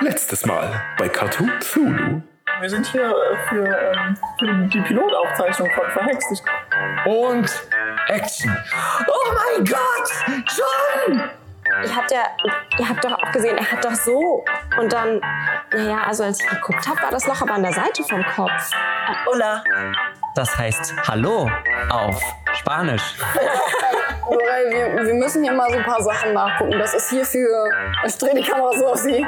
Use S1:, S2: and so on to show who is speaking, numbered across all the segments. S1: Letztes Mal bei Cartoon Zulu.
S2: Wir sind hier äh, für, ähm, für die Pilotaufzeichnung von Verhext. Ich,
S3: Und Action. Oh mein Gott! John!
S4: Ihr habt ja, ihr habt doch auch gesehen, er hat doch so. Und dann, naja, also als ich geguckt habe, war das Loch aber an der Seite vom Kopf.
S5: Ulla.
S6: Das heißt Hallo auf Spanisch.
S7: Lorel, wir, wir müssen hier mal so ein paar Sachen nachgucken. Das ist hier für. Ich drehe die Kamera so auf sie.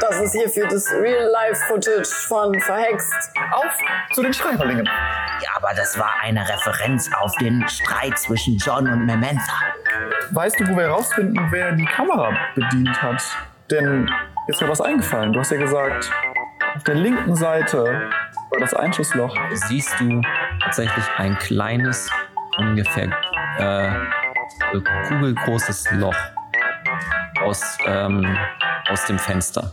S7: Das ist hier für das Real-Life-Footage von Verhext.
S2: auf zu den Schreiberlingen.
S5: Ja, aber das war eine Referenz auf den Streit zwischen John und Mementa.
S2: Weißt du, wo wir herausfinden, wer die Kamera bedient hat? Denn ist mir was eingefallen. Du hast ja gesagt, auf der linken Seite war das Einschussloch.
S6: Siehst du tatsächlich ein kleines, ungefähr äh, kugelgroßes Loch aus, ähm, aus dem Fenster.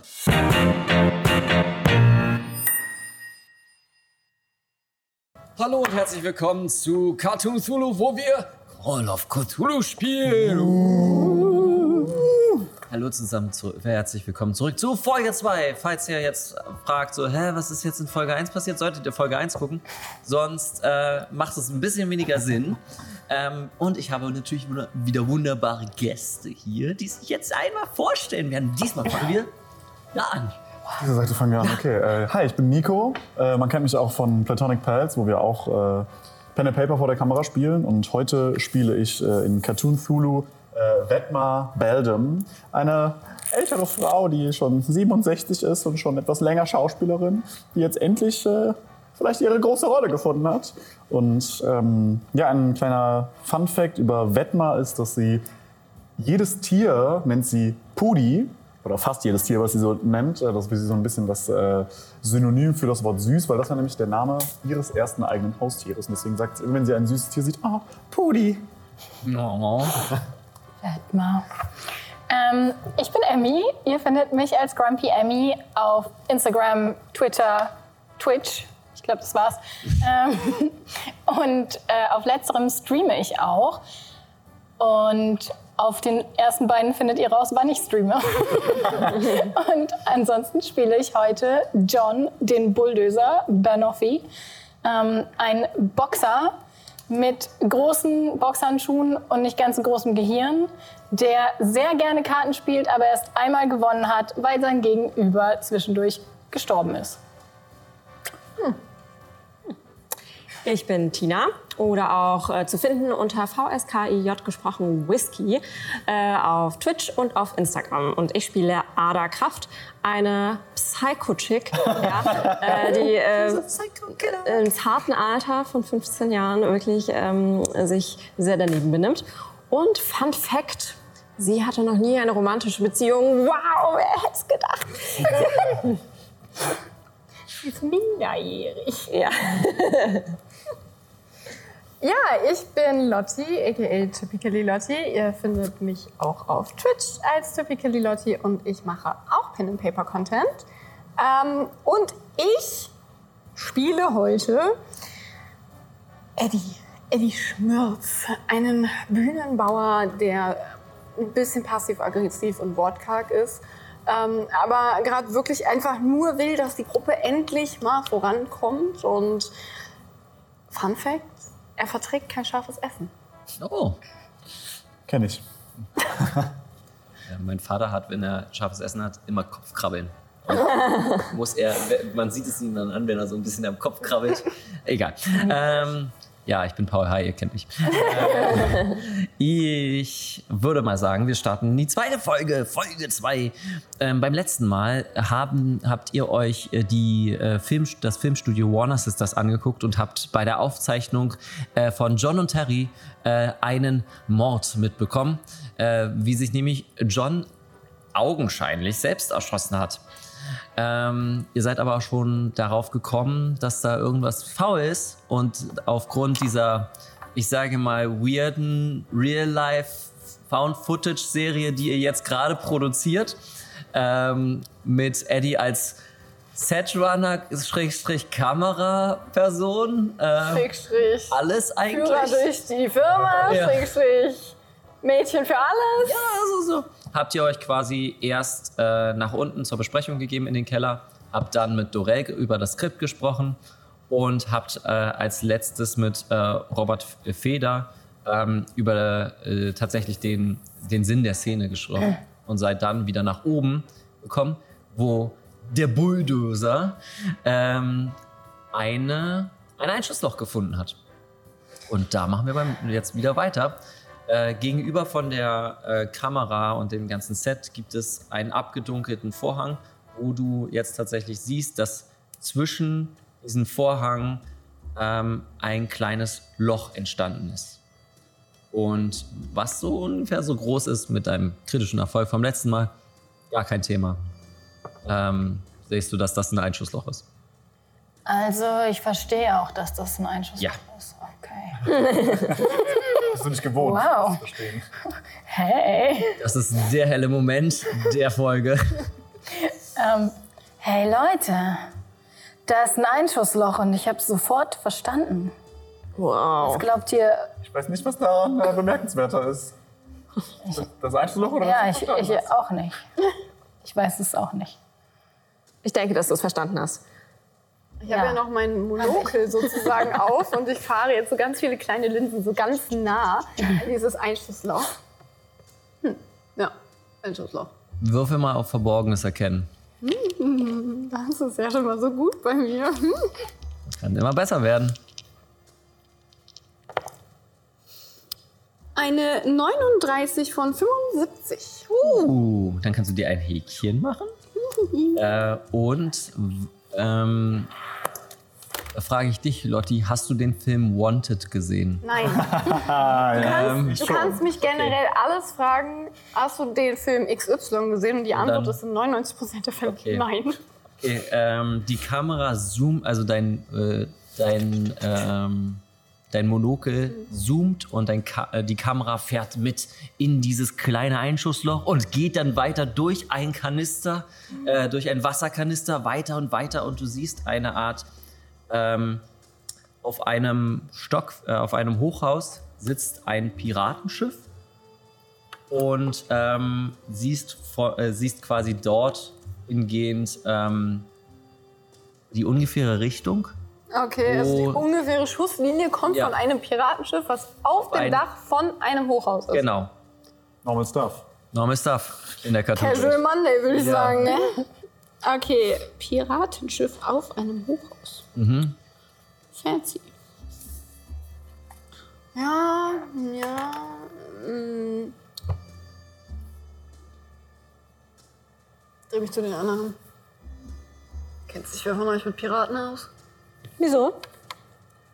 S6: Hallo und herzlich willkommen zu Cartoon Cthulhu, wo wir Call of Cthulhu spielen. Hallo zusammen, zu, herzlich willkommen zurück zu Folge 2. Falls ihr jetzt fragt, so, hä, was ist jetzt in Folge 1 passiert, solltet ihr Folge 1 gucken. Sonst äh, macht es ein bisschen weniger Sinn. Ähm, und ich habe natürlich wunder- wieder wunderbare Gäste hier, die sich jetzt einmal vorstellen werden. Diesmal fangen wir da an.
S8: Diese Seite fangen wir an. Okay. Äh, hi, ich bin Nico. Äh, man kennt mich auch von Platonic Pals, wo wir auch äh, Pen and Paper vor der Kamera spielen. Und heute spiele ich äh, in Cartoon Thulu äh, Vetma Beldum, eine ältere Frau, die schon 67 ist und schon etwas länger Schauspielerin, die jetzt endlich äh, vielleicht ihre große Rolle gefunden hat. Und ähm, ja, ein kleiner Fun Fact über Vetma ist, dass sie jedes Tier nennt sie Pudi oder fast jedes Tier, was sie so nennt. Äh, Das ist so ein bisschen das äh, Synonym für das Wort süß, weil das war nämlich der Name ihres ersten eigenen Haustieres. Und deswegen sagt sie, wenn sie ein süßes Tier sieht, ah, Pudi.
S6: Oh.
S9: Hört mal. Ähm, ich bin Emmy. Ihr findet mich als Grumpy Emmy auf Instagram, Twitter, Twitch. Ich glaube, das war's. ähm, und äh, auf letzterem streame ich auch. Und auf den ersten beiden findet ihr raus, wann ich streame. und ansonsten spiele ich heute John, den Bulldozer Bernoffi, ähm, ein Boxer mit großen Boxhandschuhen und nicht ganz so großem Gehirn, der sehr gerne Karten spielt, aber erst einmal gewonnen hat, weil sein Gegenüber zwischendurch gestorben ist.
S4: Ich bin Tina oder auch äh, zu finden unter VSKIJ gesprochen Whisky äh, auf Twitch und auf Instagram. Und ich spiele Ada Kraft, eine Psycho-Chick, ja, äh, die äh, im zarten Alter von 15 Jahren wirklich ähm, sich sehr daneben benimmt. Und Fun Fact, sie hatte noch nie eine romantische Beziehung. Wow, wer hätte es gedacht?
S9: Sie ist minderjährig.
S4: Ja.
S10: Ja, ich bin Lotti, aka Typically Lotti. Ihr findet mich auch auf Twitch als Typically Lotti und ich mache auch Pen and Paper Content. Ähm, und ich spiele heute Eddie, Eddie Schmürz, einen Bühnenbauer, der ein bisschen passiv-aggressiv und wortkarg ist, ähm, aber gerade wirklich einfach nur will, dass die Gruppe endlich mal vorankommt und Fun Fact, er verträgt kein scharfes Essen.
S6: oh.
S8: Kenne ich.
S6: Ja, mein Vater hat, wenn er scharfes Essen hat, immer Kopfkrabbeln. Und muss er, man sieht es ihm dann an, wenn er so ein bisschen am Kopf krabbelt. Egal. Ähm, ja, ich bin Paul Hai, ihr kennt mich. Ich würde mal sagen, wir starten die zweite Folge, Folge 2. Ähm, beim letzten Mal haben, habt ihr euch äh, die, äh, Film, das Filmstudio Warner Sisters angeguckt und habt bei der Aufzeichnung äh, von John und Terry äh, einen Mord mitbekommen, äh, wie sich nämlich John augenscheinlich selbst erschossen hat. Ähm, ihr seid aber auch schon darauf gekommen, dass da irgendwas faul ist und aufgrund dieser, ich sage mal, weirden Real-Life Found-Footage-Serie, die ihr jetzt gerade produziert, ähm, mit Eddie als Setrunner-Kamera-Person, äh,
S10: Schrägstrich.
S6: alles eigentlich.
S10: Führer durch die Firma,
S6: Ja.
S10: Schrägstrich. Mädchen für alles.
S6: Ja, also so. habt ihr euch quasi erst äh, nach unten zur Besprechung gegeben in den Keller, habt dann mit Dorel über das Skript gesprochen und habt äh, als letztes mit äh, Robert F- Feder ähm, über äh, tatsächlich den, den Sinn der Szene gesprochen und seid dann wieder nach oben gekommen, wo der Bulldozer ähm, eine, ein Einschussloch gefunden hat. Und da machen wir beim, jetzt wieder weiter. Äh, gegenüber von der äh, Kamera und dem ganzen Set gibt es einen abgedunkelten Vorhang, wo du jetzt tatsächlich siehst, dass zwischen diesem Vorhang ähm, ein kleines Loch entstanden ist. Und was so ungefähr so groß ist mit deinem kritischen Erfolg vom letzten Mal, gar kein Thema. Ähm, siehst du, dass das ein Einschussloch ist.
S9: Also, ich verstehe auch, dass das ein Einschuss
S6: Ja.
S9: ist. Okay.
S8: Bist du nicht gewohnt?
S9: Wow.
S8: Das zu verstehen.
S9: Hey.
S6: Das ist der helle Moment der Folge.
S9: Ähm, hey Leute, da ist ein Einschussloch und ich habe sofort verstanden.
S4: Wow.
S9: Was glaubt ihr?
S2: Ich weiß nicht, was da äh, bemerkenswerter ist. Das Einschlussloch oder
S9: Ja,
S2: was?
S9: ich, ich auch nicht. Ich weiß es auch nicht.
S4: Ich denke, dass du es verstanden hast.
S10: Ich habe
S9: Ja.
S10: ja. noch mein Monokel sozusagen auf und ich fahre jetzt so ganz viele kleine Linsen so ganz nah an dieses Einschussloch. Hm. Ja, Einschussloch.
S6: Würfel mal auf Verborgenes erkennen.
S10: Das ist ja schon mal so gut bei mir. Hm.
S6: Kann immer besser werden.
S10: Eine 39 von 75.
S6: Uh, dann kannst du dir ein Häkchen machen. äh, und w- ähm, da frage ich dich, Lotti, hast du den Film Wanted gesehen?
S10: Nein. Du kannst, du kannst mich generell alles fragen, hast du den Film XY gesehen? Und die Antwort
S6: dann-
S10: ist in 99% der Fälle
S6: Okay.
S10: nein.
S6: Okay, ähm, die Kamera zoomt, also dein, äh, dein, ähm, dein Monokel zoomt und dein Ka äh, die Kamera fährt mit in dieses kleine Einschussloch und geht dann weiter durch einen Kanister, äh, durch einen Wasserkanister, weiter und weiter und du siehst eine Art ähm, auf einem Stock, äh, auf einem Hochhaus sitzt ein Piratenschiff und ähm, siehst, vor, äh, siehst quasi dort hingehend ähm, die ungefähre Richtung.
S10: Okay, also die
S6: Oh.
S10: ungefähre Schusslinie kommt
S6: Ja.
S10: von einem Piratenschiff, was auf dem
S6: ein-
S10: Dach von einem Hochhaus ist.
S6: Genau.
S8: Normal Stuff.
S6: Normal Stuff in der
S10: Casual
S6: Kartusche.
S10: Monday, würde ich sagen, ne? Okay, Piratenschiff auf einem Hochhaus.
S6: Mhm.
S10: Fancy. Ja, ja. mm. Dreh mich zu den anderen. Kennt sich wer von euch mit Piraten aus?
S4: Wieso?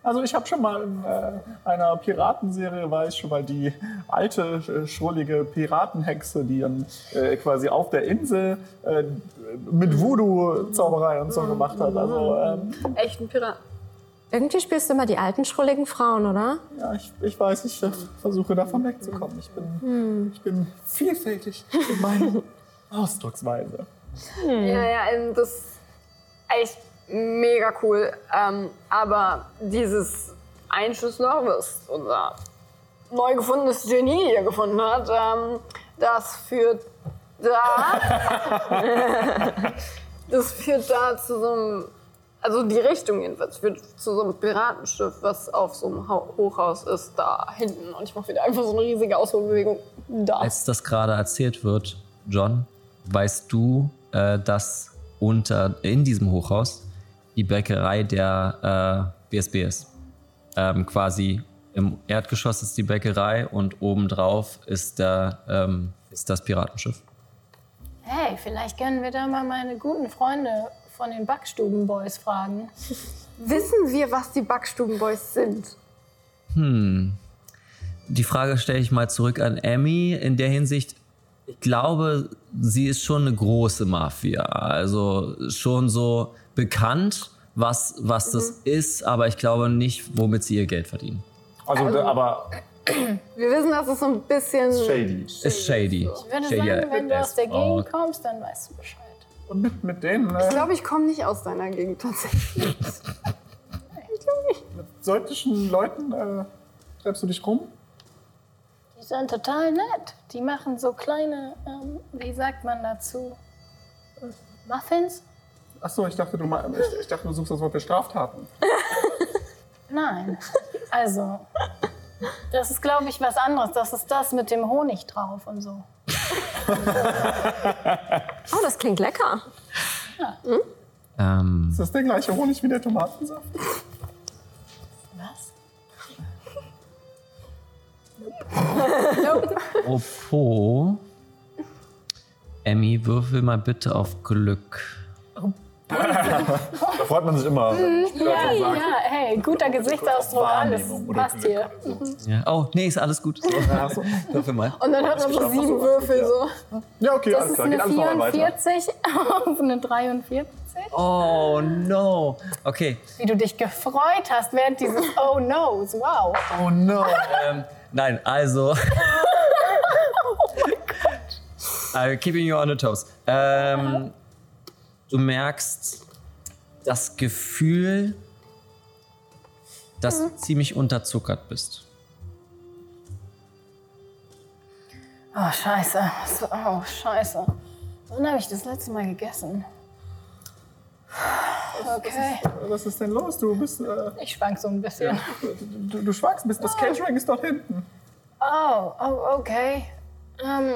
S2: Also ich habe schon mal in äh, einer Piratenserie, war ich schon mal die alte, äh, schrullige Piratenhexe, die dann äh, quasi auf der Insel äh, mit Voodoo-Zauberei und so gemacht hat. Also ähm,
S10: Echten Piraten.
S11: Irgendwie spielst du immer die alten, schrulligen Frauen, oder?
S2: ähm, ja, ich, ich weiß, ich äh, versuche davon wegzukommen. Ich bin, ich bin vielfältig in meiner Ausdrucksweise.
S10: Ja, ja, ähm, das ist echt mega cool. Ähm, aber dieses Einschussloch, was unser neu gefundenes Genie hier gefunden hat, ähm, das führt da. das führt da zu so einem. Also die Richtung jedenfalls führt zu so einem Piratenschiff, was auf so einem Hau- Hochhaus ist, da hinten. Und ich mache wieder einfach so eine riesige Ausholbewegung. Da.
S6: Als das gerade erzählt wird, John, weißt du, äh, dass unter, in diesem Hochhaus die Bäckerei der äh, BSB ist. Ähm, quasi im Erdgeschoss ist die Bäckerei und obendrauf ist, der, ähm, ist das Piratenschiff.
S9: Hey, vielleicht können wir da mal meine guten Freunde von den Backstubenboys fragen.
S10: Wissen wir, was die Backstubenboys sind?
S6: Die Frage stelle ich mal zurück an Emmy. In der Hinsicht, ich glaube, sie ist schon eine große Mafia. Also schon so bekannt, was, was das ist, aber ich glaube nicht, womit sie ihr Geld verdienen.
S8: Also, aber
S10: Wir wissen, dass es so ein bisschen.
S4: Also-
S8: shady.
S6: Ist shady.
S9: Ich würde
S6: shady
S9: sagen, wenn du
S6: as
S9: aus der
S6: fuck.
S9: Gegend kommst, dann weißt du Bescheid.
S2: Und mit, mit denen äh,
S10: Ich glaube, ich komme nicht aus deiner Gegend tatsächlich.
S2: soltischen Leuten äh, treibst du dich rum?
S9: Die sind total nett. Die Die machen so kleine, ähm, wie sagt man dazu? Muffins?
S2: Achso, ich dachte, du, mal- ich, ich dachte, du suchst das Wort für Straftaten.
S9: Nein. Also, das ist, glaube ich, was anderes. Das ist das mit dem Honig drauf und so.
S4: Oh, das klingt lecker.
S6: Ähm,
S2: Ist das der gleiche Honig wie der Tomatensaft?
S9: Was?
S6: apropos. Emmy, würfel mal bitte auf Glück.
S8: Da freut man sich immer.
S4: Mhm.
S9: Ja, ja, hey, guter Gesichtsausdruck, alles
S6: Wahrnehmung oder
S9: passt hier. Mhm.
S6: Ja. Oh, nee, ist alles gut. So. Würfel mal.
S7: Und dann hat man so sieben Würfel so.
S8: Ja, okay,
S9: das
S8: alles
S9: ist
S8: klar.
S9: eine
S8: Geht alles nochmal weiter.
S9: 44 auf eine 43.
S6: Oh no. Okay.
S9: Wie du dich gefreut hast während dieses Oh No's. Wow.
S6: Oh no. ähm, nein, also. Oh I'm keeping you on your toes. Ähm, du merkst das Gefühl, dass du ziemlich unterzuckert bist.
S9: Oh, scheiße. Was- Oh, scheiße. Wann habe ich das letzte Mal gegessen? Okay.
S2: Was ist denn los? Du bist. Äh,
S9: Ich schwank so ein bisschen.
S2: du, du schwankst ein bisschen. Das Catering ist dort hinten.
S9: Oh, oh okay. Ähm,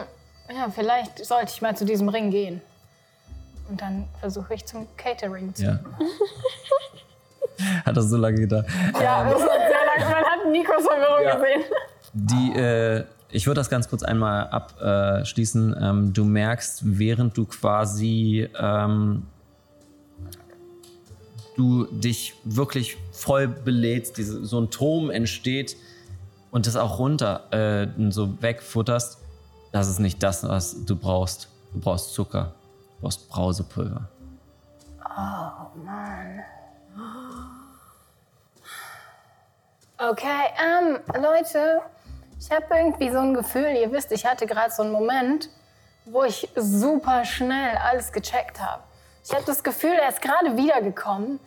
S9: ja, vielleicht sollte ich mal zu diesem Ring gehen. Und dann versuche ich zum Catering zu.
S6: Ja. Hat das so lange gedauert. Ähm,
S9: Ja, das hat sehr lang. Man hat Nikos Verwirrung
S6: Ja.
S9: gesehen.
S6: Die, äh, ich würde das ganz kurz einmal abschließen. Ähm, du merkst, während du quasi ähm, du dich wirklich voll belädst, diese, so ein Turm entsteht und das auch runter äh, so wegfutterst, das ist nicht das, was du brauchst. Du brauchst Zucker, du brauchst Brausepulver.
S9: Oh Mann. Okay, ähm, Leute, ich habe irgendwie so ein Gefühl, ihr wisst, ich hatte gerade so einen Moment, wo ich super schnell alles gecheckt habe. Ich habe das Gefühl, er ist gerade wiedergekommen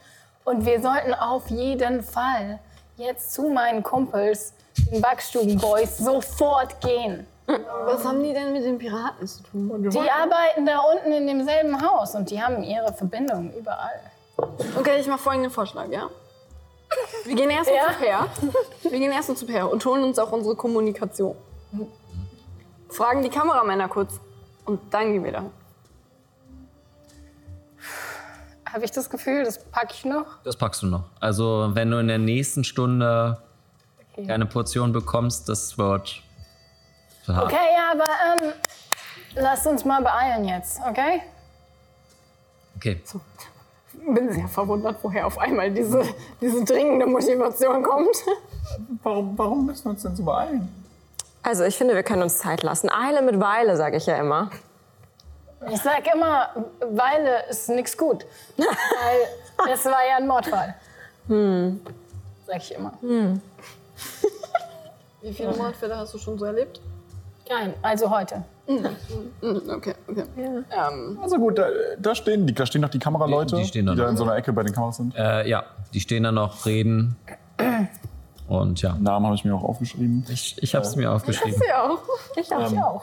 S9: und wir sollten auf jeden Fall jetzt zu meinen Kumpels, den Backstubenboys, sofort gehen.
S10: Was haben die denn mit den Piraten zu tun?
S9: Die arbeiten da unten in demselben Haus und die haben ihre Verbindungen überall.
S10: Okay, ich mache folgenden Vorschlag, ja? Wir gehen erstmal
S9: Ja.
S10: zu Per. Wir gehen erstmal zu Per und holen uns auch unsere Kommunikation. Fragen die Kameramänner kurz und dann gehen wir da.
S9: Habe ich das Gefühl, das packe ich noch?
S6: Das packst du noch. Also, wenn du in der nächsten Stunde
S9: Okay.
S6: eine Portion bekommst, das wird. hart.
S9: Okay, ja, aber ähm, lasst uns mal beeilen jetzt, okay?
S6: Okay.
S10: Bin sehr verwundert, woher auf einmal diese, diese dringende Motivation kommt.
S2: Warum, warum müssen wir uns denn so beeilen?
S4: Also ich finde, wir können uns Zeit lassen. Eile mit Weile, sage ich ja immer.
S9: Ich sag immer, Weile ist nix gut. Weil es war ja ein Mordfall,
S4: Hm.
S9: sag ich immer.
S10: Wie viele Mordfälle hast du schon so erlebt?
S9: Nein, also heute.
S10: Okay, okay. Ähm,
S8: Also gut, da, da, stehen, die, da stehen noch die Kameraleute,
S6: Die-
S8: die,
S6: die stehen da
S8: da
S6: noch.
S8: in so einer Ecke bei den Kameras sind.
S6: Äh, ja, die stehen da noch, reden. Und ja.
S8: Namen habe ich mir auch aufgeschrieben.
S6: Ich, ich habe es mir aufgeschrieben.
S10: ja auch.
S4: Ich
S8: auch. Ich
S9: auch.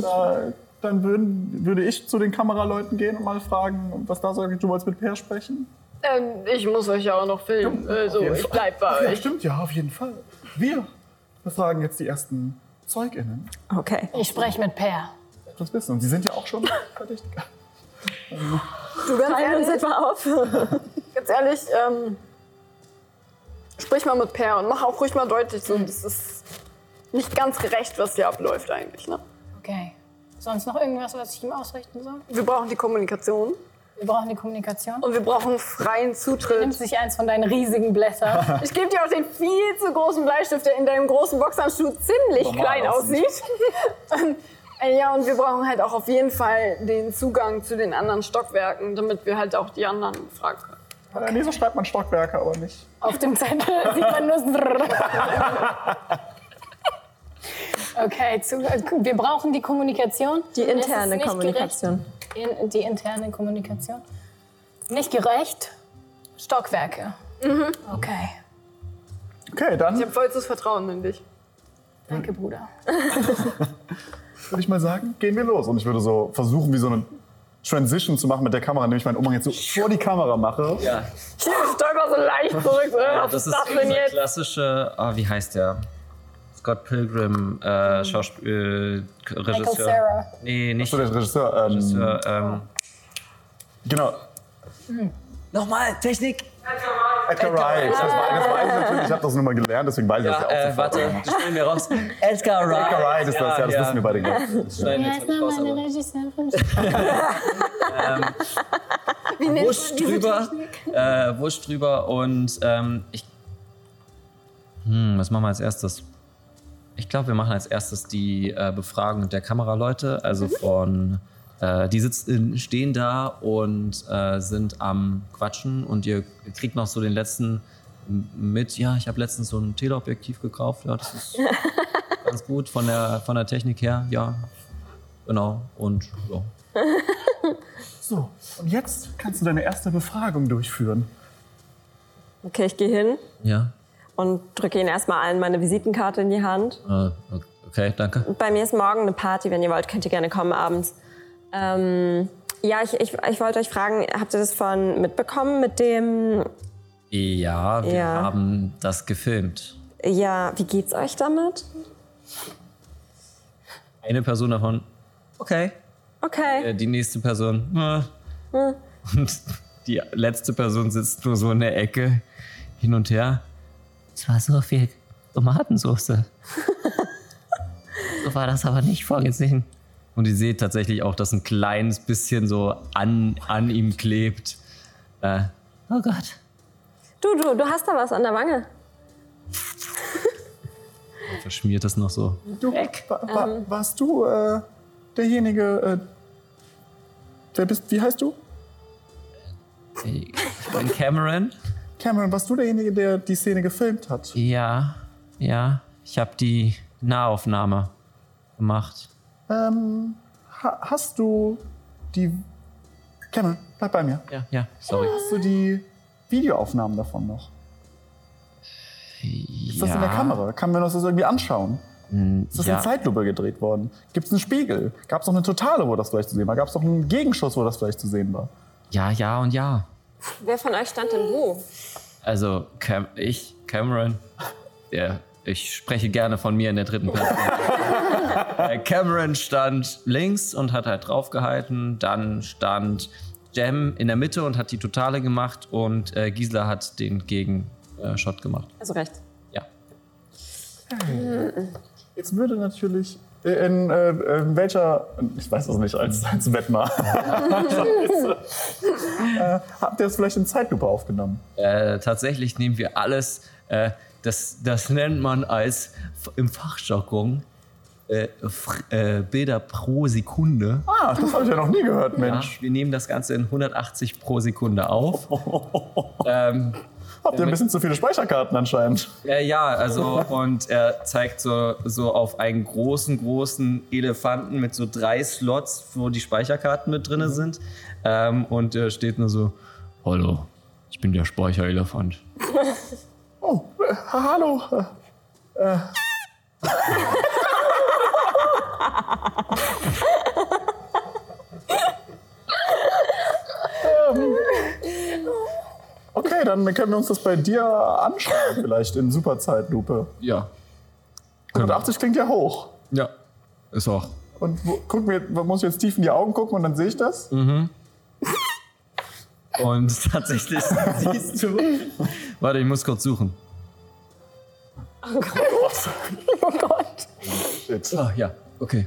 S2: Da, dann würden, würde ich zu den Kameraleuten gehen und mal fragen, was da soll. Du wolltest mit Per sprechen?
S10: Ähm, ich muss euch ja auch noch filmen. Also, ich bleib
S2: Ach
S10: bei
S2: Ja,
S10: euch.
S2: stimmt, ja, auf jeden Fall. Wir befragen jetzt die ersten ZeugInnen.
S4: Okay.
S9: Ich spreche mit Per.
S2: Das wissen. Und sie sind ja auch schon Verdächtiger.
S10: Du ganz
S4: Fallen
S10: ehrlich,
S4: uns etwa auf?
S10: ganz ehrlich ähm, sprich mal mit Per und mach auch ruhig mal deutlich so. Das ist nicht ganz gerecht, was hier abläuft eigentlich. Ne?
S9: Okay. Sonst noch irgendwas, was ich ihm ausrichten soll?
S10: Wir brauchen die Kommunikation
S9: Wir brauchen die Kommunikation.
S10: und wir brauchen freien
S9: Nimm
S10: Zutritt.
S9: sich eins von deinen riesigen Blättern.
S10: Ich gebe dir auch den viel zu großen Bleistift, der in deinem großen Boxhandschuh ziemlich
S8: Normal
S10: klein
S8: aussieht.
S10: aussieht. Und, äh, ja, und wir brauchen halt auch auf jeden Fall den Zugang zu den anderen Stockwerken, damit wir halt auch die anderen fragen können.
S2: Okay. Ah, Nee, so schreibt man Stockwerke, aber nicht.
S9: Auf dem Zettel sieht man nur. Okay, zu, äh, wir brauchen die Kommunikation.
S4: Die
S9: Es ist
S4: interne
S9: nicht
S4: Kommunikation.
S9: Gerecht, in, die interne Kommunikation. Nicht gerecht. Stockwerke. Okay.
S2: Okay, dann
S10: Ich habe vollstes Vertrauen in dich.
S9: Danke, Bruder.
S2: Würde ich mal sagen, gehen wir los. Und ich würde so versuchen, wie so eine Transition zu machen mit der Kamera, indem ich meinen Umhang jetzt so vor die Kamera mache.
S6: Ja.
S12: Ich stolper so leicht zurück. so,
S6: Ja,
S12: Was
S6: das
S12: ist
S6: ist
S12: das denn
S6: dieser
S12: jetzt?
S6: klassische, ah, wie heißt der? Scott Pilgrim, äh, Schauspiel, äh, K- Regisseur.
S9: Cera.
S6: Nee, nicht.
S2: Achso, der Regisseur. Ähm,
S6: Regisseur ähm,
S2: Genau.
S6: Nochmal, Technik!
S2: Edgar Wright. Das war, das war ich natürlich. Ich habe das nur mal gelernt, deswegen weiß ich das
S6: Ja,
S2: ja auch.
S6: äh, warte, das schneiden wir raus. Edgar Wright.
S2: Edgar Wright ist das, ja, das wissen wir beide gleich.
S6: Das Schneiden wir jetzt nicht raus, aber.
S9: Regisseurin?
S13: Wie nennt
S6: Wusch
S13: man diese
S6: drüber,
S13: Technik?
S6: äh, Wusch drüber und ähm, ich. Hm, was machen wir als erstes? Ich glaube, wir machen als erstes die äh, Befragung der Kameraleute. Also von. Äh, die sitzen, stehen da und äh, sind am Quatschen und ihr kriegt noch so den letzten m- mit. Ja, ich habe letztens so ein Teleobjektiv gekauft. Ja, das ist ganz gut von der, von der Technik her. Ja, genau. Und ja.
S2: So, und jetzt kannst du deine erste Befragung durchführen.
S4: Okay, ich gehe hin
S6: ja.
S4: und drücke ihnen erstmal allen meine Visitenkarte in die Hand.
S6: Äh, okay, danke.
S4: Bei mir ist morgen eine Party, wenn ihr wollt, könnt ihr gerne kommen abends. Ähm, ja, ich, ich, ich wollte euch fragen, habt ihr das von mitbekommen mit dem,
S6: Ja, wir
S4: Ja.
S6: haben das gefilmt.
S4: ja, wie geht's euch damit?
S6: Eine Person davon, okay.
S4: Okay.
S6: Äh, die nächste Person, äh.
S4: Hm.
S6: Und die letzte Person sitzt nur so in der Ecke hin und her.
S14: Es war so viel Tomatensauce.
S6: So war das aber nicht vorgesehen. Und ihr seht tatsächlich auch, dass ein kleines bisschen so an, an ihm klebt. Äh,
S4: Oh Gott. Du, du, du hast da was an der Wange.
S6: verschmiert das noch so.
S2: Du, wa, wa, warst du äh, derjenige, äh, wer bist, wie heißt du?
S6: Ich bin Cameron.
S2: Cameron, warst du derjenige, der die Szene gefilmt hat?
S6: Ja, ja. Ich habe die Nahaufnahme gemacht.
S2: Ähm, ha hast du die. Cameron, bleib bei mir.
S6: Ja, ja, sorry.
S2: Hast du die Videoaufnahmen davon noch? Ist das in der
S6: Ja.
S2: Kamera? Kann man uns das irgendwie anschauen? Ist das
S6: ja.
S2: in Zeitlupe gedreht worden? Gibt es einen Spiegel? Gab es noch eine Totale, wo das vielleicht zu sehen war? Gab es noch einen Gegenschuss, wo das vielleicht zu sehen war?
S6: Ja, ja und ja.
S4: Wer von euch stand denn wo?
S6: Also, Cam ich, Cameron, ja, ich spreche gerne von mir in der dritten Person. Äh, Cameron stand links und hat halt draufgehalten. Dann stand Jem in der Mitte und hat die Totale gemacht. Und äh, Gisela hat den Gegenshot gemacht.
S4: Also rechts.
S6: Ja.
S2: Jetzt würde natürlich. In, äh, in welcher. Ich weiß das nicht, als, als Wettmar. äh, habt ihr das vielleicht in Zeitlupe aufgenommen?
S6: Äh, tatsächlich nehmen wir alles, äh, das, das nennt man als f- im Fachjargon äh, fr- äh, Bilder pro Sekunde.
S2: Ah, das habe ich ja noch nie gehört, Mensch.
S6: Ja, wir nehmen das Ganze in 180 pro Sekunde auf. ähm,
S2: Habt ihr ein bisschen zu viele Speicherkarten anscheinend?
S6: äh, ja, also und er zeigt so, so auf einen großen, großen Elefanten mit so drei Slots, wo die Speicherkarten mit drin sind. Ähm, und er steht nur so, hallo, ich bin der Speicherelefant.
S2: Oh, äh, ha- hallo. Äh, äh. ähm, okay, dann können wir uns das bei dir anschauen, vielleicht in Superzeitlupe.
S6: Ja,
S2: 180 klingt ja hoch.
S6: ja, ist auch.
S2: Und wo, guck mir, muss ich jetzt tief in die Augen gucken und dann sehe ich das?
S6: Mhm. Und tatsächlich siehst du. Warte, ich muss kurz suchen.
S12: Oh Gott.
S2: Shit.
S6: Ah, ja, okay.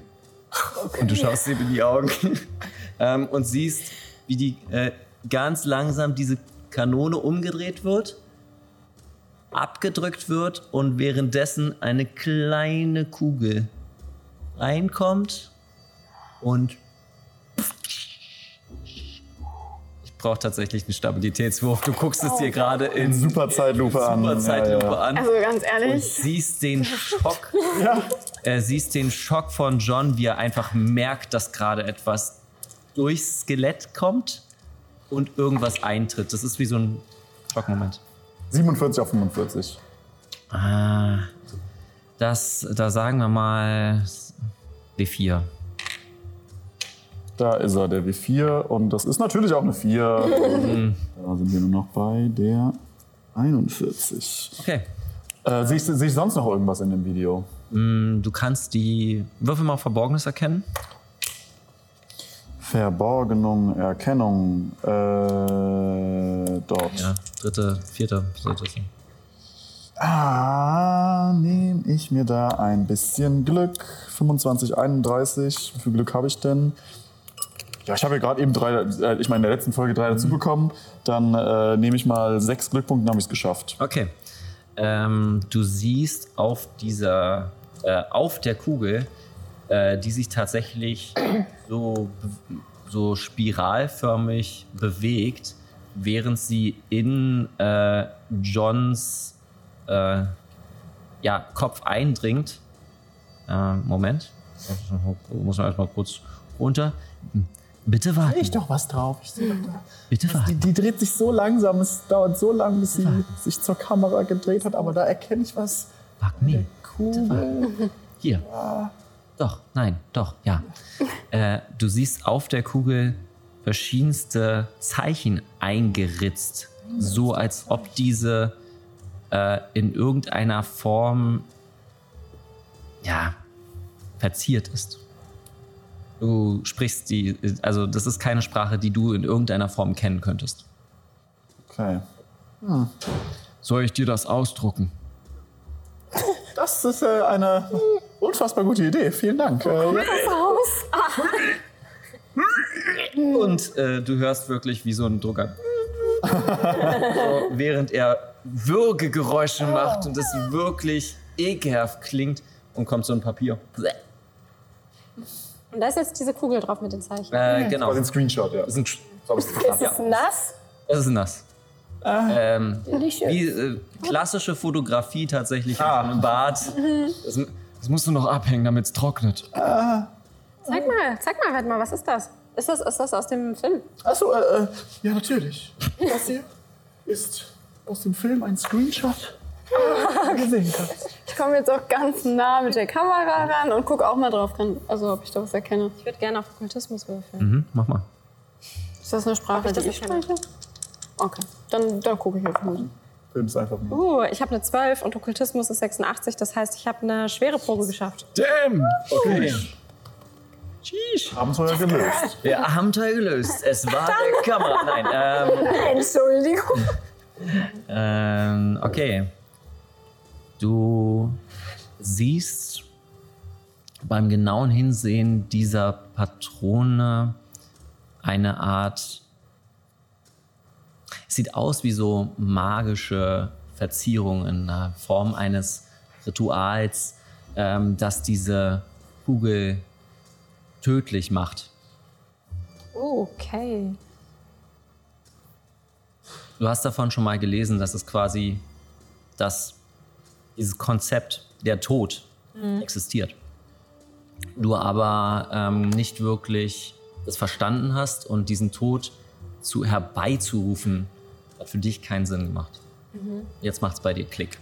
S6: Und du schaust ihm in die Augen ähm, und siehst, wie die äh, ganz langsam diese Kanone umgedreht wird, abgedrückt wird und währenddessen eine kleine Kugel reinkommt und ich brauche tatsächlich einen Stabilitätswurf. Du guckst es dir gerade in
S2: Superzeitlupe
S6: Ähm,
S2: an.
S6: Superzeitlupe
S2: Ja, ja.
S6: an
S15: Also ganz
S6: und
S15: ehrlich,
S6: siehst den Schock. äh, siehst den Schock von John, wie er einfach merkt, dass gerade etwas durchs Skelett kommt und irgendwas eintritt. Das ist wie so ein Schockmoment.
S2: 47 auf 45.
S6: Ah. Das, da sagen wir mal W4.
S8: Da ist er, der W4. Und das ist natürlich auch eine 4.
S6: Mhm.
S8: da sind wir nur noch bei der 41.
S6: Okay.
S8: Äh, sehe ich, sehe ich sonst noch irgendwas in dem Video?
S6: Mm, Du kannst die Würfel mal auf Verborgenes erkennen.
S8: Verborgenung, Erkennung. Äh, dort.
S6: Ja, dritte, vierte, sollte es sein.
S8: Ah, nehme ich mir da ein bisschen Glück. 25, 31. Wie viel Glück habe ich denn? Ja, ich habe ja gerade eben drei, äh, ich meine, in der letzten Folge drei dazu bekommen. Dann äh, nehme ich mal sechs Glückpunkte, dann habe ich es geschafft.
S6: Okay. Ähm, du siehst auf dieser, äh, auf der Kugel, äh, die sich tatsächlich so, be- so spiralförmig bewegt, während sie in äh, Johns äh, ja, Kopf eindringt. Äh, Moment. Muss man erstmal kurz runter. Bitte warten.
S2: Ich doch was drauf. Ich seh doch da.
S6: Bitte warten.
S2: Die, die dreht sich so langsam, es dauert so lang, bis sie sich zur Kamera gedreht hat, aber da erkenne ich was.
S6: Fuck me.
S2: Cool.
S6: Hier. Doch, nein, doch, ja. äh, du siehst auf der Kugel verschiedenste Zeichen eingeritzt. So als ob diese äh, in irgendeiner Form ja, verziert ist. Du sprichst die, also das ist keine Sprache, die du in irgendeiner Form kennen könntest.
S8: Okay.
S6: Soll ich dir das ausdrucken?
S2: Das ist äh, eine unfassbar gute Idee. Vielen Dank. Äh, ja.
S11: Aus.
S6: Und äh, du hörst wirklich wie so ein Drucker. so, während er Würgegeräusche macht und es wirklich ekelhaft klingt und kommt so ein Papier.
S4: Und da ist jetzt diese Kugel drauf mit den Zeichen.
S6: Äh, genau.
S8: Quasi ein Screenshot, ja.
S6: Das ist, ein,
S9: Ist es nass?
S6: das ist nass. Ähm,
S9: Delicious.
S6: wie äh, klassische Fotografie tatsächlich mit einem Bart.
S4: Mhm.
S6: Das, das musst du noch abhängen, damit es trocknet.
S4: Zeig mal, Äh, zeig mal, warte mal, was ist das? Ist das, ist das aus dem Film?
S2: Achso, äh, äh, ja, natürlich. Das hier ist aus dem Film ein Screenshot, den du sehen kannst.
S10: Ich komme jetzt auch ganz nah mit der Kamera ran und gucke auch mal drauf ran, also ob ich da was erkenne.
S4: Ich würde gerne auf Okkultismus würfeln.
S6: Mhm, mach mal.
S10: Ist das eine Sprache,
S4: ich das
S10: die ich
S4: erkenne?
S10: spreche? Okay, dann, dann gucke ich einfach mal.
S8: Film ist einfach nur.
S4: Uh, ich habe eine 12 und Okkultismus ist 86, das heißt, ich habe eine schwere Probe geschafft.
S6: Damn!
S8: Okay.
S6: Sheesh.
S8: Abenteuer gelöst.
S6: Wir haben Teil gelöst. Es war der Kamera. Nein, ähm,
S7: Entschuldigung.
S6: Ähm, okay. Du siehst beim genauen Hinsehen dieser Patrone eine Art. Es sieht aus wie so magische Verzierungen in der Form eines Rituals, ähm, das diese Kugel tödlich macht.
S4: Okay.
S6: Du hast davon schon mal gelesen, dass es quasi dass dieses Konzept der Tod
S4: Mhm.
S6: existiert. Du aber ähm, nicht wirklich das verstanden hast und diesen Tod zu herbeizurufen, hat für dich keinen Sinn gemacht.
S4: Mhm.
S6: Jetzt macht es bei dir Klick.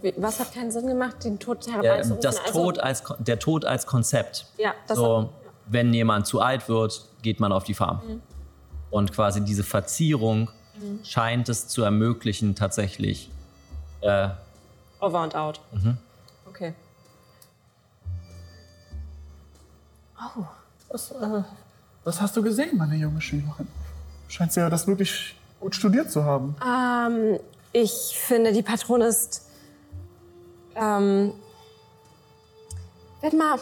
S4: Wie- Was hat keinen Sinn gemacht, den Tod
S6: Der,
S4: herbeizurufen?
S6: das
S4: Also-
S6: Tod als, Kon- der Tod als Konzept.
S4: Ja, das
S6: so, wenn jemand zu alt wird, geht man auf die Farm.
S4: Mhm.
S6: Und quasi diese Verzierung scheint es zu ermöglichen, tatsächlich. Äh,
S4: Over and out.
S6: Mhm.
S4: Okay.
S2: Was, äh, was hast du gesehen, meine junge Schülerin? Scheint sie ja das wirklich gut studiert zu haben.
S4: Ähm, ich finde, die Patrone ist. Ähm, werd mal.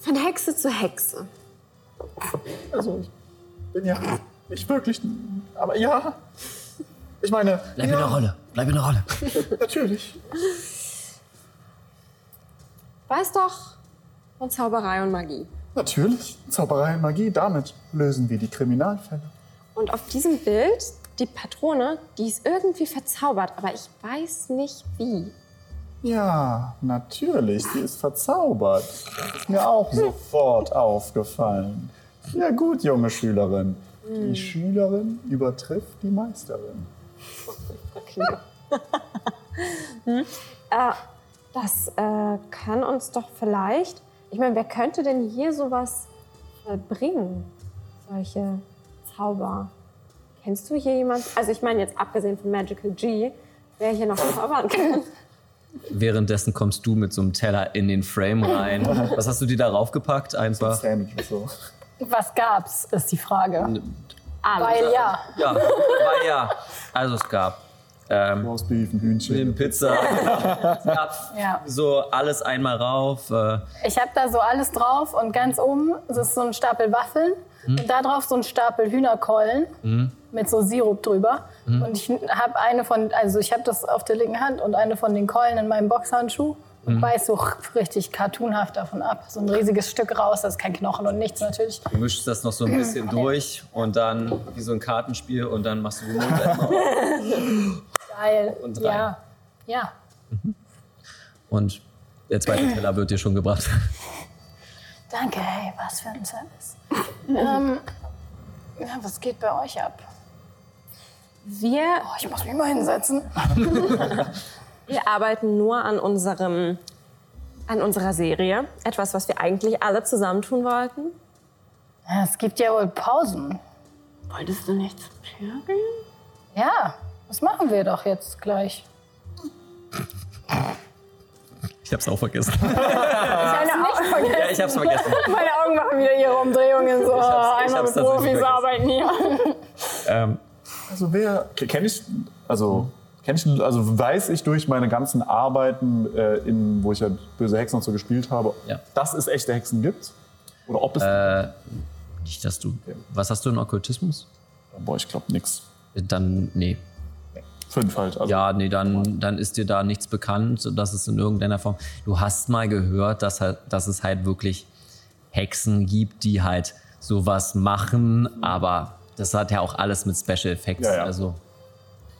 S11: Von Hexe zu Hexe.
S2: Also, ich bin ja nicht wirklich. Aber ja. Ich meine.
S6: bleib
S2: ja,
S6: in der Rolle, bleib in der Rolle.
S2: Natürlich.
S4: Weiß doch von Zauberei und Magie.
S2: Natürlich. Zauberei und Magie, damit lösen wir die Kriminalfälle.
S4: Und auf diesem Bild, die Patrone, die ist irgendwie verzaubert, aber ich weiß nicht wie.
S2: Ja, natürlich. Sie ist verzaubert. Ist mir auch sofort aufgefallen. Ja gut, junge Schülerin. Die Schülerin übertrifft die Meisterin.
S11: Hm? Äh, das äh, kann uns doch vielleicht. Ich meine, wer könnte denn hier sowas äh, bringen? Solche Zauber. Kennst du hier jemanden? Also, ich meine, jetzt abgesehen von Magical G, wer hier noch zaubern kann.
S6: Währenddessen kommst du mit so einem Teller in den Frame rein. Was hast du dir darauf gepackt? Einfach.
S9: Was gab's, ist die Frage. Weil
S6: Alles.
S9: ja.
S6: Ja, war ja. Also es gab. Ähm, Hühnchen. Pizza. es gab
S9: ja.
S6: so alles einmal rauf. Äh,
S9: Ich habe da so alles drauf und ganz oben das ist so ein Stapel Waffeln
S6: Hm.
S9: und da drauf so ein Stapel Hühnerkeulen
S6: hm.
S9: mit so Sirup drüber.
S6: Hm.
S9: Und ich habe eine von, also ich habe das auf der linken Hand und eine von den Keulen in meinem Boxhandschuh und
S6: Hm.
S9: beiß so richtig cartoonhaft davon ab. So ein riesiges Stück raus, da ist kein Knochen und nichts natürlich.
S6: Du mischst das noch so ein bisschen durch und dann wie so ein Kartenspiel und dann machst du den Mund einmal auf.
S9: Geil.
S6: Und rein.
S9: ja. Ja.
S6: Und der zweite Teller wird dir schon gebracht.
S9: Danke, hey, was für ein Service. ähm, ja, was geht bei euch ab?
S4: Wir.
S9: Oh, ich muss mich mal hinsetzen.
S4: Wir arbeiten nur an unserem, an unserer Serie. Etwas, was wir eigentlich alle zusammentun wollten.
S9: Ja, Es gibt ja wohl Pausen.
S10: Wolltest du nicht zum Tür gehen?
S9: Ja, das machen wir doch jetzt gleich.
S6: Ich hab's auch vergessen.
S7: Meine Augen vergessen.
S6: Ja, ich hab's vergessen.
S7: Meine Augen machen wieder ihre Umdrehungen so.
S6: Ich hab's- ich
S7: einmal
S6: hab's
S7: mit
S10: Oh,
S6: tatsächlich
S7: Profis
S6: vergessen.
S7: arbeiten hier.
S6: Ähm,
S2: Also wer.
S8: Kenne ich, also, kenn ich, also weiß ich durch meine ganzen Arbeiten, äh, in, wo ich halt böse Hexen und so gespielt habe, dass es echte Hexen gibt? Oder ob es.
S6: Äh, nicht, dass du. Was hast du in Okkultismus?
S8: Boah, ich glaube nix.
S6: Dann, nee.
S8: Fünf halt.
S6: Ja, nee, dann, dann ist dir da nichts bekannt, sodass es in irgendeiner Form. Du hast mal gehört, dass, halt, dass es halt wirklich Hexen gibt, die halt sowas machen, aber das hat ja auch alles mit Special Effects.
S2: Ja, ja.
S6: Also,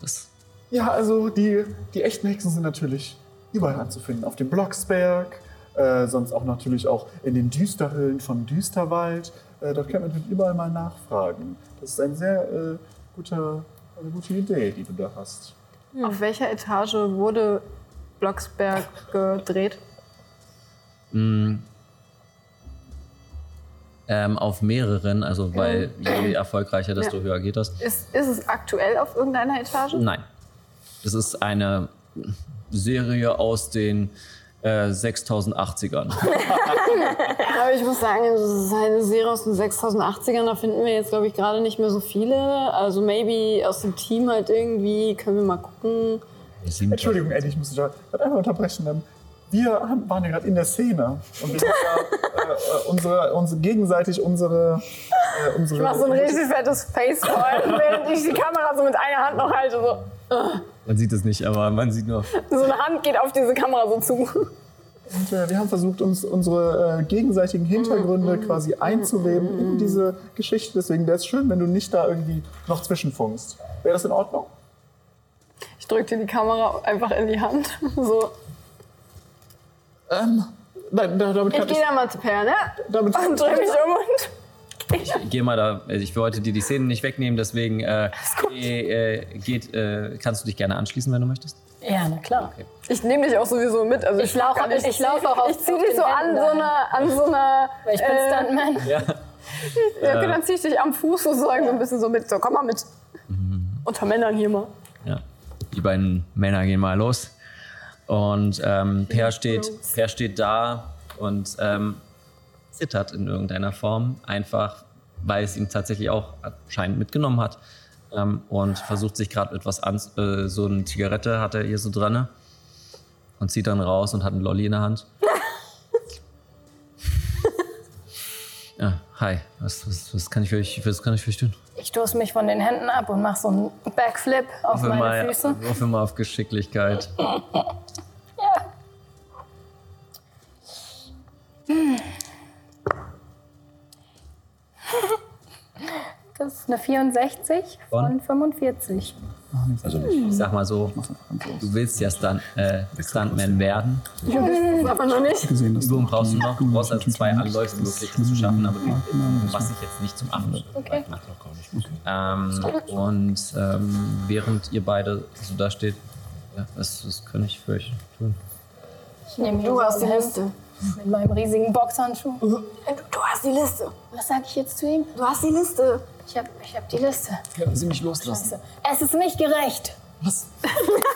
S6: das
S2: Ja, also die, die echten Hexen sind natürlich überall anzufinden. Auf dem Blocksberg, äh, sonst auch natürlich auch in den Düsterhöhlen von Düsterwald. Äh, dort kann man natürlich überall mal nachfragen. Das ist ein sehr äh, guter, eine gute Idee, die du da hast.
S10: Auf welcher Etage wurde Blocksberg gedreht?
S6: Mm. Ähm, auf mehreren, also weil je erfolgreicher, desto
S10: Ja.
S6: höher geht das.
S10: Ist, ist es aktuell auf irgendeiner Etage?
S6: Nein. Das ist eine Serie aus den äh, 6080ern.
S7: Aber ich muss sagen, das ist eine Serie aus den 6080ern. Da finden wir jetzt, glaube ich, gerade nicht mehr so viele. Also maybe aus dem Team halt irgendwie. Können wir mal gucken.
S2: Entschuldigung, Eddie, ich muss dich da gerade einfach unterbrechen. Ähm, Wir haben, waren ja gerade in der Szene und wir haben ja, äh, äh, unsere, unsere, gegenseitig unsere, äh, unsere.
S7: Ich mache so ein richtig fettes Facepalm, während ich die Kamera so mit einer Hand noch halte. So,
S6: Man sieht es nicht, aber man sieht nur.
S7: so eine Hand geht auf diese Kamera so zu.
S2: Und äh, wir haben versucht, uns unsere äh, gegenseitigen Hintergründe quasi einzuweben in diese Geschichte. Deswegen wäre es schön, wenn du nicht da irgendwie noch zwischenfunkst. Wäre das in Ordnung?
S10: Ich drück dir die Kamera einfach in die Hand. So.
S2: Ähm, nein, da, damit
S10: Ich
S2: kann ich.
S10: gehe da mal zu Per, ne?
S2: Damit
S10: Und dreh mich um und.
S6: Ich geh mal da, also ich wollte dir die Szenen nicht wegnehmen, deswegen äh, äh, äh, geht, äh, kannst du dich gerne anschließen, wenn du möchtest.
S9: Ja, na klar.
S10: Ich nehme dich auch sowieso mit. Also
S9: Ich laufe-
S10: kann-
S9: ich laufe auch auf-
S10: Ich zieh
S9: auf
S10: dich
S9: den
S10: so an
S9: Händen
S10: so einer. An so einer
S9: Weil ich bin
S10: äh,
S9: Stuntman.
S6: Ja.
S10: Ja, okay,
S6: Äh.
S10: dann zieh ich dich am Fuß sozusagen so ein bisschen so mit. So, komm mal mit. Unter Männern hier mal.
S6: Ja. Die beiden Männer gehen mal los. Und ähm, per, steht, per steht da und ähm, zittert in irgendeiner Form, einfach weil es ihn tatsächlich auch anscheinend mitgenommen hat. Ähm, und versucht sich gerade etwas an, äh, so eine Zigarette hat er hier so dran und zieht dann raus und hat einen Lolli in der Hand. ja, hi, was, was, was, kann ich für euch, was kann ich für euch tun?
S9: Ich stoße mich von den Händen ab und mache so einen Backflip auf
S6: Würfel
S9: meine
S6: mal,
S9: Füße.
S6: würfel mal auf Geschicklichkeit.
S9: Das ist eine 64
S6: Von?
S9: von 45.
S6: Also nicht. Ich sag mal so, du willst ja Stunt, äh, Stuntman werden.
S7: Ich weiß aber noch nicht.
S6: Übung brauchst du noch, du brauchst also zwei Anläufe, um wirklich das zu schaffen, aber du machst dich jetzt nicht zum Affen.
S9: Okay.
S6: Ähm, und ähm, während ihr beide so da steht, ja, das, das kann ich für euch tun.
S9: Ich nehme
S7: Du hast die Liste.
S9: Mit meinem riesigen Boxhandschuh.
S10: Mhm.
S9: Du,
S7: du hast die Liste.
S9: Was sage ich jetzt zu ihm?
S7: Du hast die Liste.
S9: Ich habe ich hab die Liste.
S3: Können Sie mich loslassen?
S9: Es ist nicht gerecht.
S3: Was?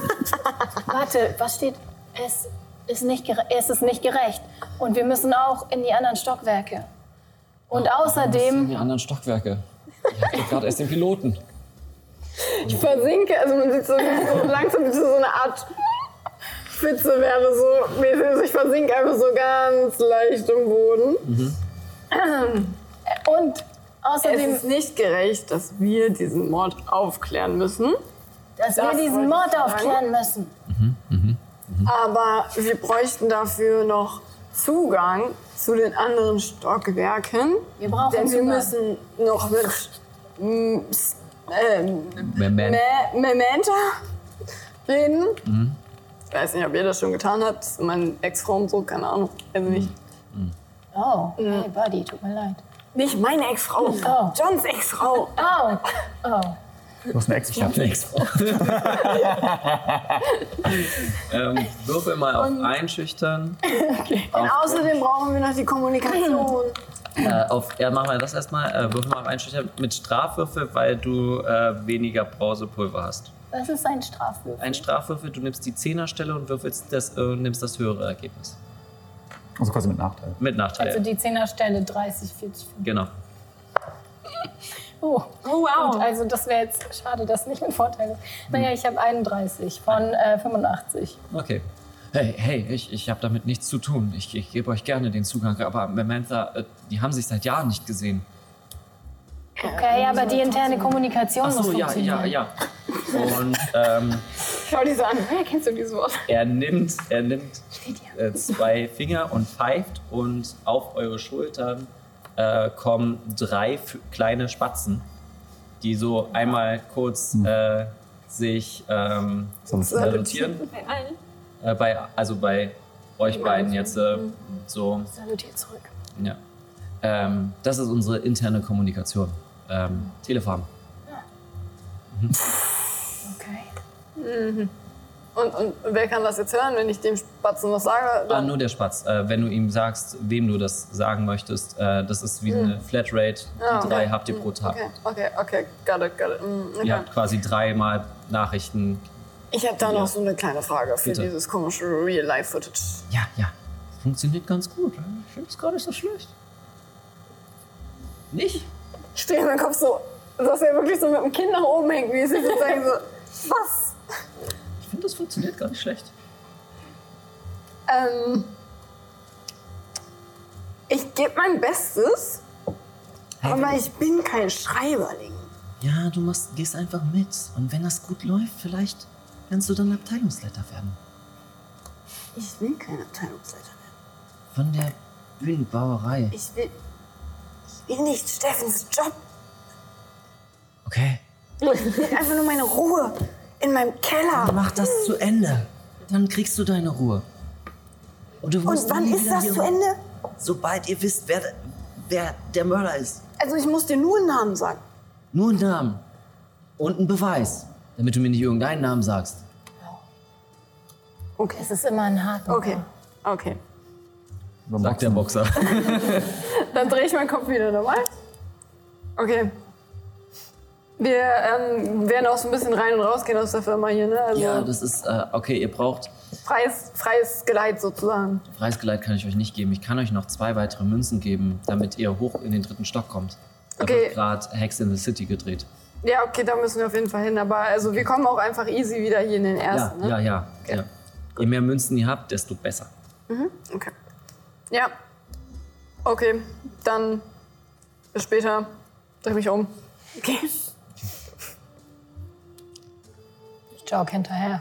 S9: Warte, was steht? Es ist, nicht gere- es ist nicht gerecht. Und wir müssen auch in die anderen Stockwerke. Und
S6: Ah,
S3: In
S9: außerdem,
S3: die anderen Stockwerke. Ich hab doch gerade erst den Piloten.
S7: Ich versinke, also man sieht so, so langsam wie so eine Art Spitze wäre so. mäßig. Also ich versinke einfach so ganz leicht im Boden.
S9: und
S10: Es
S9: außerdem,
S10: ist nicht gerecht, dass wir diesen Mord aufklären müssen.
S9: dass
S10: das
S9: wir diesen
S10: wollte ich
S9: Mord
S10: sagen.
S9: aufklären müssen.
S10: Aber wir bräuchten dafür noch Zugang zu den anderen Stockwerken.
S9: Wir brauchen
S10: Denn wir
S9: Zugang.
S10: müssen noch mit m, s- ähm,
S6: Moment.
S10: Me- Memento reden. Ich weiß nicht, ob ihr das schon getan habt. Das ist mein Ex-Frau und so, keine Ahnung. Also nicht,
S9: Oh, hey Buddy, tut mir leid.
S10: nicht meine Ex-Frau,
S9: Oh,
S10: Johns Ex-Frau.
S9: oh, oh.
S8: Du hast eine Ex.
S6: Ich hab nichts. ähm, würfel mal auf Einschüchtern.
S10: Und außerdem brauchen wir noch die Kommunikation.
S6: Äh, auf, ja, machen wir das erstmal. Äh, würfel mal auf Einschüchtern mit Strafwürfel, weil du äh, weniger Brausepulver hast.
S9: Das ist ein Strafwürfel.
S6: Ein Strafwürfel, du nimmst die Zehnerstelle und würfelst das, äh, nimmst das höhere Ergebnis.
S8: Also quasi mit Nachteil.
S6: Mit Nachteil.
S9: Also die Zehnerstelle 30, 40, 50.
S6: genau.
S9: Oh,
S4: wow.
S9: Gut, also das wäre jetzt schade, dass nicht mit Vorteil ist. Naja, ich habe 31 von äh, 85.
S6: Okay. Hey, hey, ich, ich habe damit nichts zu tun. Ich, ich gebe euch gerne den Zugang, aber Mementa, äh, die haben sich seit Jahren nicht gesehen.
S9: Okay, aber die interne Kommunikation
S6: Ach
S9: muss
S6: so, ja, ja,
S9: funktionieren.
S6: ja. Und ähm,
S10: Schau diese an. Woher kennst du dieses Wort?
S6: er nimmt, er nimmt äh, zwei Finger und pfeift und auf eure Schultern äh, kommen drei f- kleine Spatzen, die so einmal kurz äh, sich ähm,
S8: Sonst
S6: salutieren.
S4: Bei allen.
S6: Äh, bei, also bei
S10: Genau.
S6: euch beiden jetzt äh,
S10: Mhm.
S6: so.
S9: Salutiert zurück.
S6: Ja. Ähm, das ist unsere interne Kommunikation. Ähm, Telefarm.
S9: Okay.
S10: Und, und wer kann das jetzt hören, wenn ich dem Spatzen was sage?
S6: Ah,
S10: Dann
S6: nur der Spatz. Äh, wenn du ihm sagst, wem du das sagen möchtest, äh, das ist wie eine Flatrate. Die
S10: Hm. Ah, okay.
S6: drei habt ihr pro Tag.
S10: Okay, okay, okay, got it, got it. Mm, okay.
S6: Ihr habt quasi dreimal Nachrichten.
S10: Ich habe da noch so eine kleine Frage für
S6: Bitte.
S10: dieses komische Real-Life-Footage.
S6: Ja, ja. Funktioniert ganz gut. Ich finde es gar nicht so schlecht. Nicht?
S10: Ich drehe meinen Kopf so, dass er wirklich so mit dem Kinn nach oben hängt, wie ich so sage, so, was?
S6: Ich finde, das funktioniert gar nicht schlecht.
S10: Ähm, ich gebe mein Bestes, aber ich bin kein Schreiberling.
S6: Ja, du musst, gehst einfach mit. Und wenn das gut läuft, vielleicht kannst du dann Abteilungsleiter werden.
S10: Ich will keine Abteilungsleiter werden.
S6: Von der Bühnenbauerei.
S10: Ich will, ich will nicht Steffens Job.
S6: Okay.
S10: Ich will einfach nur meine Ruhe in meinem Keller.
S6: Mach das zu Ende. Dann kriegst du deine Ruhe. Und, du
S10: Und
S6: wirst
S10: wann
S6: nie
S10: ist
S6: wieder
S10: das
S6: hier-
S10: zu Ende?
S5: Sobald ihr wisst, wer, wer der Mörder ist.
S10: Also ich muss dir nur einen Namen sagen.
S6: Nur einen Namen. Und einen Beweis. Damit du mir nicht irgendeinen Namen sagst.
S10: Okay.
S9: Es ist immer ein Haken.
S10: Okay. Okay.
S6: Sagt der Boxer.
S10: Dann drehe ich meinen Kopf wieder normal. Okay. Wir ähm, werden auch so ein bisschen rein und rausgehen aus der Firma hier, ne? Also
S6: Ja, das ist. Äh, okay, ihr braucht.
S10: freies, freies Geleit sozusagen.
S6: Preisgeleit kann ich euch nicht geben. Ich kann euch noch zwei weitere Münzen geben, damit ihr hoch in den dritten Stock kommt. Da
S10: Okay.
S6: wird gerade Hex in the City gedreht.
S10: Ja, okay, da müssen wir auf jeden Fall hin. Aber also wir kommen auch einfach easy wieder hier in den
S6: Ja,
S10: ersten,
S6: ja,
S10: ne?
S6: ja, ja. Je mehr Münzen ihr habt, desto besser.
S10: Ja. Okay. Ja. Okay, dann bis später. Dreh mich um. Okay.
S9: Jog hinterher.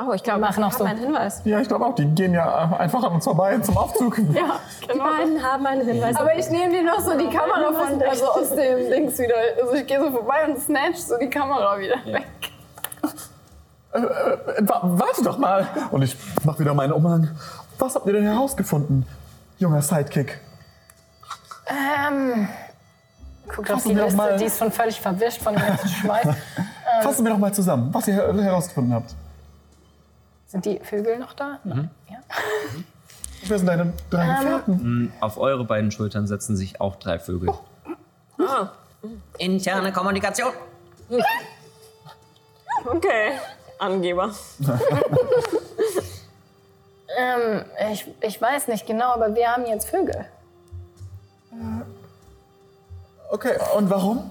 S4: Oh, ich glaube,
S9: Mach noch so.
S4: haben einen Hinweis.
S2: Ja, ich glaube auch, die gehen ja einfach an uns vorbei zum Aufzug.
S10: Ja,
S4: Die
S10: genau.
S4: beiden haben einen Hinweis.
S10: Aber ich nehme dir noch so die Kamera von, also aus dem Dings wieder. Also ich gehe so vorbei und snatch so die Kamera wieder weg.
S16: äh, äh, wa- warte doch mal.
S2: Und ich mach wieder meinen Umhang. Was habt ihr denn herausgefunden, junger Sidekick?
S9: Ähm. Guckt auf
S2: Fassen
S9: die
S2: wir doch
S9: Liste,
S2: mal-
S9: die ist schon völlig verwischt von dem ganzen Schweiß. Ähm,
S2: Fassen wir doch mal zusammen, was ihr her- herausgefunden habt.
S9: Sind die Vögel noch da? Ja.
S2: Wer sind deine drei
S9: Ähm,
S2: Gefährten?
S6: Mhm, Auf eure beiden Schultern setzen sich auch drei Vögel.
S4: Ah,
S17: Interne Kommunikation.
S4: Okay, Angeber.
S9: Ähm, ich, ich weiß nicht genau, aber wir haben jetzt Vögel.
S2: Okay, und warum?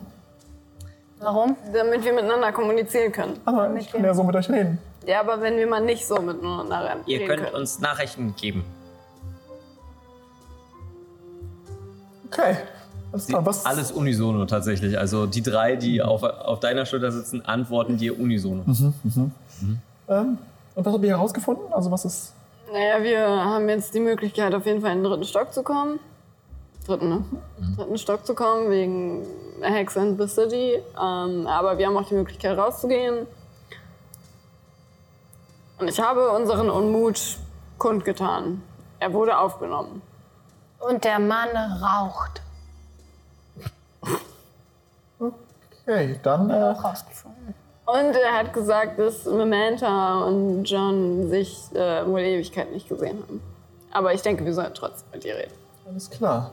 S9: Warum?
S12: Damit wir miteinander kommunizieren können.
S2: Aber ich kann ja so mit euch reden.
S12: Ja, aber wenn wir mal nicht so miteinander reden
S6: Ihr
S12: können.
S6: könnt uns Nachrichten geben.
S2: Okay. Alles klar, was?
S6: Alles unisono tatsächlich. Also die drei, die auf, auf deiner Schulter sitzen, antworten dir unisono.
S2: Mhm, mhm. Ähm, und was habt ihr herausgefunden? Also was ist...
S12: Naja, wir haben jetzt die Möglichkeit, auf jeden Fall in den dritten Stock zu kommen. Dritten, ne? Dritten Stock zu kommen, wegen Hex and the City. Ähm, aber wir haben auch die Möglichkeit, rauszugehen. Und ich habe unseren Unmut kundgetan. Er wurde aufgenommen.
S9: Und der Mann raucht.
S2: Okay, dann... Äh,
S12: Und er hat gesagt, dass Mementa und John sich äh, wohl Ewigkeit nicht gesehen haben. Aber ich denke, wir sollten trotzdem mit ihr reden.
S2: Alles klar.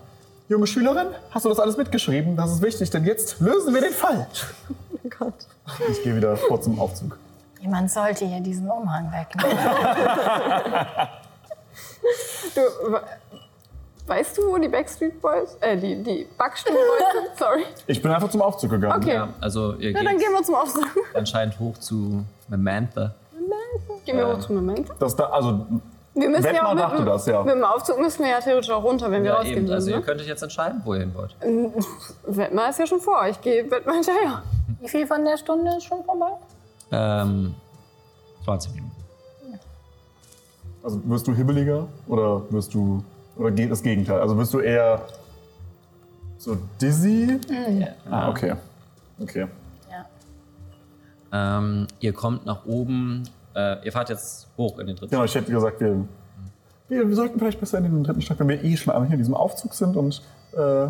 S2: Junge Schülerin, hast du das alles mitgeschrieben? Das ist wichtig, denn jetzt lösen wir den Fall.
S4: Oh Gott.
S2: Ich gehe wieder vor zum Aufzug.
S9: Jemand sollte hier diesen Umhang wegnehmen.
S12: Du, we- weißt du, wo die Backstreet Boys, äh, die, die Backstreet Boys sind? Sorry.
S2: Ich bin einfach zum Aufzug gegangen.
S12: Okay.
S6: Ja, also ihr
S12: Na, dann
S6: geht
S12: gehen wir zum Aufzug.
S6: anscheinend hoch zu Memantha.
S12: Gehen wir hoch zum Moment.
S2: Das da, also,
S12: Wir müssen
S2: Wettmar
S12: ja auch mit,
S2: dachte das, ja.
S12: mit dem Aufzug müssen wir ja theoretisch auch runter, wenn wir
S6: Ja,
S12: rausgehen ne?
S6: eben. Also ihr
S12: würden.
S6: könntet jetzt entscheiden, wo ihr hin wollt.
S12: Ne? Wettmar ist ja schon vor. Ich gehe Wettmar hinterher.
S9: Wie viel von der Stunde ist schon vorbei?
S6: Ähm, 20 Minuten.
S2: also wirst du hibbeliger oder wirst du. Oder geht das Gegenteil? Also wirst du eher so dizzy?
S12: Mhm.
S2: Ah, okay. Okay.
S6: Ähm, ihr kommt nach oben. Äh, ihr fahrt jetzt hoch in den dritten.
S2: Genau, ich hätte gesagt, wir, wir sollten vielleicht besser in den dritten Stock, wenn wir eh schon einmal hier in diesem Aufzug sind und äh,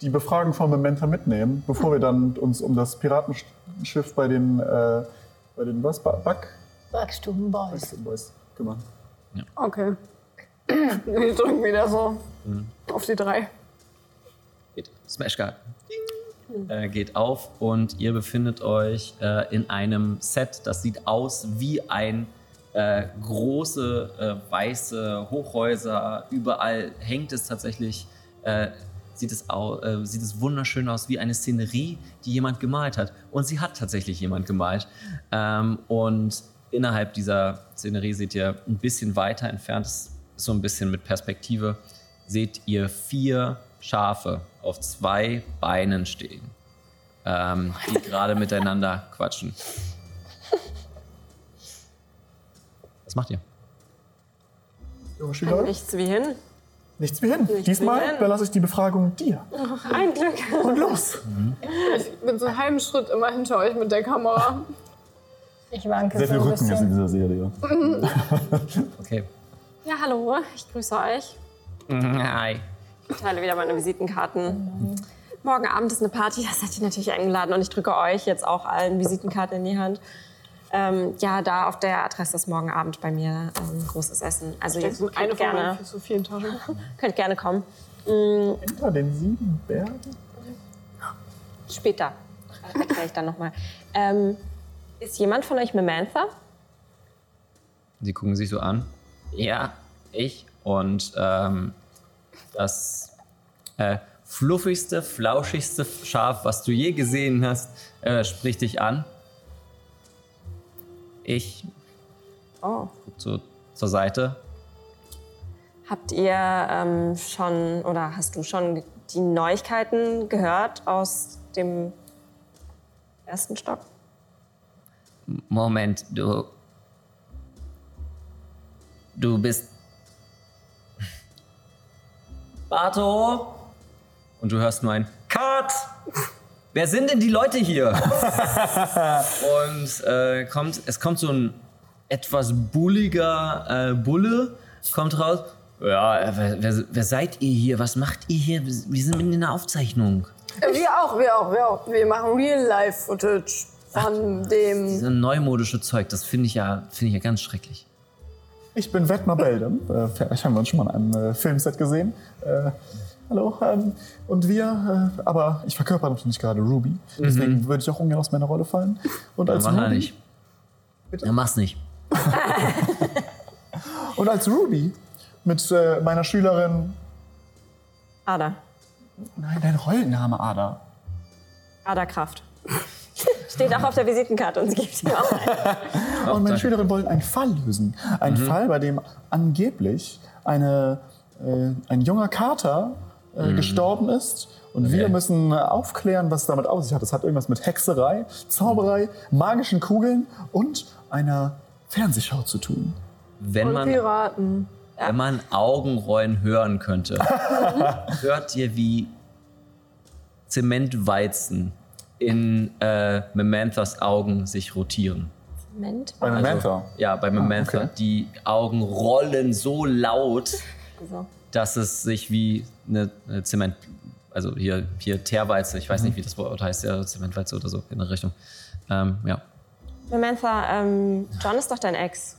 S2: die Befragung von Mementa mitnehmen, bevor wir dann uns um das Piratenschiff bei den, äh, bei den was? Ba Back?
S9: Backstubenboys.
S2: Boys gemacht.
S12: Okay. Ich drücke wieder so
S7: Mhm.
S12: auf die drei.
S6: Geht. Smash Guard. Äh, geht auf und ihr befindet euch äh, in einem Set, das sieht aus wie ein äh, große äh, weiße Hochhäuser. Überall hängt es tatsächlich, äh, sieht, es au äh, sieht es wunderschön aus wie eine Szenerie, die jemand gemalt hat. Und sie hat tatsächlich jemand gemalt. Ähm, und innerhalb dieser Szenerie seht ihr ein bisschen weiter entfernt, ist so ein bisschen mit Perspektive, seht ihr vier Schafe auf zwei Beinen stehen, ähm, die gerade miteinander quatschen. Was macht ihr?
S2: Junge Schüler,
S4: Nichts wie hin.
S2: nichts wie hin.
S4: wie
S2: Diesmal
S4: hin.
S2: überlasse ich die Befragung dir.
S4: Ein Glück.
S2: Und los!
S12: Ich bin so einen halben Schritt immer hinter euch mit der Kamera.
S9: Ich wanke so ein bisschen.
S2: dieser Serie.
S6: Okay.
S4: Ja, hallo. Ich grüße euch.
S6: Hi.
S4: Ich teile wieder meine Visitenkarten. Morgen Abend ist eine Party, das seid ihr natürlich eingeladen und ich drücke euch jetzt auch allen Visitenkarten in die Hand. Ähm, ja, da auf der Adresse ist morgen Abend bei mir ähm, großes Essen. Also ihr
S12: Steckst du
S4: könnt
S12: eine von meinen
S4: gerne,
S12: für Sophie in die Tasche?
S4: könnt gerne kommen. Mm,
S2: Hinter den sieben Bergen?
S4: später erkläre ich dann nochmal. Ähm, ist jemand von euch Memantha?
S6: Sie gucken sich so an. Ja, ich. Und ähm, das äh, fluffigste, flauschigste Schaf, was du je gesehen hast, äh, spricht dich an. Ich
S4: Oh.
S6: guck so zur Seite.
S4: Habt ihr ähm, schon oder hast du schon die Neuigkeiten gehört aus dem ersten Stock?
S17: Moment, du. Du bist.
S6: Bato! Und du hörst nur ein Cut! wer sind denn die Leute hier? und äh, kommt, es kommt so ein etwas bulliger äh, Bulle, kommt raus. Ja, äh, wer, wer, wer seid ihr hier? Was macht ihr hier? Wir wir sind in einer Aufzeichnung.
S7: Äh, Wir auch, wir auch, wir auch. Wir machen Real-Life-Footage von dem.
S6: Dieses neumodische Zeug, das finde ich, ja, finde ich ja ganz schrecklich.
S2: Ich bin Wetmar Beldem. Äh, vielleicht haben wir uns schon mal an einem äh, Filmset gesehen. Äh, hallo. Ähm, und wir, äh, aber ich verkörper natürlich gerade Ruby. Deswegen würde ich auch ungern aus meiner Rolle fallen. Und als,
S6: Mach mal
S2: Ruby,
S6: nicht. Ja, mach's nicht.
S2: und als Ruby mit äh, meiner Schülerin.
S4: Ada.
S2: Nein, dein Rollenname, Ada.
S4: Ada Kraft. Steht auch auf der Visitenkarte und sie gibt ihm auch ein.
S2: und meine Schülerin wollen einen Fall lösen. Ein Fall, bei dem angeblich eine, äh, ein junger Kater äh, gestorben ist. Und wir müssen äh, aufklären, was damit auf sich hat. Das hat irgendwas mit Hexerei, Zauberei, magischen Kugeln und einer Fernsehschau zu tun.
S6: Wenn man,
S10: Piraten.
S6: wenn man Augenrollen hören könnte, hört ihr wie Zementweizen in äh, Memanthas Augen sich rotieren.
S4: Moment.
S2: Bei Memento.
S6: Ja, bei Memantha.
S2: okay.
S6: Die Augen rollen so laut,
S4: So.
S6: dass es sich wie eine, eine Zement, also hier, hier Teerweize, ich weiß nicht, wie das Wort heißt, ja, Zementweize oder so in der Richtung. Ähm, ja.
S4: Samantha, ähm, John ist doch dein Ex.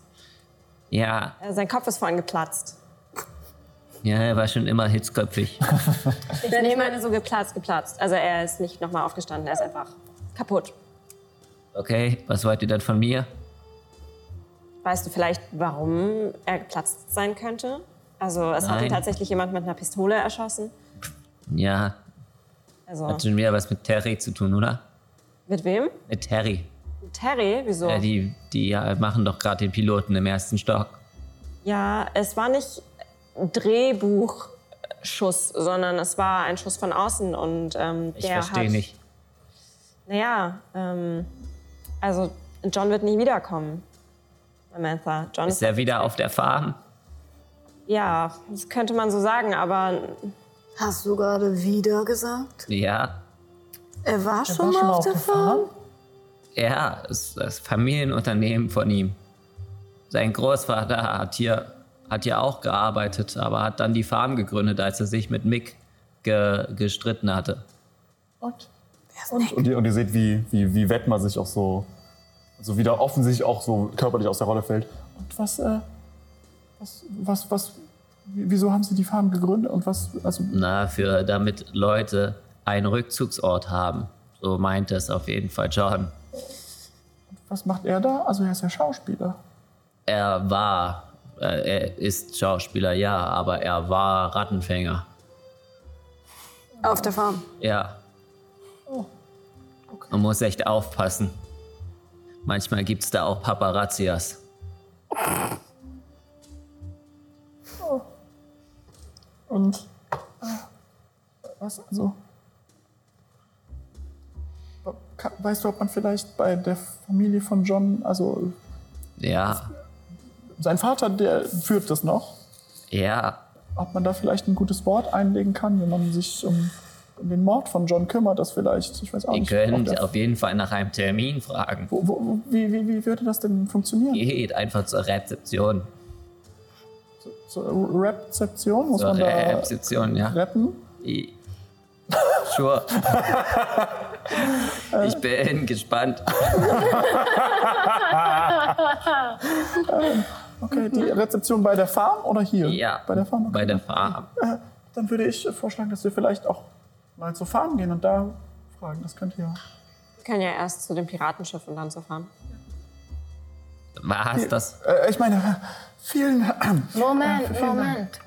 S6: Ja,
S4: Äh, Sein Kopf ist vorhin geplatzt.
S6: ja, er war schon immer hitzköpfig.
S4: Ich meine so geplatzt, geplatzt. Also er ist nicht nochmal aufgestanden, er ist einfach kaputt.
S6: Okay, was wollt ihr denn von mir?
S4: Weißt du vielleicht, warum er geplatzt sein könnte? Also es hat
S6: Nein.
S4: ihn tatsächlich jemand mit einer Pistole erschossen.
S6: Ja,
S4: Also
S6: hat schon wieder was mit Terry zu tun, oder?
S4: mit wem?
S6: Mit Terry.
S4: Mit Terry? Wieso?
S6: Ja, Äh, die, die ja, machen doch gerade den Piloten im ersten Stock.
S4: Ja, es war nicht Drehbuchschuss, sondern es war ein Schuss von außen und ähm,
S6: Ich
S4: der
S6: verstehe
S4: hat,
S6: nicht.
S4: Naja, ähm, also John wird nie wiederkommen. Samantha, John
S6: Ist er wieder auf der Farm?
S4: Ja, das könnte man so sagen, aber
S7: Hast du gerade wieder gesagt?
S6: Ja,
S7: Er war schon mal auf der Farm?
S6: Ja, es- das Familienunternehmen von ihm. Sein Großvater hat hier, hat hier auch gearbeitet, aber hat dann die Farm gegründet, als er sich mit Mick ge, gestritten hatte.
S2: Und?
S7: Und,
S8: Und ihr, und ihr seht, wie, wie, wie Wettmer sich auch so, so wieder offensichtlich auch so körperlich aus der Rolle fällt.
S2: und was, äh, was, was, was, wieso haben sie die Farm gegründet und was, also,
S6: Na, für, damit Leute einen Rückzugsort haben. So meinte es auf jeden Fall John.
S2: was macht er da? Also er ist ja Schauspieler.
S6: Er war, äh, er ist Schauspieler, ja, aber er war Rattenfänger.
S7: Auf der Farm.
S6: Ja.
S2: Oh,
S6: Man muss echt aufpassen. Manchmal gibt's da auch Paparazzias.
S2: Und äh, was also? Ka- Weißt du, ob man vielleicht bei der Familie von John, also
S6: Ja,
S2: sein Vater, der führt das noch,
S6: ja,
S2: ob man da vielleicht ein gutes Wort einlegen kann, wenn man sich um, um den Mord von John kümmert, das vielleicht, Oh, ich weiß auch
S6: ihr
S2: nicht. ob
S6: könnt
S2: der-
S6: auf jeden Fall nach einem Termin fragen.
S2: wo, wo, wo- wie, wie, wie würde das denn funktionieren?
S6: Geht einfach zur Rezeption.
S2: So, Rezeption muss
S6: Zur
S2: man da
S6: Rezeption, ja.
S2: retten?
S6: I- Sure. ich bin gespannt.
S2: Okay, die Rezeption bei der Farm oder hier?
S6: Ja,
S2: Bei der Farm?
S6: Bei der Farm.
S2: Dann würde ich äh, vorschlagen, dass wir vielleicht auch mal zur Farm gehen und da fragen. Das könnte ja.
S4: wir können ja erst zu dem Piratenschiff und dann zur Farm.
S6: Was das?
S2: Äh, ich meine, vielen. Äh,
S9: Moment,
S2: vielen Dank.
S9: Moment.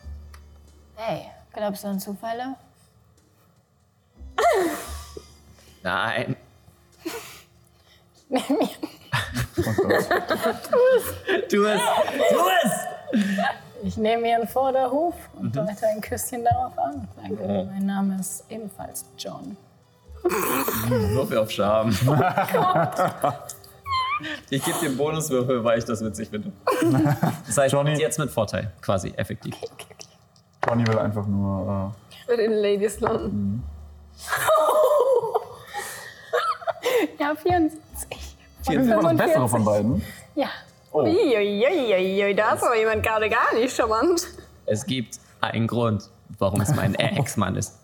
S9: Hey, glaubst du an Zufälle?
S6: Nein.
S9: Nee, mir.
S2: Oh
S6: Tu es! Tu es!
S9: Ich nehme ihren Vorderhuf und
S8: Mhm.
S9: deute ein Küsschen darauf an. Danke, mein Name ist ebenfalls John.
S6: Würfel auf Scham. Ich gebe dir einen Bonuswürfel, weil ich das witzig finde. Das heißt,
S8: Johnny.
S6: jetzt mit Vorteil, quasi, effektiv.
S8: Johnny äh, will einfach nur.
S10: Mit den Ladies landen.
S9: Ja, 74.
S8: Hier ist immer das bessere von beiden.
S9: Ja.
S8: Oh.
S9: Uiuiuiui,
S4: da ist aber jemand gerade gar nicht charmant.
S6: Es gibt einen Grund, warum es mein Ex-Mann ist.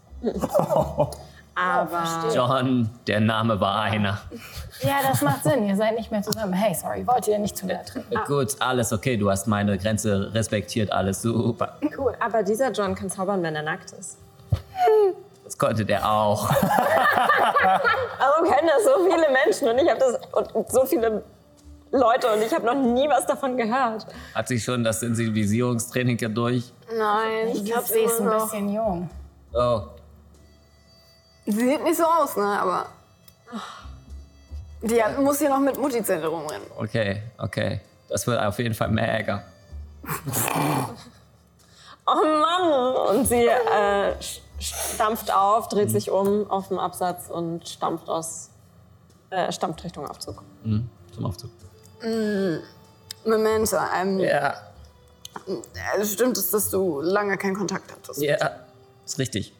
S9: Aber.
S6: John, der Name war einer.
S9: Ja, das macht Sinn. Ihr seid nicht mehr zusammen. Hey, sorry, wollt ihr nicht zu mir treten?
S6: Gut, alles okay, du hast meine Grenze respektiert, alles super.
S4: Cool, aber dieser John kann zaubern, wenn er nackt ist.
S6: Das konnte der auch.
S4: Warum können das so viele Menschen und ich habe das und so viele Leute und ich habe noch nie was davon gehört.
S6: Hat sich schon das Sensibilisierungstraining ja durch?
S11: Nein,
S9: ich glaube, sie ist ein bisschen jung.
S6: Oh,
S10: Sie sieht nicht so aus, ne? Aber. Die hat, muss hier noch mit Mutti-Zelle rumrennen.
S6: okay, okay. Das wird auf jeden Fall mehr Ärger.
S4: Oh Mann! Und sie äh, sch- stampft auf, dreht sich um auf dem Absatz und stampft aus, äh, stampft Richtung Aufzug.
S6: Hm, zum Aufzug.
S10: Mm, Memento, ähm.
S6: Ja.
S10: äh, Stimmt es, dass du lange keinen Kontakt hattest?
S6: Ja, ist richtig.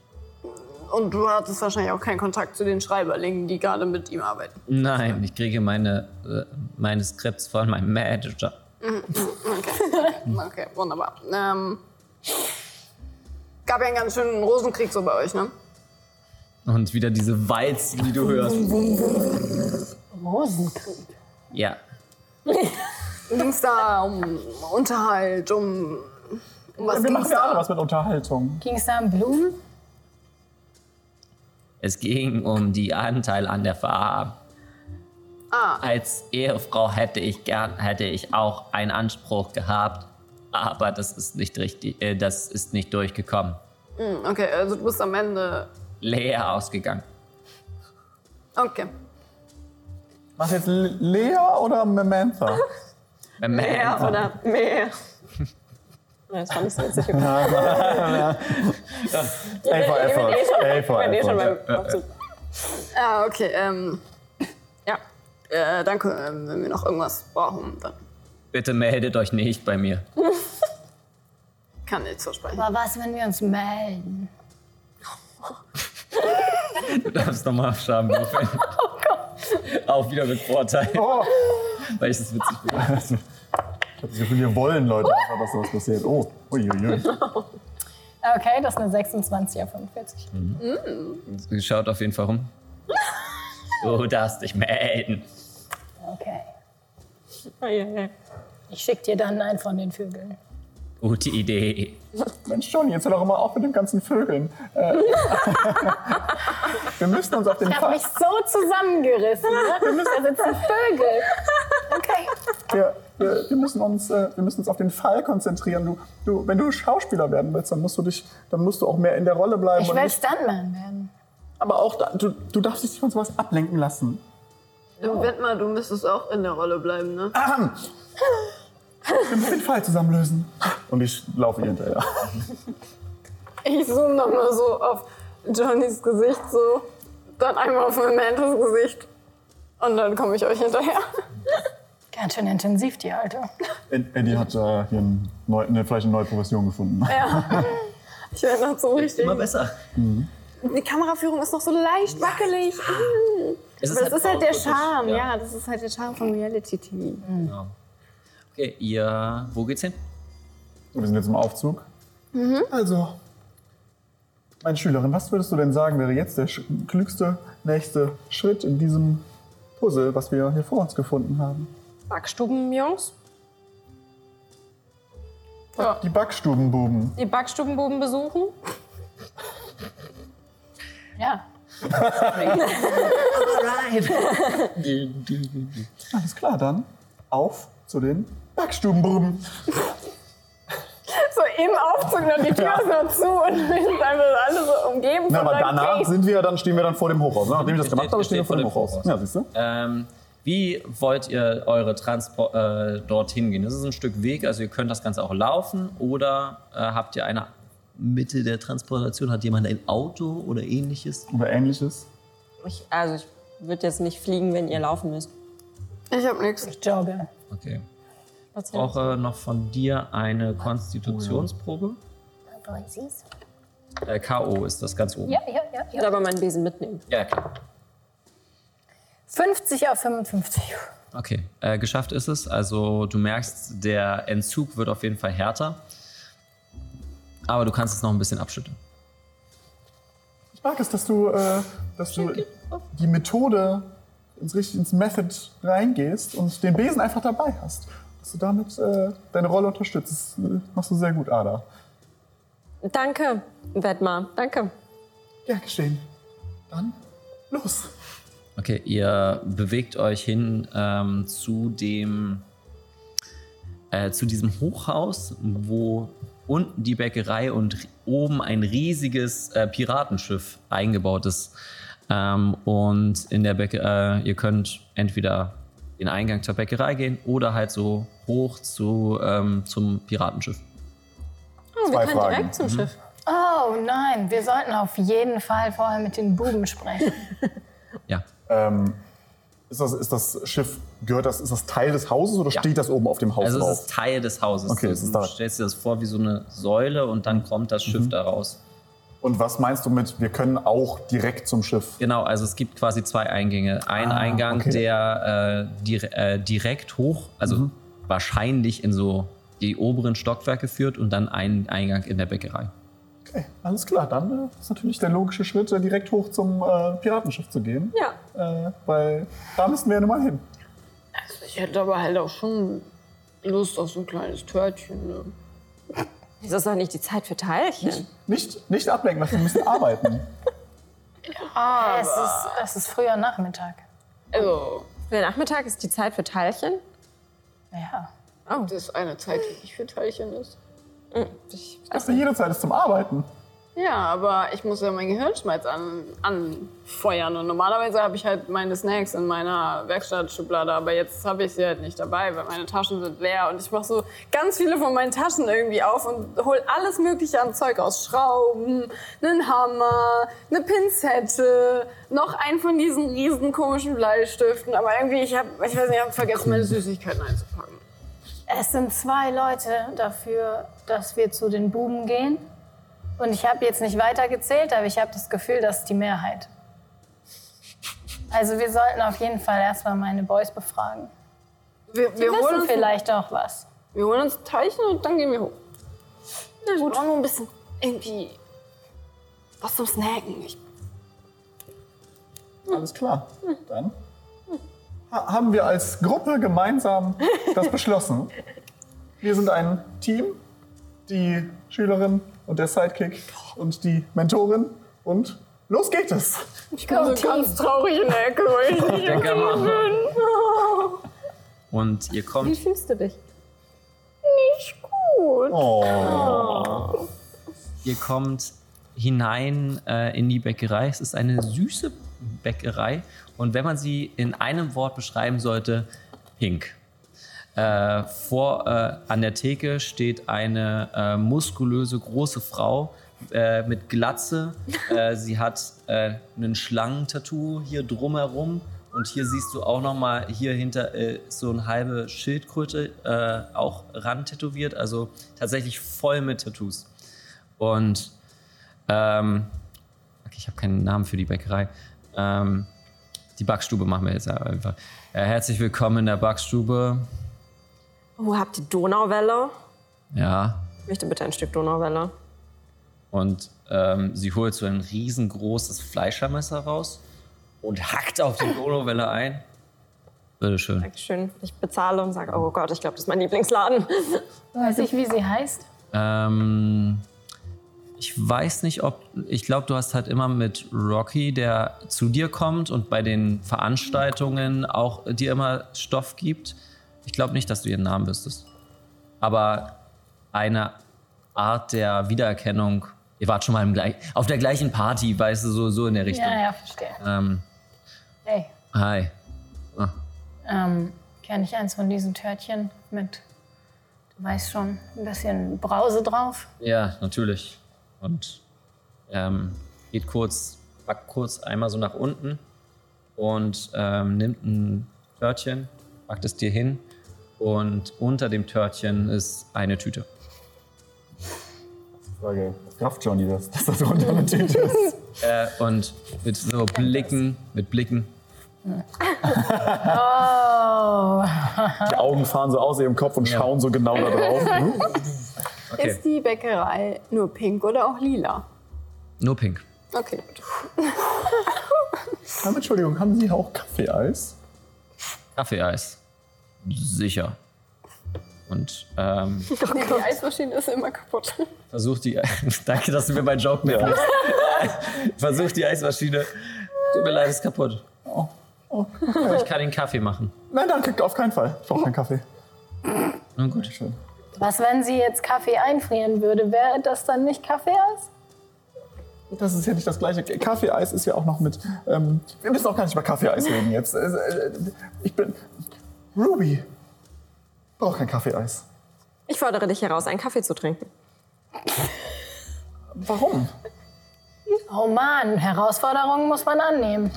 S10: Und du hattest wahrscheinlich auch keinen Kontakt zu den Schreiberlingen, die gerade mit ihm arbeiten.
S6: Nein, ich kriege meine, äh, meine Skripts von meinem Manager.
S10: Mhm, mhm, Okay, okay wunderbar. Ähm, gab ja einen ganz schönen Rosenkrieg so bei euch, ne?
S6: Und wieder diese Walzen, die du hörst.
S10: Rosenkrieg.
S6: Ja,
S2: Mhm.
S10: Ging es da um Unterhalt, um. um was
S2: Wir
S10: ging's
S2: machen ja alle
S10: da?
S2: was mit Unterhaltung.
S9: Ging es da um Blumen?
S6: es ging um die Anteile an der Farm.
S10: Ah,
S6: Als Ehefrau hätte ich gern, hätte ich auch einen Anspruch gehabt, aber das ist nicht richtig, äh, das ist nicht durchgekommen.
S10: mm, okay, also du bist am Ende.
S6: Leer ausgegangen.
S10: Okay.
S2: Was jetzt Le- Lea oder Mementa?
S4: Mehr oder mehr. Das fand ich so witzig.
S8: A for
S4: Ich bin eh schon-
S8: effort. A
S4: ich
S8: for
S4: bin eh schon
S8: effort.
S4: beim Aufzug.
S10: Ah, okay, ähm. Ja. Äh, danke, ähm, wenn wir noch irgendwas brauchen, dann
S6: Bitte meldet euch nicht bei mir.
S10: kann ich zusprechen.
S9: Aber was, wenn wir uns melden?
S6: Du darfst nochmal auf Scham würfeln.
S10: Oh
S6: Auch wieder mit Vorteil. Weil ich das witzig finde.
S8: Ich Oh. hab das Gefühl, hier wollen Leute einfach, dass sowas passiert. Oh, uiuiui.
S9: Okay, das ist eine 26er 45.
S6: Schaut auf jeden Fall rum. Du darfst dich melden.
S9: Okay.
S4: Oh, ja, ja.
S9: Ich schick dir dann einen von den Vögeln.
S6: Gute Idee.
S2: Mensch, Johnny, jetzt hör doch immer auf mit den ganzen Vögeln. Äh, wir müssen uns auf den
S9: Ich habe mich
S2: Fass.
S9: so zusammengerissen. ne? Da sitzen Vögel. Okay.
S2: Wir, wir, wir, müssen uns, äh, wir müssen uns auf den Fall konzentrieren. Du, du, wenn du Schauspieler werden willst, dann musst du dich, dann musst du auch mehr in der Rolle bleiben.
S9: Ich
S2: und
S9: will
S2: nicht,
S9: Stuntman werden.
S2: aber auch, da, du, du darfst dich nicht von sowas ablenken lassen.
S10: Du, Wett mal, Äh, du müsstest auch in der Rolle bleiben, ne?
S2: Ahem. Wir müssen den Fall zusammenlösen.
S8: Und ich laufe ihr hinterher.
S10: Ich zoome nochmal so auf Johnnys Gesicht so, dann einmal auf Mementos Gesicht und dann komme ich euch hinterher.
S9: Ganz schön intensiv, die Alte.
S8: Ed- Eddie hat äh, hier ein neu, eine, vielleicht eine neue Profession gefunden.
S10: Ich werde noch so richtig.
S6: Immer besser.
S10: Die Kameraführung ist noch so leicht wackelig. Hm.
S6: Es ist
S10: Aber
S6: halt
S10: das ist halt der
S6: auch wirklich,
S10: Charme,
S6: ja.
S10: ja. das ist halt der Charme von Reality TV.
S6: Genau. Okay, ihr. Wo geht's hin?
S8: Wir sind jetzt im Aufzug.
S2: Also, meine Schülerin, was würdest du denn sagen, wäre jetzt der sch- klügste nächste Schritt in diesem Puzzle, was wir hier vor uns gefunden haben?
S4: Backstubenjungs,
S2: Die Backstubenbuben.
S4: die Backstubenbuben besuchen.
S9: Ja.
S2: Alles klar, dann auf zu den Backstubenbuben.
S10: So im Aufzug noch die Tür ist noch zu und wir sind einfach alle so umgeben
S8: Na,
S10: von
S8: aber
S10: deinem
S8: danach
S10: Case.
S8: sind wir dann, stehen wir dann vor dem Hochhaus. ne? Nachdem ich das
S6: Steht-
S8: gemacht habe, stehen wir
S6: steht
S8: vor dem Hochhaus. Ja, siehst du?
S6: Ähm, wie wollt ihr eure Transport äh, dorthin gehen? Das ist ein Stück Weg, also ihr könnt das Ganze auch laufen oder äh, habt ihr eine Mitte der Transportation? Hat jemand ein Auto oder ähnliches?
S8: Oder ähnliches.
S4: Ich, also ich würde jetzt nicht fliegen, wenn ihr laufen müsst.
S10: Ich hab nichts.
S9: Ich jogge.
S6: Okay.
S4: Was
S6: Ich brauche noch von dir eine Konstitutionsprobe. Äh, K.O. ist das ganz oben.
S9: Ja, ja, ja, ja.
S4: aber meinen Besen mitnehmen.
S6: Ja, klar.
S9: 50 auf 55.
S6: Okay, äh, geschafft ist es. Also du merkst, der Entzug wird auf jeden Fall härter. Aber du kannst es noch ein bisschen abschütteln.
S2: Ich mag es, dass du, äh, dass du die Methode ins, richtig ins Method reingehst und den Besen einfach dabei hast. Dass du damit äh, deine Rolle unterstützt. Das äh, machst du sehr gut, Ada.
S4: Danke, Wedmar. Danke.
S2: Ja, geschehen. Dann
S6: Hm,
S2: los.
S6: Okay, ihr bewegt euch hin ähm, zu dem äh, zu diesem Hochhaus, wo unten die Bäckerei und ri- oben ein riesiges äh, Piratenschiff eingebaut ist. Ähm, und in der Bäcke, äh, ihr könnt entweder den Eingang zur Bäckerei gehen oder halt so hoch zu, ähm, zum Piratenschiff.
S9: Oh,
S6: wir Zwei können Fragen. direkt zum Mhm. Schiff.
S9: Oh nein, wir sollten auf jeden Fall vorher mit den Buben sprechen.
S8: Ähm, ist, das, ist das Schiff, gehört das, ist das Teil des Hauses oder steht das oben auf dem Haus
S6: also
S8: drauf?
S6: es ist Teil des Hauses.
S8: Okay, es
S6: du
S8: ist da- Mhm.
S6: stellst dir das vor wie so eine Säule und dann kommt das Schiff da raus.
S8: Und was meinst du mit, wir können auch direkt zum Schiff?
S6: Genau, also es gibt quasi zwei Eingänge. Ein
S8: Ah,
S6: Eingang,
S8: okay. Mhm.
S6: der äh, dir, äh, direkt hoch, also wahrscheinlich in so die oberen Stockwerke führt und dann ein Eingang in der Bäckerei.
S2: Okay, alles klar. Dann äh, ist natürlich der logische Schritt, äh, direkt hoch zum äh, Piratenschiff zu gehen. Ja. Äh, weil da müssen wir ja nun mal hin.
S12: Ich hätte aber halt auch schon Lust auf so ein kleines Törtchen. Ne?
S4: Es ist doch nicht die Zeit für Teilchen.
S2: Nicht, nicht ablenken lassen, wir müssen arbeiten.
S9: Ah, es, ist, es ist früher Nachmittag.
S12: Also,
S4: Der Nachmittag ist die Zeit für Teilchen.
S9: Ja.
S12: das ist eine Zeit, die nicht für Teilchen ist.
S4: Ich
S2: Das ist jede Zeit ist zum Arbeiten.
S12: Ja, aber ich muss ja meinen Gehirnschmalz an, anfeuern. Und normalerweise habe ich halt meine Snacks in meiner Werkstattschublade, aber jetzt habe ich sie halt nicht dabei, weil meine Taschen sind leer. Und ich mache so ganz viele von meinen Taschen irgendwie auf und hol alles Mögliche an Zeug aus. Schrauben, einen Hammer, eine Pinzette, noch einen von diesen riesen komischen Bleistiften. Aber irgendwie, ich habe, ich weiß nicht, ich habe vergessen, meine Süßigkeiten einzupacken.
S9: Es sind zwei Leute dafür, dass wir zu den Buben gehen. Und ich habe jetzt nicht weitergezählt, aber ich habe das Gefühl, das ist die Mehrheit. Also wir sollten auf jeden Fall erstmal meine Boys befragen.
S12: Wir,
S9: Die
S12: wir
S9: wissen
S12: holen uns
S9: vielleicht auch was.
S12: Wir holen uns ein Teilchen und dann gehen wir hoch. Na gut. Ich brauche nur ein bisschen irgendwie was zum Snacken. Ich,
S2: Alles klar. Dann ha haben wir als Gruppe gemeinsam das beschlossen. Wir sind ein Team, die Schülerin und der Sidekick und die Mentorin und los geht es.
S12: ich bin so ganz traurig in der Ecke, weil ich nicht
S6: Der
S12: im
S6: Gamma.
S12: Team bin.
S6: Und ihr kommt.
S4: fühlst du dich?
S12: Nicht gut.
S6: Oh. Ihr kommt hinein äh, in die Bäckerei. Es ist eine süße Bäckerei. Und wenn man sie in einem Wort beschreiben sollte, pink. Äh, vor, äh, an der Theke steht eine äh, muskulöse, große Frau äh, mit Glatze. Äh, sie hat äh, einen Schlangentattoo hier drumherum. Und hier siehst du auch nochmal, hier hinter äh, ist so eine halbe Schildkröte äh, auch ran tätowiert. Also tatsächlich voll mit Tattoos. Und ähm, okay, ich habe keinen Namen für die Bäckerei. Ähm, die Backstube machen wir jetzt einfach. Äh, herzlich willkommen in der Backstube.
S4: Oh, habt ihr Donauwelle?
S6: Ja,
S4: Ich möchte bitte ein Stück Donauwelle.
S6: und ähm, sie holt so ein riesengroßes Fleischermesser raus und hackt auf die Donauwelle ein. Bitteschön.
S4: Dankeschön. Ich bezahle und sage, oh Gott, ich glaube, das ist mein Lieblingsladen.
S9: Weiß ich, wie sie heißt?
S6: Ähm, ich weiß nicht, ob. Ich glaube, du hast halt immer mit Rocky, der zu dir kommt und bei den Veranstaltungen auch dir immer Stoff gibt. Ich glaube nicht, dass du ihren Namen wüsstest. Aber eine Art der Wiedererkennung. Ihr wart schon mal im gleich, auf der gleichen Party, weißt du, so, so in der Richtung.
S9: Ja, ja, verstehe.
S6: Ähm,
S9: Hey,
S6: hi. Ah,
S9: ähm, kann ich eins von diesen Törtchen mit, du weißt schon, ein bisschen Brause drauf?
S6: Ja, natürlich. Und ähm, geht kurz, packt kurz einmal so nach unten und ähm, nimmt ein Törtchen, packt es dir hin und unter dem Törtchen ist eine Tüte.
S8: Frage, Kraft Johnny das, dass das unter der Tüte ist.
S6: Äh, und mit so Blicken, mit Blicken.
S9: Oh.
S2: Die Augen fahren so aus ihrem Kopf und schauen so genau da drauf. Okay.
S10: Ist die Bäckerei nur pink oder auch lila?
S6: Nur pink.
S10: Okay, gut.
S2: Aber Entschuldigung, haben Sie auch Kaffee-Eis?
S6: Kaffeeeis. Sicher. Und ähm,
S12: Nee, die Eismaschine ist immer kaputt.
S6: versuch die. Danke, dass du mir meinen Joke mitnimmst. versuch die Eismaschine. Tut mir leid, ist kaputt.
S2: Oh,
S6: Aber
S2: okay.
S6: ich kann den Kaffee machen.
S2: Nein, danke, auf keinen Fall. Ich brauche keinen Kaffee.
S6: Nun gut.
S9: Was, wenn sie jetzt Kaffee einfrieren würde? Wäre das dann nicht Kaffeeeis?
S2: Das ist ja nicht das gleiche. Kaffee-Eis ist ja auch noch mit. Ähm, wir müssen auch gar nicht über Kaffee-Eis reden jetzt. Äh, äh, Ich bin. Ruby! Braucht kein Kaffee-Eis.
S4: Ich fordere dich heraus, einen Kaffee zu trinken.
S2: Warum?
S9: Oh Mann, Herausforderungen muss man annehmen.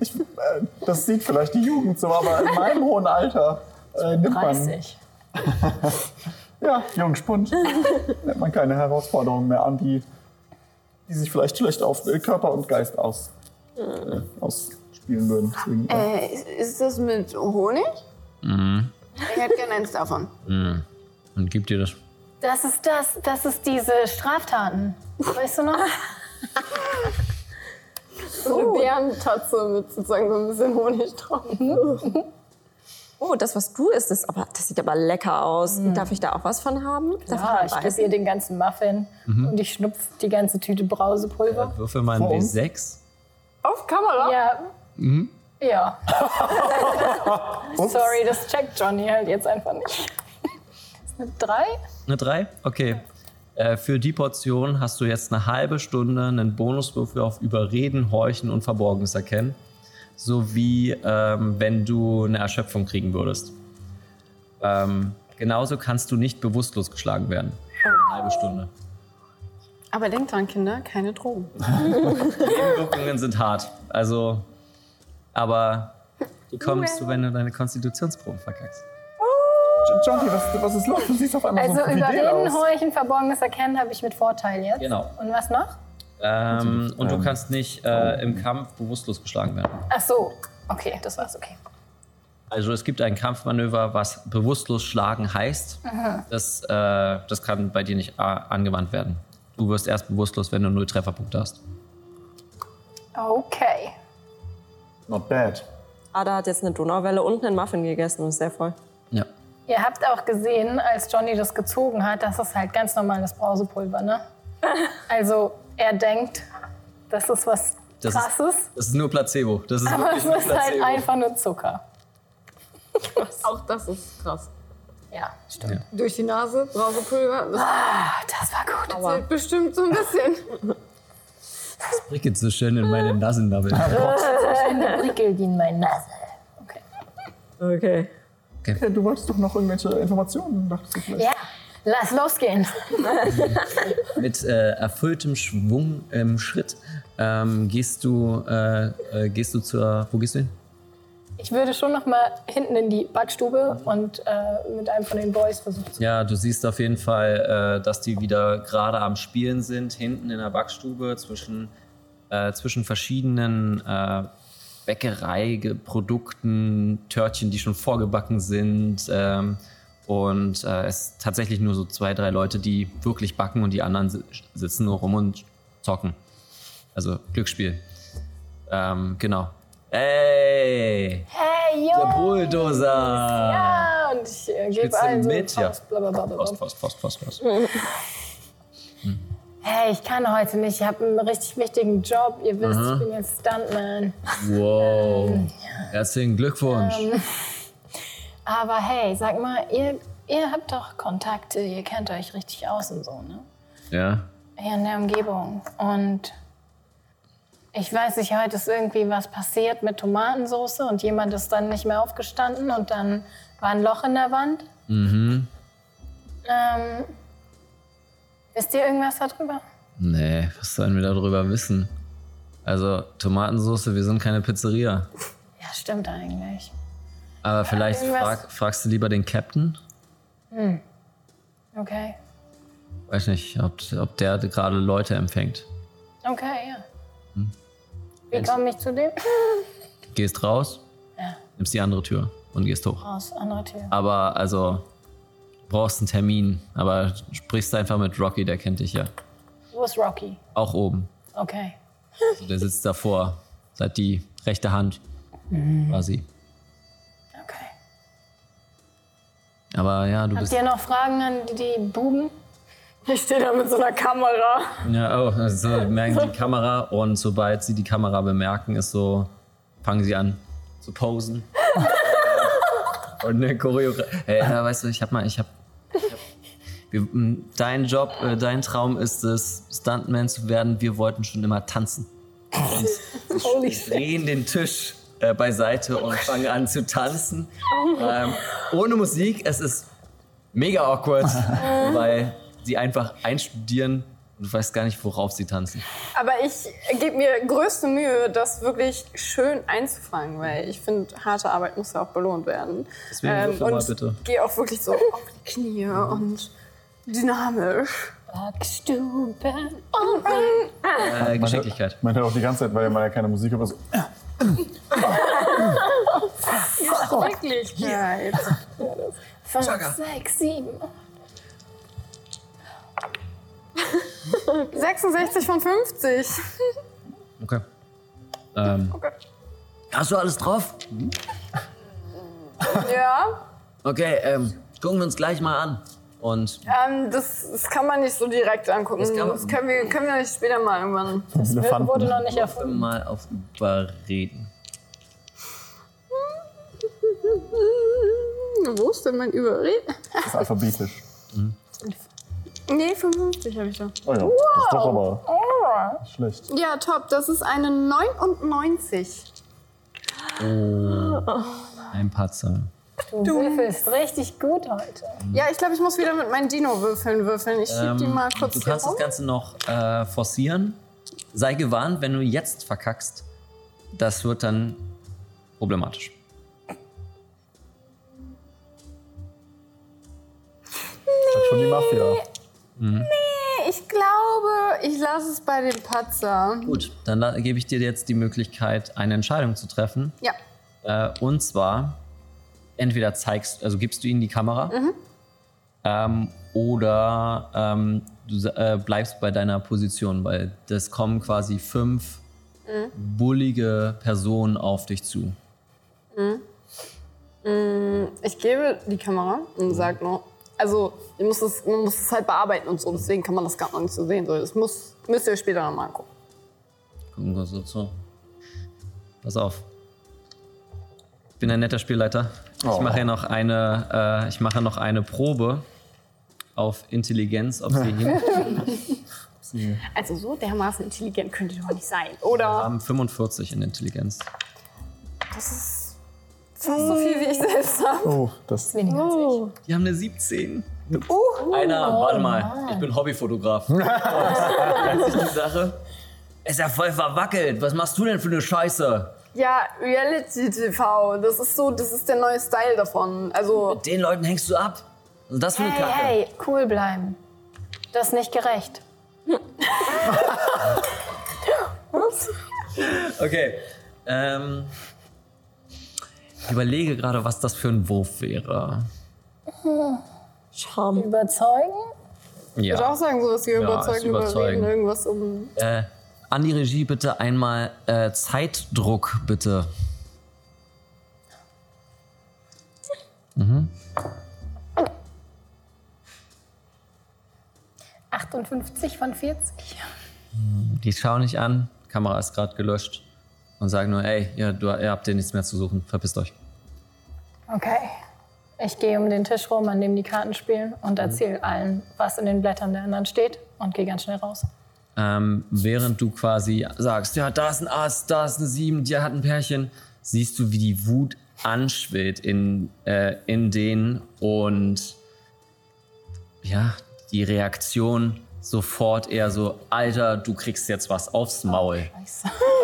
S2: Äh, Das sieht vielleicht die Jugend so, aber in meinem hohen Alter äh, nimmt man.
S9: 30.
S2: ja, Jungspund. Nimmt man keine Herausforderungen mehr an, die, die sich vielleicht schlecht auf äh, Körper und Geist aus, äh, ausspielen würden. Deswegen, äh,
S12: Äh, ist, ist das mit Honig?
S6: Mhm.
S12: Ich hätte gerne eins davon.
S6: Mhm. Und gib dir das.
S9: Das ist das, das ist diese Straftaten. Weißt du noch?
S12: So eine Bärentatze mit sozusagen so ein bisschen Honig drauf.
S10: Mhm.
S4: Oh, das, was du isst, ist aber, das sieht aber lecker aus.
S12: Hm.
S4: Darf ich da auch was von haben? Darf
S9: Ja,
S4: ich
S9: ich
S4: mal
S9: gebe ihr den ganzen Muffin
S6: Mhm.
S9: und ich schnupf die ganze Tüte Brausepulver.
S6: Würfel mal ein
S9: Vor uns?
S6: W6.
S9: Auf Kamera? Ja,
S6: Mhm.
S9: ja. Sorry, das checkt Johnny halt jetzt einfach nicht. Ist eine 3?
S6: Eine 3? Okay. Äh, für die Portion hast du jetzt eine halbe Stunde einen Bonuswürfel auf Überreden, Horchen und Verborgenes erkennen. Sowie ähm, wenn du eine Erschöpfung kriegen würdest. Ähm, genauso kannst du nicht bewusstlos geschlagen werden. Eine halbe Stunde.
S4: Aber denkt dran, Kinder, keine Drogen.
S6: Nebenwirkungen sind hart. Also, aber die kommst du, wenn du deine Konstitutionsprobe verkackst.
S2: Johnny, was, was ist los? Du siehst auf einmal
S9: Also
S2: so fidel
S9: überreden,
S2: aus.
S9: horchen, verborgenes Erkennen habe ich mit Vorteil jetzt.
S6: Genau.
S9: Und was noch?
S6: Ähm, und du kannst nicht äh, im Kampf bewusstlos geschlagen werden.
S9: Ach so, okay, das war's, okay.
S6: Also es gibt ein Kampfmanöver, was bewusstlos schlagen heißt.
S9: Aha.
S6: Das, äh, das kann bei dir nicht a- angewandt werden. Du wirst erst bewusstlos, wenn du null Trefferpunkte hast.
S9: Okay.
S2: Not bad.
S4: Ada hat jetzt eine Donauwelle und einen Muffin gegessen und ist sehr voll.
S6: Ja.
S9: Ihr habt auch gesehen, als Johnny das gezogen hat, das ist halt ganz normales Brausepulver, ne? Also er denkt, das ist was
S6: Das ist-
S9: Krasses,
S6: Das ist nur Placebo. Das ist
S9: aber
S6: wirklich
S9: es
S6: nur
S9: ist halt
S6: Placebo.
S9: einfach nur Zucker.
S12: Auch das ist krass.
S9: Ja, stimmt.
S12: Durch die Nase, Brausepulver. Das,
S6: Oh,
S9: das war gut.
S12: zählt bestimmt so ein bisschen.
S6: Das prickelt so schön in meine Nasennabbel.
S9: Eine Prickel in meine Nase.
S4: Okay.
S2: Ja, du wolltest doch noch irgendwelche Informationen, dachtest du vielleicht.
S9: Ja, lass losgehen.
S6: Mit äh, erfülltem Schwung im Schritt ähm, gehst du äh, äh, gehst du zur wo gehst du hin?
S9: Ich würde schon noch mal hinten in die Backstube und äh, mit einem von den Boys versuchen.
S6: Ja, du siehst auf jeden Fall, äh, dass die wieder gerade am Spielen sind, hinten in der Backstube zwischen, äh, zwischen verschiedenen äh, Bäckereiprodukten, Törtchen, die schon vorgebacken sind. Ähm, und äh, es tatsächlich nur so zwei, drei Leute, die wirklich backen und die anderen si sitzen nur rum und zocken. Also Glücksspiel. Ähm, genau. Ey!
S9: Hey,
S6: Der
S9: yo!
S6: Bulldozer!
S9: Ja, und ich äh,
S6: Spitze
S9: gebe allen so
S6: mit, ja.
S9: Faust, bla, bla, bla, bla, bla.
S6: Post, Post, Post, Post, Post.
S9: Hey, ich kann heute nicht. Ich habe einen richtig wichtigen Job. Ihr wisst,
S6: Aha.
S9: ich bin jetzt Stuntman.
S6: Wow. Herzlichen Glückwunsch.
S9: Ähm, aber hey, sag mal, ihr, ihr habt doch Kontakte. Ihr kennt euch richtig aus und so, ne?
S6: ja.
S9: Hier in der Umgebung. Und ich weiß nicht, heute ist irgendwie was passiert mit Tomatensauce und jemand ist dann nicht mehr aufgestanden und dann war ein Loch in der Wand.
S6: Mhm.
S9: Ähm, wisst ihr irgendwas darüber?
S6: Nee, was sollen wir darüber wissen? Also, Tomatensauce, wir sind keine Pizzeria.
S9: Ja, stimmt eigentlich.
S6: Aber vielleicht
S9: irgendwas-
S6: frag, fragst du lieber den Captain.
S9: Hm. Okay.
S6: Weiß nicht, ob, ob der gerade Leute empfängt.
S9: Okay, ja. Wie komme ich zu dem?
S6: Gehst raus,
S9: Ja.
S6: nimmst die andere Tür und gehst hoch.
S9: Aus, andere Tür.
S6: Aber also, brauchst einen Termin, aber sprichst einfach mit Rocky, der kennt dich ja.
S9: Wo ist Rocky?
S6: Auch oben.
S9: Okay.
S6: Also der sitzt davor, seit die rechte Hand
S9: Mhm.
S6: quasi.
S9: Okay.
S6: Aber ja, du
S9: Habt
S6: bist.
S9: ihr noch Fragen an die- die Buben? Ich stehe da mit so einer Kamera.
S6: Ja, oh, so merken die Kamera und sobald sie die Kamera bemerken, ist so, fangen sie an zu posen. und eine Choreografie. Hey, ja, weißt du, ich hab mal, ich hab. ich hab- Wir, m, dein Job, äh, dein Traum ist es, Stuntman zu werden. Wir wollten schon immer tanzen. Und Holy drehen den Tisch äh, beiseite und fangen an zu tanzen. Ähm, ohne Musik, es ist mega awkward, weil sie einfach einstudieren und du weißt gar nicht, worauf sie tanzen.
S10: Aber ich gebe mir größte Mühe, das wirklich schön einzufangen, weil ich finde, harte Arbeit muss ja auch belohnt werden. Ähm,
S6: Deswegen würfel mal
S10: und
S6: bitte.
S10: gehe auch wirklich so auf die Knie und dynamisch.
S4: Oh
S9: Oh,
S6: Äh, Geschicklichkeit.
S8: Man hört auch die ganze Zeit, weil man ja keine Musik hat. Also,
S9: Schrecklichkeit. Fünf, sechs, sieben.
S10: 66 von 50.
S6: Okay. Ähm, Hast du alles drauf?
S10: ja,
S6: Okay, ähm, gucken wir uns gleich mal an. Und
S10: ähm, das, das kann man nicht so direkt angucken. Das,
S6: Das kann man-
S10: können, wir, können wir nicht später mal irgendwann. Das
S6: Elefanten. wurde
S10: noch nicht erfunden.
S6: mal auf Überreden.
S10: Wo ist denn mein Überreden?
S8: das ist alphabetisch.
S10: Nee, 55 habe ich doch.
S8: Oh ja, das ist doch aber
S10: Oh.
S8: schlecht.
S10: Ja, top. Das ist eine 99.
S6: Oh, ein Patzer.
S10: Du, würfelst richtig gut heute. Ja, ich glaube, ich muss wieder mit meinen Dino-Würfeln würfeln. Ich schieb die
S6: Ähm,
S10: mal kurz
S6: du
S10: hier
S6: kannst
S10: rum.
S6: das Ganze noch äh, forcieren. Sei gewarnt, wenn du jetzt verkackst, das wird dann problematisch.
S8: Hat schon die Mafia.
S6: Mhm.
S10: Nee, ich glaube, ich lasse es bei dem Patzer.
S6: Gut, dann la- gebe ich dir jetzt die Möglichkeit, eine Entscheidung zu treffen.
S10: Ja.
S6: Äh, und zwar, entweder zeigst, also gibst du ihnen die Kamera
S10: Mhm.
S6: ähm, oder ähm, du sa- äh, bleibst bei deiner Position, weil das kommen quasi fünf
S4: Mhm.
S6: bullige Personen auf dich zu.
S10: Mhm. Mm, Ich gebe die Kamera und sage noch, also ihr müsst es, man muss es halt bearbeiten und so, deswegen kann man das gar noch nicht so sehen. So, Das muss, müsst ihr euch später nochmal angucken.
S6: Gucken wir so zu. Pass auf. Ich bin ein netter Spielleiter. Ich
S3: Oh.
S6: mache hier noch eine, äh, ich mache noch eine Probe auf Intelligenz, ob sie hin. Sie
S10: Also so dermaßen intelligent könnt ihr doch nicht sein, oder?
S6: haben 45 in Intelligenz.
S10: Das ist fast so viel, wie ich selbst habe.
S6: Oh, das.
S10: Weniger oh.
S6: Die haben eine 17.
S9: Oh.
S6: Einer, warte mal, ich bin Hobbyfotograf. Jetzt ist die Sache. Ist ja voll verwackelt. Was machst du denn für eine Scheiße?
S10: Ja, Reality TV, das ist so, das ist der neue Style davon. Also
S6: Mit den Leuten hängst du ab. Was ist das für eine
S9: Hey,
S6: Kacke?
S9: hey, cool bleiben. Das ist nicht gerecht.
S6: Okay. Ähm, ich überlege gerade, was das für ein Wurf wäre.
S10: Charme. Überzeugen? Ich würde auch sagen, sowas wie
S6: Ja, ist
S10: überzeugen,
S6: überzeugen.
S10: überreden, irgendwas um.
S6: Äh, an die Regie bitte einmal äh, Zeitdruck, bitte. Mhm.
S9: 58 von 40.
S6: Die schauen nicht an, Kamera ist gerade gelöscht und sagen nur, ey, ihr, du, ihr habt hier nichts mehr zu suchen, verpisst euch.
S9: Okay. Ich gehe um den Tisch rum, an dem die Karten spielen,
S6: Mhm.
S9: und erzähle allen, was in den Blättern der anderen steht, und gehe ganz schnell raus.
S6: Ähm, während du quasi sagst, ja, da ist ein Ass, da ist eine Sieben, die hat ein Pärchen, siehst du, wie die Wut anschwillt in, äh, in denen und ja, die Reaktion sofort eher so, Alter, du kriegst jetzt was aufs Maul.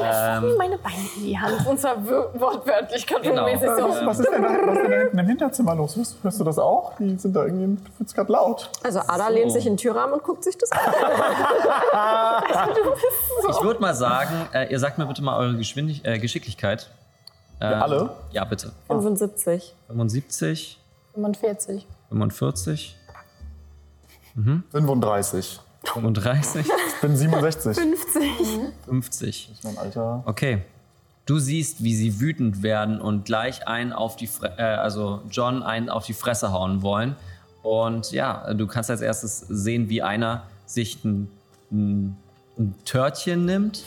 S6: ähm, genau.
S9: meine Beine in die Hand. Und zwar wir- wortwörtlich, kantonmäßig
S2: Äh, Was,
S9: so.
S2: was, ist denn da, was ist denn da hinten im Hinterzimmer los? Hörst, hörst du das auch? Die sind da irgendwie, wird's gerade laut.
S4: Also Ada lehnt sich in den Türrahmen und guckt sich das an.
S2: Also
S4: du bist
S6: ich würde mal sagen, äh, ihr sagt mir bitte mal eure Geschwindig äh, Geschicklichkeit. Ähm,
S2: alle?
S6: Ja, bitte.
S4: 75.
S6: 75,
S9: 45.
S6: 45,
S8: 35.
S6: 35.
S8: Ich bin 67.
S10: 50.
S6: 50. Das ist
S8: mein Alter.
S6: Okay. Du siehst, wie sie wütend werden und gleich einen auf die Fre äh, also John einen auf die Fresse hauen wollen. Und ja, du kannst als erstes sehen, wie einer sich ein, ein, ein Törtchen nimmt.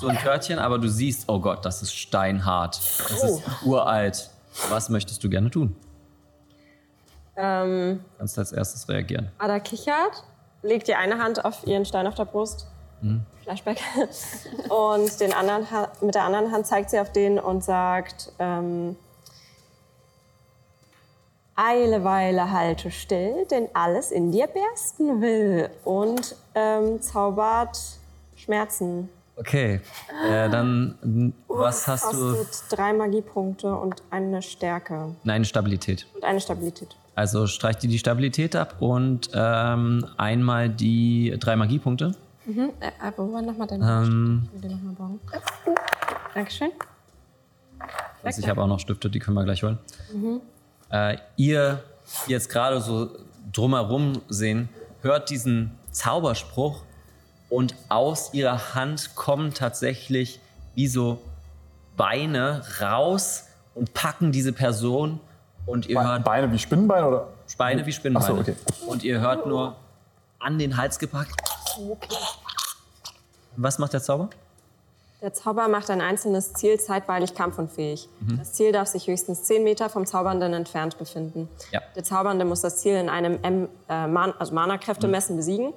S6: So ein Törtchen, aber du siehst, oh Gott, das ist steinhart. Das ist uralt. Was möchtest du gerne tun?
S4: Ähm,
S6: Kannst als erstes reagieren.
S4: Ada kichert, legt ihr eine Hand auf ihren Stein auf der Brust.
S6: Mhm.
S4: Flashback. Und den anderen, Ha- mit der anderen Hand zeigt sie auf den und sagt, ähm, Eile, Weile, halte still, denn alles in dir bersten will. Und ähm, zaubert Schmerzen.
S6: Okay. Äh, dann, n- was hast du?
S4: Kostet drei Magiepunkte und eine Stärke.
S6: Nein, Stabilität.
S4: Und eine Stabilität.
S6: Also streicht dir die Stabilität ab und ähm, einmal die drei Magiepunkte.
S4: Mhm. Äh, aber wo war nochmal dein
S6: Ähm.
S4: Ich will dir noch mal borgen. Dankeschön.
S6: Also ich habe auch noch Stifte, die können wir gleich holen.
S4: Mhm.
S6: Äh, ihr, die jetzt gerade so drumherum sehen, hört diesen Zauberspruch und aus ihrer Hand kommen tatsächlich wie so Beine raus und packen diese Person und ihr hört...
S8: Beine wie Spinnenbeine oder?
S6: Beine wie Spinnenbeine.
S8: Ach so, okay.
S6: Und ihr hört nur an den Hals gepackt. Was macht der Zauber?
S4: Der Zauber macht ein einzelnes Ziel zeitweilig kampfunfähig.
S6: Mhm.
S4: Das Ziel darf sich höchstens 10 Meter vom Zaubernden entfernt befinden.
S6: Ja.
S4: Der Zaubernde muss das Ziel in einem M, äh, Man, also
S6: Mhm.
S4: Mana-Kräftemessen besiegen.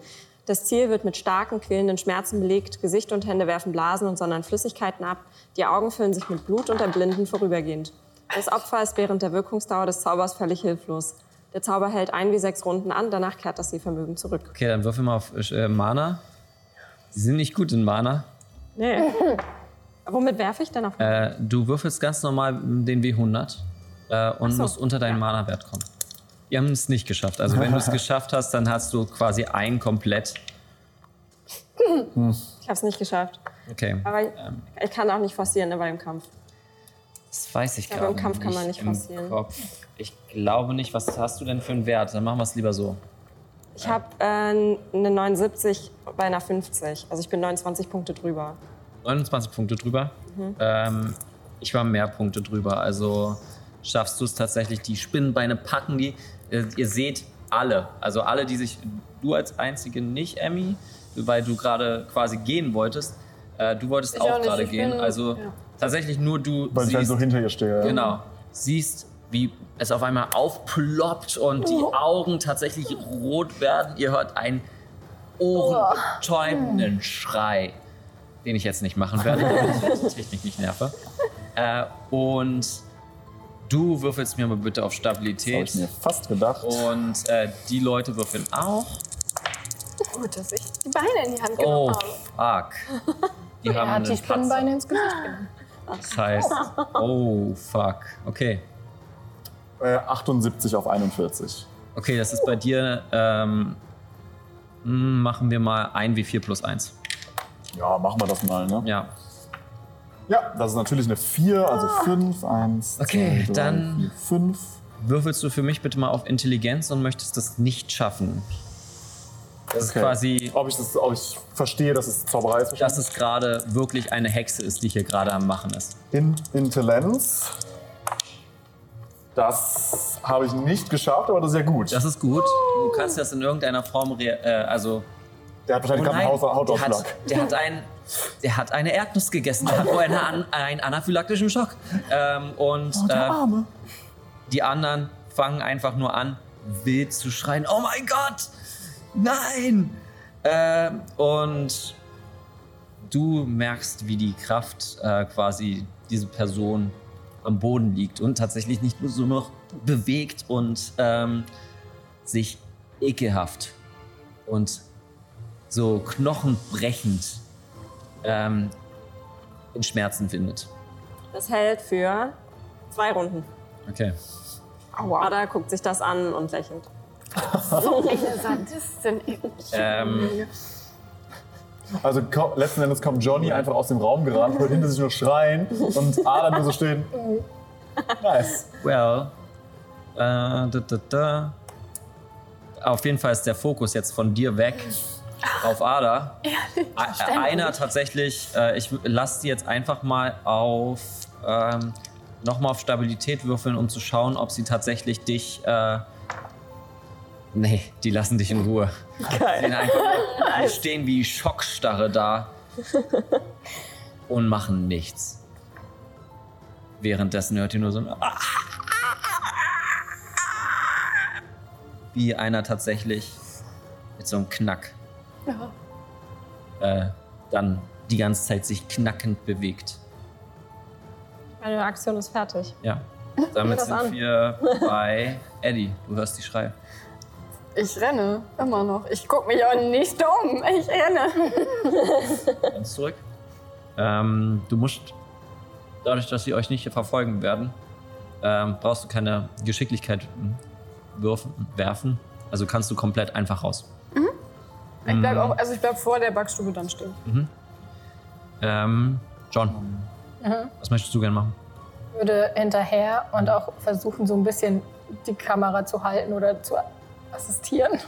S4: Das Ziel wird mit starken, quälenden Schmerzen belegt. Gesicht und Hände werfen Blasen und sondern Flüssigkeiten ab. Die Augen füllen sich mit Blut und erblinden vorübergehend. Das Opfer ist während der Wirkungsdauer des Zaubers völlig hilflos. Der Zauber hält ein wie sechs Runden an, danach kehrt das Sehvermögen zurück.
S6: Okay, dann würfel mal auf äh, Mana. Sie sind nicht gut in Mana.
S4: Nee. Womit werfe ich denn auf?
S6: Äh, du würfelst ganz normal den W100 äh, und
S4: Ach so,
S6: musst unter deinen Mana-Wert kommen. Wir haben es nicht geschafft. Also wenn du es geschafft hast, dann hast du quasi ein komplett.
S4: Ich habe es nicht geschafft.
S6: Okay.
S4: Aber ich kann auch nicht forcieren ne, bei dem Kampf.
S6: Das weiß ich,
S4: Ich glaube,
S6: gerade
S4: im Kampf kann man nicht
S6: im
S4: forcieren.
S6: Kopf. Ich glaube nicht. Was hast du denn für einen Wert? Dann machen wir es lieber so.
S4: Ich habe äh, eine 79 bei einer 50. Also ich bin 29 Punkte drüber.
S6: 29 Punkte drüber.
S4: Mhm.
S6: Ähm, ich war mehr Punkte drüber. Also schaffst du es tatsächlich. Die Spinnenbeine packen die. Äh, ihr seht alle. Also alle, die sich. Du als Einzige nicht, Emmy, weil du gerade quasi gehen wolltest. Äh, du wolltest
S9: Ich auch
S6: auch,
S9: nicht,
S6: gerade
S9: ich
S6: gehen.
S9: bin-
S6: Also
S9: ja.
S6: tatsächlich nur du.
S8: Weil ich halt so hinter ihr stehe. ja.
S6: Genau. Siehst, wie es auf einmal aufploppt und die
S8: Oh.
S6: Augen tatsächlich rot werden. Ihr hört einen
S8: Oh.
S6: ohrenbetäubenden Schrei, den ich jetzt nicht machen werde, damit ich die Technik nicht nerve. Äh, und du würfelst mir mal bitte auf Stabilität.
S8: Das hab ich mir fast gedacht.
S6: Und äh, die Leute würfeln auch.
S10: Gut, dass ich die Beine in die Hand
S6: Oh,
S8: Genau.
S12: genau.
S10: genommen habe.
S6: fuck. Die
S10: Er
S6: haben
S10: hat
S6: eine
S10: die
S6: Patze.
S10: Spinnenbeine ins Gesicht genommen.
S6: Das heißt, oh, fuck. Okay.
S8: Äh, 78 auf 41.
S6: Okay, das ist bei dir. Ähm, mm, machen wir mal 1 wie 4 plus 1.
S8: Ja, machen wir das mal, ne?
S6: Ja.
S8: Ja, das ist natürlich eine 4, also
S9: Ah.
S8: 5, 1,
S6: Okay, dann-
S8: 5.
S6: Würfelst du für mich bitte mal auf Intelligenz und möchtest das nicht schaffen? Das ist quasi.
S8: Ob ich, das, ob ich verstehe, dass es Zauberei ist?
S6: Dass es gerade wirklich eine Hexe ist, die hier gerade am Machen ist.
S8: In Intelligenz. Das habe ich nicht geschafft, aber das ist ja gut.
S6: Das ist gut. Du kannst das in irgendeiner Form. rea- Äh, also.
S8: Der hat wahrscheinlich
S6: Oh
S8: gerade einen
S6: nein,
S8: Haus- Hautausschlag.
S6: Der hat, der hat einen. Der hat eine Erdnuss gegessen, der hat wohl eine, an- einen anaphylaktischen Schock. Ähm, und
S8: Oh, der
S6: äh,
S8: Arme.
S6: Die anderen fangen einfach nur an, wild zu schreien. Oh mein Gott! Nein! Ähm, und du merkst, wie die Kraft äh, quasi diese Person am Boden liegt und tatsächlich nicht nur so noch bewegt und ähm, sich ekelhaft und so knochenbrechend ähm, in Schmerzen findet.
S4: Das hält für zwei Runden.
S6: Okay.
S4: Aua. Ada guckt sich das an und lächelt.
S9: So eine Sadistin. Ich-
S6: Ähm.
S8: Also ko- letzten Endes kommt Johnny einfach aus dem Raum gerannt, hört hinter sich nur schreien und Adam nur so stehen. Nice.
S6: Well. Äh, da, da, da. Auf jeden Fall ist der Fokus jetzt von dir weg auf Ada. A-
S9: Ständig.
S6: Einer tatsächlich, äh, ich lasse die jetzt einfach mal auf ähm, nochmal auf Stabilität würfeln, um zu schauen, ob sie tatsächlich dich. Äh, nee, die lassen dich in Ruhe. Die sind einfach- Die stehen wie Schockstarre da und machen nichts. Währenddessen hört ihr nur so ein wie einer tatsächlich mit so einem Knack äh, dann die ganze Zeit sich knackend bewegt.
S4: Meine Aktion ist fertig.
S6: Ja. Damit
S4: das
S6: sind
S4: an.
S6: wir bei Eddie. Du hörst die Schreie.
S9: Ich renne immer noch. Ich guck mich auch nicht um. Ich renne.
S6: Ganz zurück. Ähm, du musst, dadurch, dass sie euch nicht verfolgen werden, ähm, brauchst du keine Geschicklichkeit würfen, werfen. Also kannst du komplett einfach raus.
S12: Ich bleib
S6: Mhm.
S12: auch, also ich bleib vor der Backstube dann stehen.
S6: Mhm. Ähm, John,
S9: Mhm.
S6: was möchtest du gerne machen?
S9: Würde hinterher und auch versuchen, so ein bisschen die Kamera zu halten oder zu assistieren.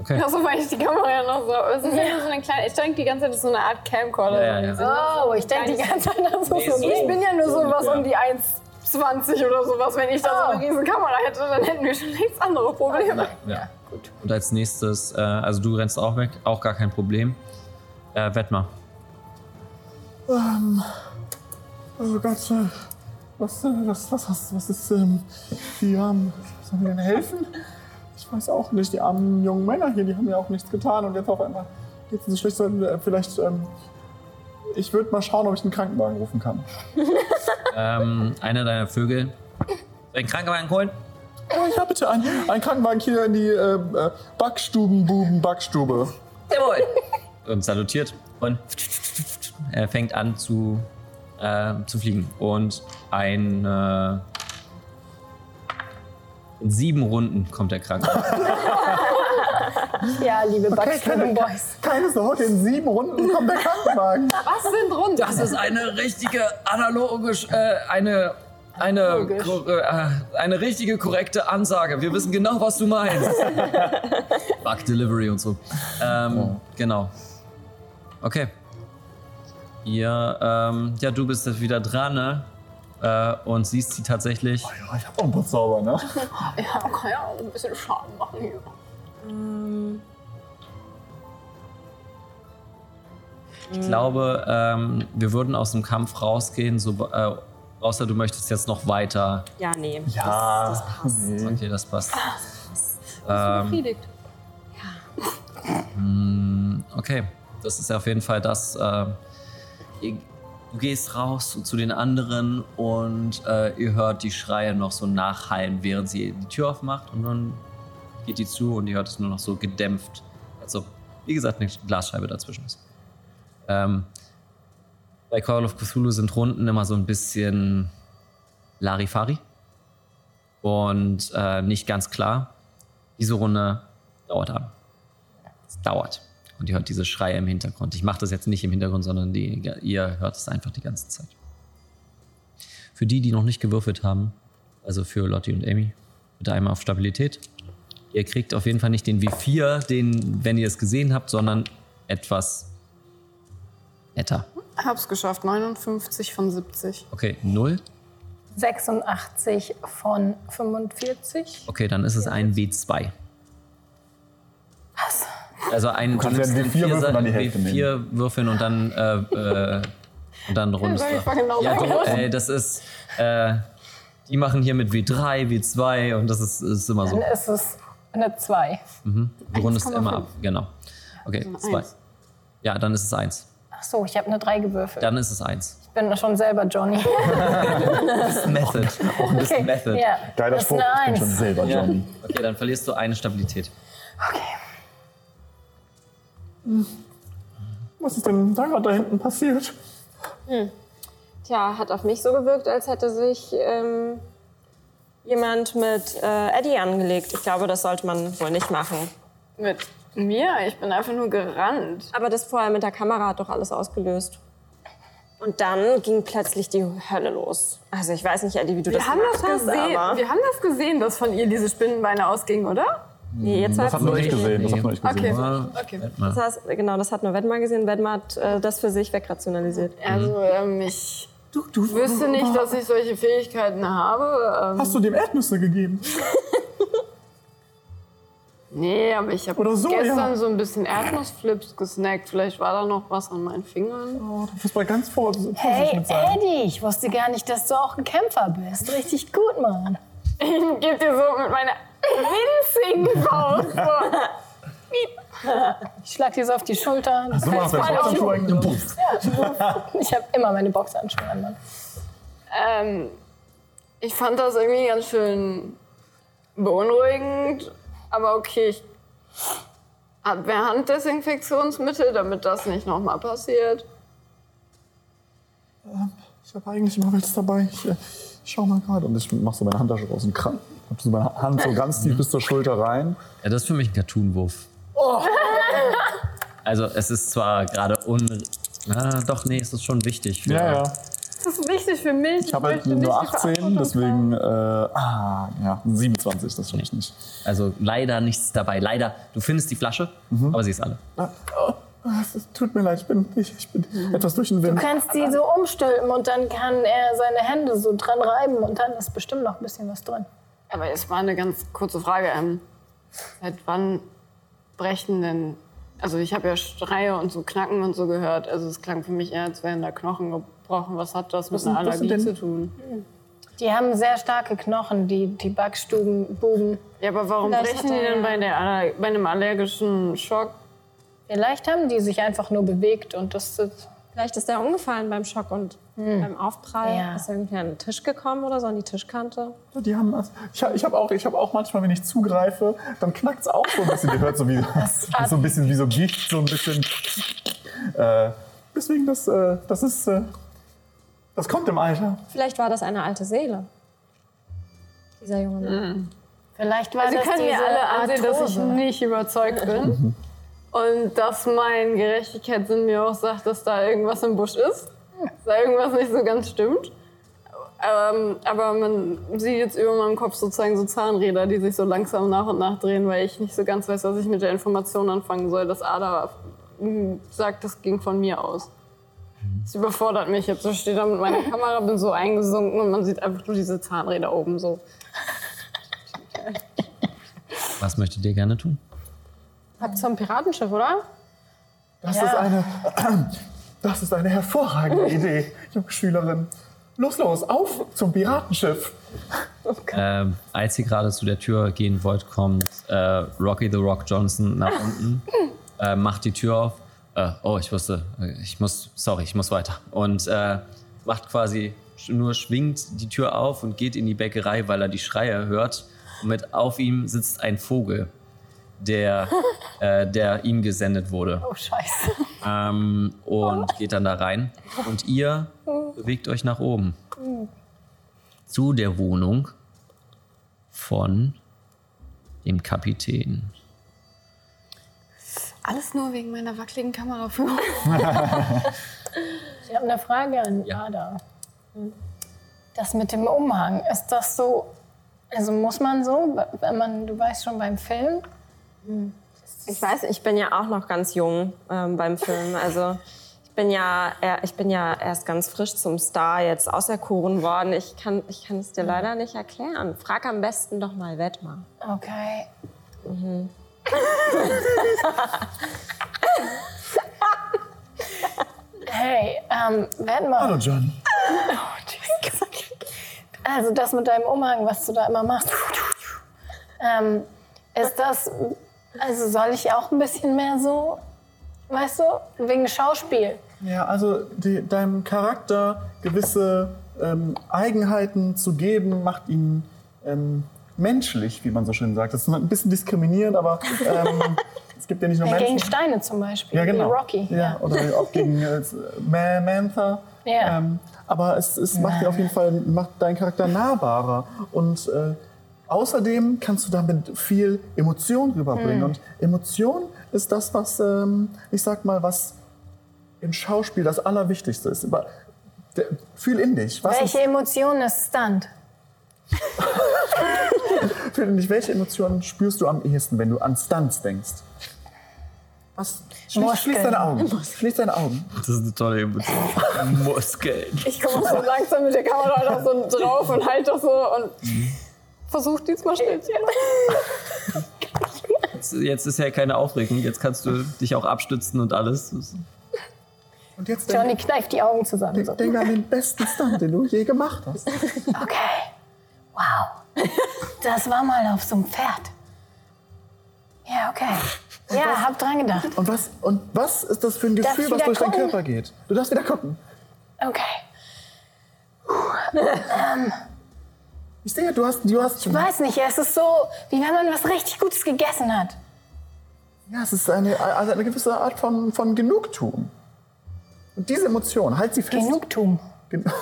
S6: Okay.
S12: Also weil ich die Kamera ja noch so. Es ist ja nur so eine kleine. Ich denke die ganze Zeit, das ist so eine Art Camcorder.
S6: Ja, ja,
S9: Oh, ich denke die ganze Zeit an so,
S12: Nee,
S9: so.
S12: so.
S9: Ich bin ja nur
S12: So
S9: so was
S12: ungefähr. Oh.
S9: um die 1,20 oder sowas. Wenn ich da so eine riesen Kamera hätte, dann hätten wir schon längst andere Probleme.
S6: Ja. Gut. Und als nächstes, äh, also du rennst auch weg, auch gar kein Problem. Äh, Wetmar.
S2: Ähm, oh Gott, äh, was, äh, was, was, was, was ist, ähm, die haben, sollen wir denn helfen? Ich weiß auch nicht, die armen jungen Männer hier, die haben ja auch nichts getan und jetzt auf einmal geht's uns so schlecht, sollten wir äh, vielleicht, ähm, ich würde mal schauen, ob ich einen Krankenwagen rufen kann.
S6: ähm, einer deiner Vögel. Soll ich einen Krankenwagen holen?
S2: Oh, ja, bitte, ein, ein Krankenwagen hier in die äh, äh, Backstubenbuben-Backstube.
S6: Jawohl. Und salutiert und er fängt an zu, äh, zu fliegen. Und ein. Äh, in sieben Runden kommt der Krankenwagen.
S9: Ja, liebe
S2: Okay, keine,
S9: Backstuben Boys.
S2: keine Sorge, in sieben Runden kommt der Krankenwagen.
S9: Was sind Runden?
S6: Das ist eine richtige analogisch, äh, eine, eine, kor- äh, eine richtige korrekte Ansage. Wir wissen genau, was du meinst. Bug Delivery und so. Ähm, Genau. Okay. Ja, ähm, ja, du bist jetzt wieder dran, ne? Äh, und siehst sie tatsächlich.
S2: ja, Ah, ich hab auch ein paar Zauber, ne?
S12: Ja, kann ja auch ein bisschen Schaden machen hier.
S6: Ich glaube, ähm, wir würden aus dem Kampf rausgehen, so, äh, außer du möchtest jetzt noch weiter.
S4: Ja, nee.
S6: Ja, das, passt. Okay, das passt. Ähm,
S4: Befriedigt.
S6: Mm, Okay, das ist ja auf jeden Fall das. Äh, ihr, du gehst raus zu den anderen und äh, ihr hört die Schreie noch so nachhallen, während sie die Tür aufmacht und dann geht die zu und ihr hört es nur noch so gedämpft. Also, wie gesagt, eine Glasscheibe dazwischen ist. Ähm, bei Call of Cthulhu sind Runden immer so ein bisschen Larifari und äh, nicht ganz klar. Diese Runde dauert an. Es dauert. Und ihr hört diese Schreie im Hintergrund. Ich mache das jetzt nicht im Hintergrund, sondern die, ihr hört es einfach die ganze Zeit. Für die, die noch nicht gewürfelt haben, also für Lottie und Amy, bitte einmal auf Stabilität. Ihr kriegt auf jeden Fall nicht den W4, den, wenn ihr es gesehen habt, sondern etwas netter.
S12: Hab's geschafft. 59 von 70.
S6: Okay, 0.
S9: 86 von 45.
S6: Okay, dann ist es ein W2.
S9: Was?
S6: Also ein,
S8: Du kannst ja
S6: nimmst
S8: einen W4 würfeln,
S6: Vierser-
S8: dann die Hälfte
S6: W4 würfeln und dann, äh, äh, und dann rundest
S12: soll ich
S6: du.
S12: mal genau
S6: ja,
S12: sagen,
S6: du,
S12: was?
S6: ey, das ist, äh, die machen hier mit W3, W2 und das ist, ist immer so.
S9: Dann ist es eine 2.
S6: Mhm. Du rundest
S9: 1,5.
S6: immer ab, genau. Okay,
S9: Also
S6: zwei.
S9: eins.
S6: Ja, dann ist es eins.
S9: Ach so, ich habe eine 3 gewürfelt.
S6: Dann ist es eins.
S9: ich bin schon selber Johnny.
S6: Das ist Method. Auch ein bisschen
S9: Okay,
S6: Method.
S9: ja. Geiler Das ist Spruch, eine ich bin Eins. schon selber
S6: Ja.
S9: Johnny.
S6: Okay, dann verlierst du eine Stabilität.
S2: Was ist denn da gerade da hinten passiert?
S4: Hm. Tja, hat auf mich so gewirkt, als hätte sich ähm, jemand mit äh, Eddie angelegt. Ich glaube, das sollte man wohl nicht machen.
S12: Mit mir? Ich bin einfach nur gerannt.
S4: Aber das vorher mit der Kamera hat doch alles ausgelöst. Und dann ging plötzlich die Hölle los. Also ich weiß nicht, Eddie, wie du
S10: wir
S4: das
S10: haben das
S4: gemacht hast,
S10: gesehen,
S4: aber...
S10: wir haben das gesehen, dass von ihr diese Spinnenbeine ausgingen, oder?
S4: Nee, jetzt
S8: Hm, das
S4: hat's
S8: hat man
S4: nicht
S8: nicht gesehen. Das hat man nicht gesehen.
S10: okay.
S4: Das heißt, genau, das hat nur Wedmar gesehen. Wedmar hat äh, das für sich wegrationalisiert.
S12: Also
S4: Mhm.
S12: ähm, ich wüsste nicht, dass ich solche Fähigkeiten habe. Ähm,
S2: Hast du dem Erdnüsse gegeben?
S12: Nee, aber ich habe
S2: Oder so,
S12: gestern
S2: ja.
S12: so ein bisschen Erdnussflips gesnackt. Vielleicht war da noch was an meinen Fingern. Oh,
S2: Du musst mal ganz vorsichtig
S9: Hey,
S2: mit sein.
S9: Eddie, ich wusste gar nicht, dass du auch ein Kämpfer bist. Richtig gut, Mann.
S12: Ich geb dir so mit meiner winzigen Faust so.
S9: Ich schlag dir so auf die Schulter. Du
S12: So macht
S9: kannst
S12: er
S9: mal
S12: Boxhandschuhe
S9: auf-
S12: eigentlich.
S9: Ja, ich habe immer meine Boxhandschuhe an, Mann.
S12: Ähm, ich fand das irgendwie ganz schön beunruhigend, aber okay, ich hab mehr Handdesinfektionsmittel, damit das nicht nochmal passiert.
S2: Ähm, Ich habe eigentlich immer welches dabei. Ich, äh, ich schau mal gerade. Und ich mach so meine Handtasche raus und kram. Hab so meine Hand so ganz tief bis zur Schulter rein.
S6: Ja, das ist für mich ein Cartoon-Wurf. Also es ist zwar gerade un... Na, doch, nee, es ist schon wichtig. Für,
S2: Ja, ja.
S10: Das ist wichtig für mich.
S2: Ich habe halt nur 18, deswegen, äh, ah, ja, 27, das stimmt nicht.
S6: Also leider nichts dabei. Leider, du findest die Flasche,
S2: Mhm.
S6: aber sie ist alle.
S2: Ah, Es ist- tut mir leid, ich bin, ich, ich bin etwas durch den
S9: Du
S2: Wind.
S9: kannst die so umstülpen und dann kann er seine Hände so dran reiben und dann ist bestimmt noch ein bisschen was drin.
S12: Aber es war eine ganz kurze Frage. Ähm, seit wann brechen denn. Also, ich habe ja Schreie und so Knacken und so gehört. Also, es klang für mich eher, als wären da Knochen gebrochen. Was hat das
S2: Was
S12: mit einer
S2: sind- was sind
S12: Allergie zu
S2: denn-
S12: tun?
S9: Die haben sehr starke Knochen, die, die Backstuben, Buben.
S12: Ja, aber warum brechen die denn bei, der, Aller- bei einem allergischen Schock?
S9: Vielleicht haben die sich einfach nur bewegt und das ist.
S4: Vielleicht ist der umgefallen beim Schock und beim Aufprall.
S9: Ja.
S4: Ist irgendwie an den Tisch gekommen oder so, an die Tischkante.
S2: Ja, Die haben, das- ich habe ich hab auch, ich hab auch manchmal, wenn ich zugreife, dann knackt es auch so ein bisschen. Ihr hört so wie so ein bisschen wie so Gicht, so ein bisschen. Äh, deswegen, das, äh, das ist, äh, das kommt im Alter.
S4: Vielleicht war das eine alte Seele. Dieser junge Mann.
S9: Vielleicht war
S12: Also
S9: das
S12: können wir
S9: diese
S12: alle ansehen, dass ich
S9: Arthrose.
S12: nicht überzeugt bin. Und dass mein Gerechtigkeitssinn mir auch sagt, dass da irgendwas im Busch ist. Dass da irgendwas nicht so Also ganz stimmt. Ähm, aber man sieht jetzt über meinem Kopf sozusagen so Zahnräder, die sich so langsam nach und nach drehen, weil ich nicht so ganz weiß, was ich mit der Information anfangen soll, dass Ada mh, sagt, das ging von mir aus. Das überfordert mich jetzt. Ich stehe da mit meiner Kamera, bin so eingesunken und man sieht einfach nur diese Zahnräder oben so.
S6: Was möchtet ihr gerne tun?
S10: Habt zum Piratenschiff, oder?
S2: Das
S10: Ja.
S2: ist eine, das ist eine hervorragende Idee, junge Schülerin. Los, los, auf zum Piratenschiff.
S6: Ähm, als ihr gerade zu der Tür gehen wollt, kommt äh, Rocky the Rock Johnson nach unten, äh, macht die Tür auf. Äh, oh, ich wusste, äh, ich muss, sorry, ich muss weiter. Und äh, macht quasi sch- nur schwingt die Tür auf und geht in die Bäckerei, weil er die Schreie hört. Und mit auf ihm sitzt ein Vogel, der, äh, der ihm gesendet wurde.
S9: Oh, Scheiße.
S6: Ähm,
S9: Oh.
S6: und geht dann da rein. Und ihr bewegt euch nach oben
S9: Oh.
S6: zu der Wohnung von dem Kapitän.
S12: Alles nur wegen meiner wackeligen Kameraführung.
S9: Ich habe eine Frage an Ada. Das mit dem Umhang, ist das so. Also muss man so, wenn man, du weißt schon beim Film,
S4: Ich weiß, ich bin ja auch noch ganz jung ähm, beim Film. Also ich bin, ja, er- ich bin ja erst ganz frisch zum Star jetzt auserkoren worden. Ich kann, ich kann es dir leider nicht erklären. Frag am besten doch mal Wedmar.
S9: Okay. hey, ähm, werden wir.
S2: Hallo, John.
S9: Also das mit deinem Umhang, was du da immer machst. Ähm, ist das. Also soll ich auch ein bisschen mehr so. Weißt du, wegen Schauspiel.
S2: Ja, also die, deinem Charakter gewisse ähm, Eigenheiten zu geben, macht ihn ähm, menschlich, wie man so schön sagt. Das ist ein bisschen diskriminierend, aber ähm, es gibt ja nicht nur
S9: Ja,
S2: Menschen.
S9: gegen Steine zum Beispiel,
S2: ja, genau.
S9: wie Rocky.
S2: Ja, oder auch gegen äh, Ma- Mantha.
S9: Ja.
S2: Ähm, aber es, es macht dir auf jeden Fall macht deinen Charakter nahbarer. Und äh, außerdem kannst du damit viel Emotion rüberbringen.
S18: Hm.
S2: Und Emotion ist das, was, ähm, ich sag mal, was im Schauspiel das Allerwichtigste ist. Aber, der, fühl in dich. Was
S9: Welche Emotion ist Stunt?
S2: ist, fühl in dich. Welche Emotionen spürst du am ehesten, wenn du an Stunts denkst? Was? Schließ, schließ deine Augen. Schließ deine Augen.
S6: Das ist eine tolle Emotion. Muskeln.
S12: Ich komme so langsam mit der Kamera da so drauf und halt doch so und versuch diesmal still zu
S6: Jetzt- Jetzt ist ja keine Aufregung. Jetzt kannst du dich auch abstützen und alles.
S2: Und jetzt
S9: Johnny kneift die Augen zusammen. so.
S2: Denk, denk an den besten Stunt, den du je gemacht hast.
S9: Okay. Wow. Das war mal auf so einem Pferd. Ja, okay. Ja, hab dran gedacht.
S2: Und was, und was ist das für ein
S9: Darf
S2: Gefühl,
S9: ich
S2: was
S9: wieder
S2: durch deinen
S9: gucken?
S2: Körper geht? Du darfst wieder gucken.
S9: Okay. Puh. Ähm,
S2: ich sehe, du hast, du hast.
S9: Ich weiß nicht, es ist so, wie wenn man was richtig Gutes gegessen hat.
S2: Ja, es ist eine, also eine gewisse Art von, von Genugtuung. Und diese Emotion, halt sie fest.
S9: Genugtuung.
S2: Gen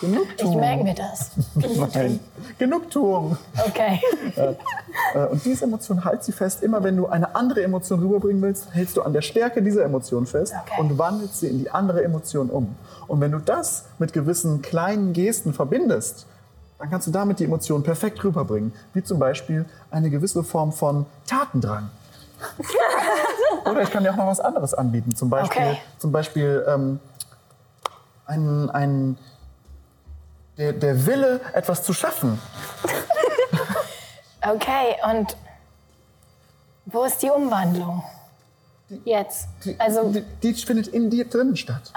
S2: Genugtuung.
S9: Ich merke mir das.
S2: Nein. Genugtuung.
S9: Okay.
S2: Äh, äh, Und diese Emotion halt sie fest. Immer wenn du eine andere Emotion rüberbringen willst, hältst du an der Stärke dieser Emotion fest und wandelst sie in die andere Emotion um. Und wenn du das mit gewissen kleinen Gesten verbindest, dann kannst du damit die Emotion perfekt rüberbringen. Wie zum Beispiel eine gewisse Form von Tatendrang. Oder ich kann dir auch noch was anderes anbieten. Zum Beispiel,
S9: Okay.
S2: zum Beispiel ähm, ein, ein, der, der Wille, etwas zu schaffen.
S9: Okay, und wo ist die Umwandlung? Jetzt. Also,
S2: Die, die findet in dir drinnen statt.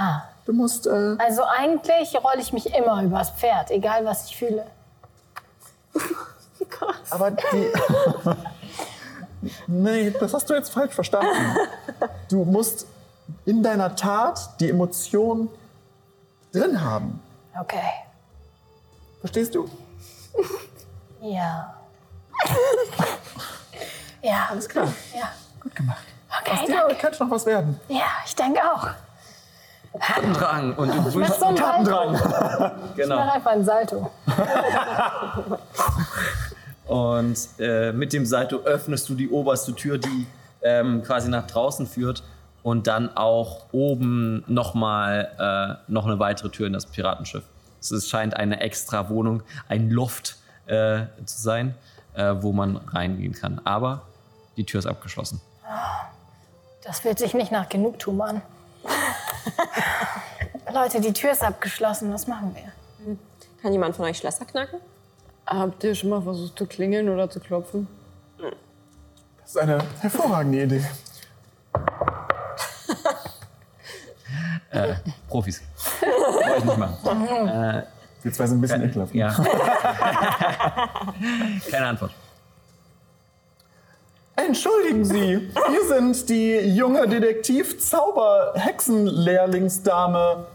S2: Du musst. Äh,
S9: also eigentlich rolle ich mich immer übers Pferd, egal was ich fühle.
S2: aber die. nee, das hast du jetzt falsch verstanden. Du musst in deiner Tat die Emotion drin haben.
S9: Okay.
S2: Verstehst du?
S9: Ja. ja. Alles
S2: klar.
S9: Ja.
S2: Gut gemacht.
S9: Okay,
S2: Aus dir
S9: danke.
S2: kann schon noch was werden.
S9: Ja, ich denke auch.
S6: Drang und
S9: Ich mach so einen
S6: Tappendrang.
S9: Ich mache
S6: genau.
S9: einfach ein Salto.
S6: Und äh, mit dem Salto öffnest du die oberste Tür, die ähm, quasi nach draußen führt. Und dann auch oben nochmal äh, noch eine weitere Tür in das Piratenschiff. Es ist- scheint eine extra Wohnung, ein Loft äh, zu sein, äh, wo man reingehen kann. Aber die Tür ist abgeschlossen.
S9: Das fühlt sich nicht nach Genugtuung an. Leute, die Tür ist abgeschlossen. Was machen wir?
S4: Kann jemand von euch Schlösser knacken?
S12: Habt ihr schon mal versucht zu klingeln oder zu klopfen?
S2: Das ist eine hervorragende Idee.
S6: Äh, Profis. Wollte ich nicht machen. Äh,
S2: Die zwei sind ein bisschen ekelhaft.
S6: Ja. Keine Antwort.
S2: Entschuldigen Sie, hier sind die junge Detektiv-Zauber-Hexenlehrlingsdame.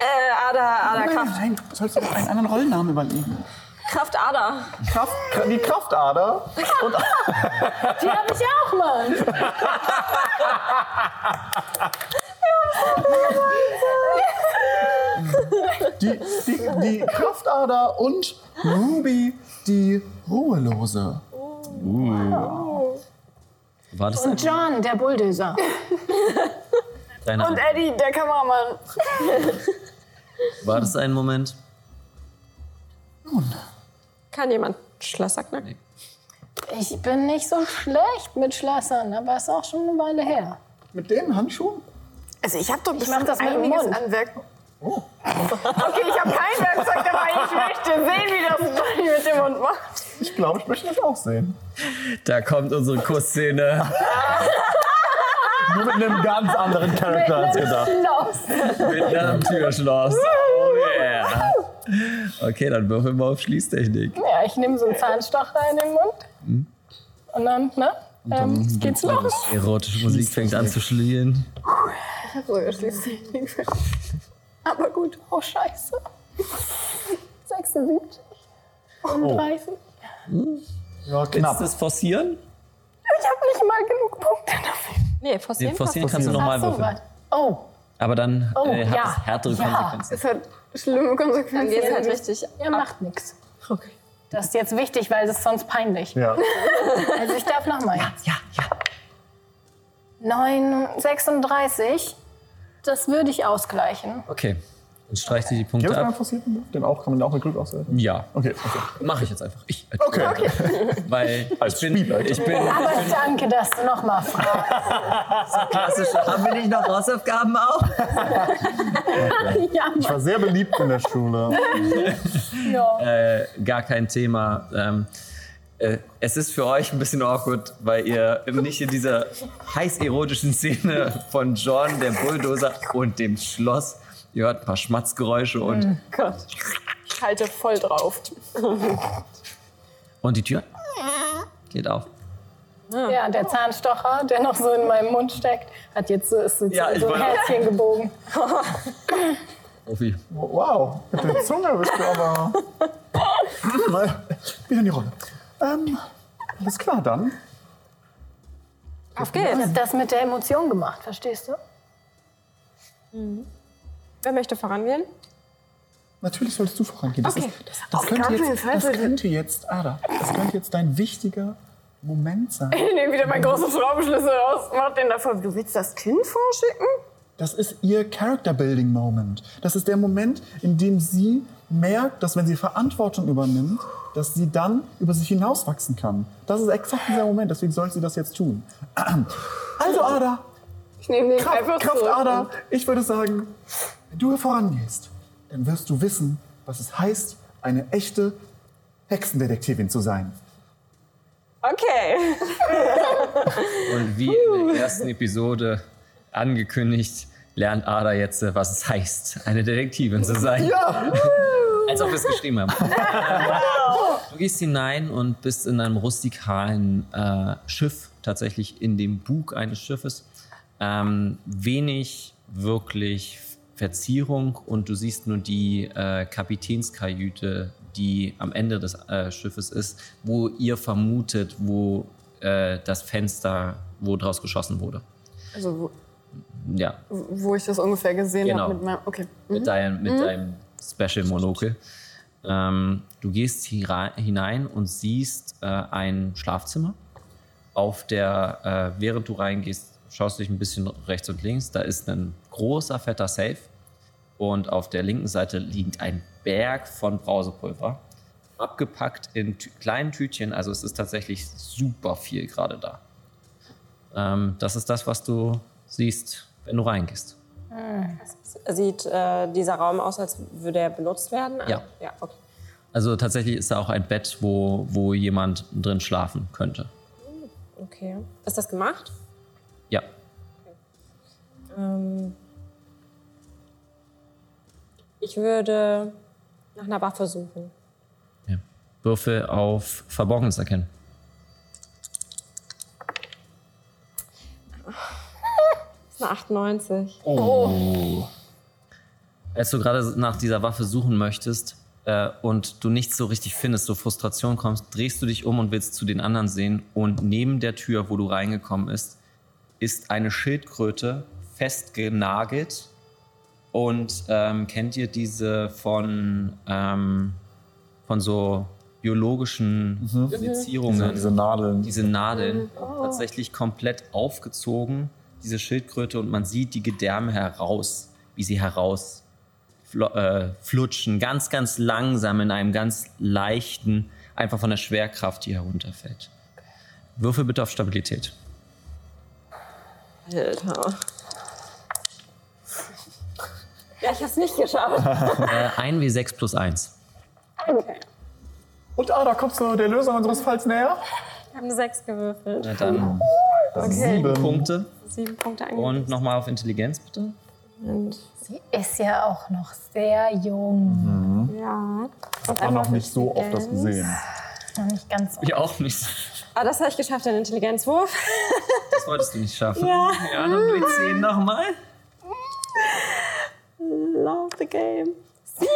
S4: Äh, Ada, Ada,
S2: nein,
S4: Kraft.
S2: Ah, nein, du sollst dir doch einen anderen Rollennamen überlegen.
S4: Kraft Ada.
S2: Kraft, Kra- die Kraftader.
S9: Die habe ich auch, Mann.
S2: Die, die, die Kraftader und Ruby, die Ruhelose.
S6: War das
S9: Und John, der Bulldozer.
S6: deine Antwort?
S12: Eddie, der Kameramann.
S6: War das ein Moment?
S4: Kann jemand Schlösser knacken?
S9: Ich bin nicht so schlecht mit Schlössern, aber ist auch schon eine Weile her.
S2: Mit den Handschuhen?
S12: Also ich habe doch
S9: Ich mach das mit dem
S12: einiges
S9: Mund.
S12: an Werk. Okay, ich habe kein Werkzeug dabei. Ich möchte sehen, wie das Johnny mit dem Mund macht.
S2: Ich glaube, ich möchte das auch sehen.
S6: Da kommt unsere Kussszene
S2: Nur mit einem ganz anderen Charakter als ihr da.
S6: mit einem Türschloss. Oh yeah. Okay, dann würfeln wir auf Schließtechnik.
S9: Ja, ich nehme so einen Zahnstocher in den Mund. Und dann, ne? Ähm, geht's los.
S6: Erotische Musik fängt an zu schlieren.
S12: Also, Ich habe sogar Schließtechnik.
S9: Aber gut, oh Scheiße. 76. 35.
S6: Ja, Willst du das forcieren?
S9: ich habe nicht mal genug Punkte dafür.
S4: Nee,
S6: Nee, forcieren kannst du nochmal
S9: Ach so,
S6: würfeln.
S9: warte. Oh,
S6: Aber dann
S9: oh,
S6: äh, hat
S9: ja.
S6: es härtere
S9: ja.
S6: Konsequenzen.
S9: Es hat schlimme Konsequenzen.
S4: Dann geht's halt richtig
S9: Ja, macht nichts. Okay. Das ist jetzt wichtig, weil es ist sonst peinlich.
S2: Ja.
S9: Also ich darf nochmal. Ja, ja, ja. 9, 36. Das würde ich ausgleichen.
S6: Okay, dann streichst du die Punkte
S2: Gibt es einen
S6: ab.
S2: forcierten Wurf? Den auch, kann man den auch mit Glück auswerten?
S6: Ja.
S2: Okay.
S6: Mache ich jetzt einfach. Ich,
S2: Okay.
S6: Weil ich bin, ich bin
S9: Aber danke, dass du nochmal fragst.
S6: klassisch. Haben wir nicht noch Hausaufgaben auch?
S9: ja,
S2: Ich war sehr beliebt in der Schule.
S9: ja.
S6: äh, gar kein Thema. Ähm, äh, es ist für euch ein bisschen awkward, weil ihr nicht in dieser heiß erotischen Szene von John, der Bulldozer und dem Schloss, ihr hört ein paar Schmatzgeräusche und,
S10: Gott. Ich halte voll drauf.
S6: und die Tür geht auf.
S9: Ja, der Zahnstocher, der noch so in meinem Mund steckt, hat jetzt so, ist jetzt
S6: Ja, ich
S9: so ein
S6: wollte-
S9: Herzchen gebogen.
S6: Profi.
S2: Wow, mit der Zunge bist du aber. Mal wieder in die Rolle. Ähm, alles klar dann.
S9: Auf geht's. Ich hab das mit der Emotion gemacht, verstehst du?
S4: Wer möchte vorangehen?
S2: Natürlich solltest du vorangehen. Das,
S4: Okay.
S2: ist, das, das, könnte, jetzt, das könnte jetzt, Ada, das könnte jetzt dein wichtiger Moment sein.
S10: Ich nehme wieder meinen großen Schraubenschlüssel raus, mach den davon. Du willst das Kind vorschicken?
S2: Das ist ihr Character-Building-Moment. Das ist der Moment, in dem sie merkt, dass wenn sie Verantwortung übernimmt, dass sie dann über sich hinauswachsen kann. Das ist exakt dieser Moment, deswegen soll sie das jetzt tun. Also Ada,
S10: Ich nehme den
S2: Kraft,
S10: einfach
S2: Kraft
S10: zurück.
S2: Ada, ich würde sagen, wenn du vorangehst, dann wirst du wissen, was es heißt, eine echte Hexendetektivin zu sein.
S4: Okay.
S6: Und wie in der ersten Episode angekündigt, lernt Ada jetzt, äh, was es heißt, eine Detektivin zu sein.
S2: Ja!
S6: Als ob wir es geschrieben haben. Du gehst hinein und bist in einem rustikalen äh, Schiff, tatsächlich in dem Bug eines Schiffes. Ähm, wenig wirklich Verzierung und du siehst nur die äh, Kapitänskajüte, die am Ende des äh, Schiffes ist, wo ihr vermutet, wo äh, das Fenster, wo draus geschossen wurde.
S10: Also, wo,
S6: Ja,
S10: wo ich das ungefähr gesehen
S6: Genau.
S10: habe mit meinem. Okay.
S6: mit, deinem, mit
S10: Mhm.
S6: deinem Special Monokel. Ähm, du gehst hira- hinein und siehst äh, ein Schlafzimmer. Auf der, äh, während du reingehst, schaust du dich ein bisschen rechts und links. Da ist ein großer, fetter Safe. Und auf der linken Seite liegt ein Berg von Brausepulver. Abgepackt in tü kleinen Tütchen. Also es ist tatsächlich super viel gerade da. Ähm, das ist das, was du siehst, wenn du reingehst.
S4: Sieht äh, dieser Raum aus, als würde er benutzt werden?
S6: Ja.
S4: Ja, okay.
S6: Also tatsächlich ist da auch ein Bett, wo, wo jemand drin schlafen könnte.
S4: Okay. Ist das gemacht?
S6: Ja.
S4: Ähm, ich würde nach einer Waffe suchen.
S6: Würfel auf Verborgenes erkennen.
S4: Das ist eine 98.
S6: Als du gerade nach dieser Waffe suchen möchtest äh, und du nichts so richtig findest, so Frustration kommst, drehst du dich um und willst zu den anderen sehen. Und neben der Tür, wo du reingekommen bist, ist eine Schildkröte festgenagelt. Und ähm, kennt ihr diese von, ähm, von so biologischen Sezierungen?
S2: Mhm. Diese, diese Nadeln.
S6: diese Nadeln tatsächlich komplett aufgezogen, diese Schildkröte, und man sieht die Gedärme heraus, wie sie heraus flo- äh, flutschen, ganz, ganz langsam in einem ganz leichten, einfach von der Schwerkraft, die herunterfällt. Würfel bitte auf Stabilität.
S4: Alter. Ja, ich hab's nicht geschafft.
S6: Äh, 1W6 plus 1.
S2: Und Ada, kommst du der Lösung unseres Falls näher?
S4: Ich habe eine 6 gewürfelt.
S6: Ja, dann sieben Punkte.
S4: Sieben Punkte angekommen.
S6: Und nochmal auf Intelligenz bitte.
S9: Sie ist ja auch noch sehr
S6: Mhm.
S9: jung.
S4: Ja.
S2: Hat man noch nicht so oft das gesehen.
S9: Noch nicht ganz so.
S6: Ja, auch nicht.
S4: Ah, das habe ich geschafft, den Intelligenzwurf.
S6: Das wolltest du nicht schaffen.
S4: Ja.
S6: ja dann die 10 nochmal.
S4: Love the game. Sieben!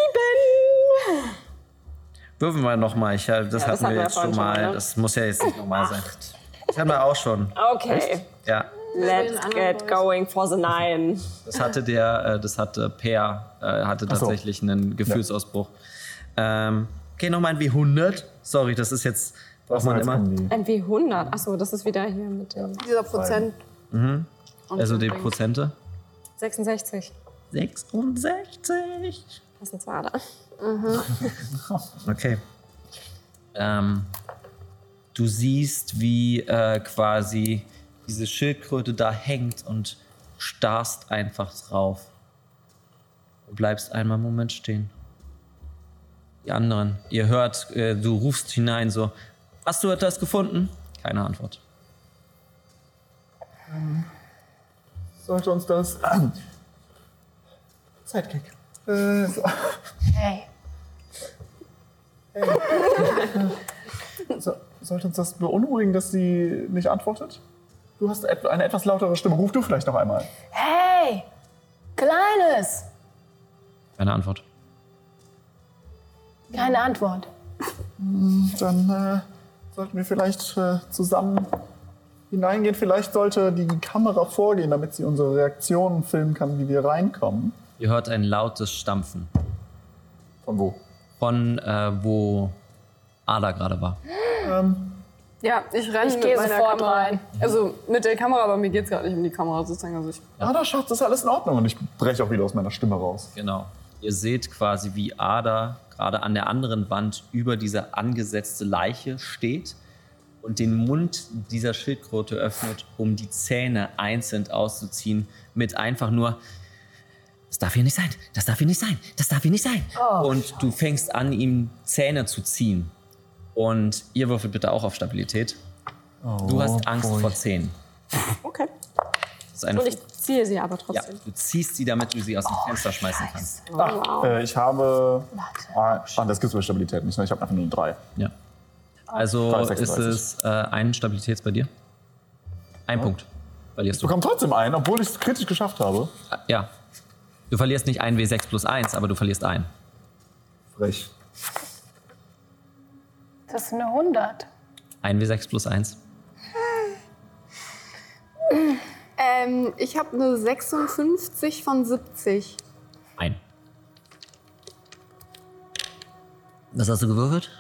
S6: Würfen wir nochmal. Ich, äh, das
S4: Ja, das
S6: hatten
S4: hatten
S6: wir
S4: wir
S6: jetzt
S4: vorhin schon
S6: schon mal.
S4: mal, ne?
S6: Das muss ja jetzt nicht normal sein. Das hatten wir auch schon.
S4: Okay.
S6: Ja,
S4: Let's get going for the nine.
S6: das hatte der, äh, das hatte Per, äh, hatte
S4: Ach so.
S6: tatsächlich einen Gefühlsausbruch. Ähm, okay, nochmal ein W100. Sorry, das ist jetzt, braucht man immer.
S4: Ein W100. Achso, das ist wieder hier mit dem.
S10: Dieser Prozent.
S6: Mhm.
S4: Und
S6: Also die
S4: dann bringst-
S6: Prozente.
S4: 66.
S6: 66.
S4: Passend zur Ader. Mhm.
S6: Okay. Ähm, du siehst, wie äh, quasi diese Schildkröte da hängt und starrst einfach drauf. Du bleibst einmal einen Moment stehen. Die anderen, ihr hört, äh, du rufst hinein so, hast du etwas gefunden? Keine Antwort.
S2: Ähm, sollte uns das. Sidekick. Äh, so,
S9: Hey.
S2: so, sollte uns das beunruhigen, dass sie nicht antwortet? Du hast et- eine etwas lautere Stimme. Ruf du vielleicht noch einmal.
S9: Hey! Kleines!
S6: Keine Antwort.
S9: Keine Antwort.
S2: Hm, Dann äh, sollten wir vielleicht äh, zusammen hineingehen. Vielleicht sollte die Kamera vorgehen, damit sie unsere Reaktionen filmen kann, wie wir reinkommen.
S6: Ihr hört ein lautes Stampfen.
S2: Von wo?
S6: Von äh, wo Ada gerade war.
S12: Ja, ich renne
S10: Ich
S12: mit
S10: gehe
S12: meiner
S10: sofort
S12: Kamera. rein. Also mit der Kamera, aber mir geht es gerade nicht um die Kamera sozusagen. Also ich
S2: Ah, da schafft es alles in Ordnung. Und ich breche auch wieder aus meiner Stimme raus.
S6: Genau. Ihr seht quasi, wie Ada gerade an der anderen Wand über diese angesetzte Leiche steht und den Mund dieser Schildkröte öffnet, um die Zähne einzeln auszuziehen, mit einfach nur, das darf hier nicht sein, das darf hier nicht sein, das darf hier nicht sein. und du fängst an, ihm Zähne zu ziehen. Und ihr würfelt bitte auch auf Stabilität. du hast Angst vor Zähnen.
S4: Okay.
S6: Das ist eine
S4: Und ich ziehe sie aber
S6: ja,
S4: trotzdem.
S6: du ziehst sie, damit du sie aus dem Fenster schmeißen kannst.
S4: Oh, wow.
S2: Äh, ich habe. Ah, ah, das gibt's bei Stabilität nicht. Ne? Ich habe einfach nur eine 3.
S6: Ja. Also
S2: Drei,
S6: ist
S2: 36.
S6: es äh, ein Stabilitäts bei dir? Ein Punkt.
S2: Ich
S6: Verlierst du.
S2: bekomme trotzdem einen, obwohl ich es kritisch geschafft habe.
S6: Ja. Du verlierst nicht ein W6 plus 1, aber du verlierst ein.
S2: Frech.
S9: Das ist eine 100.
S6: Ein W6 plus 1.
S10: Ähm, ich habe eine 56 von 70.
S6: Ein. Was hast du gewürfelt?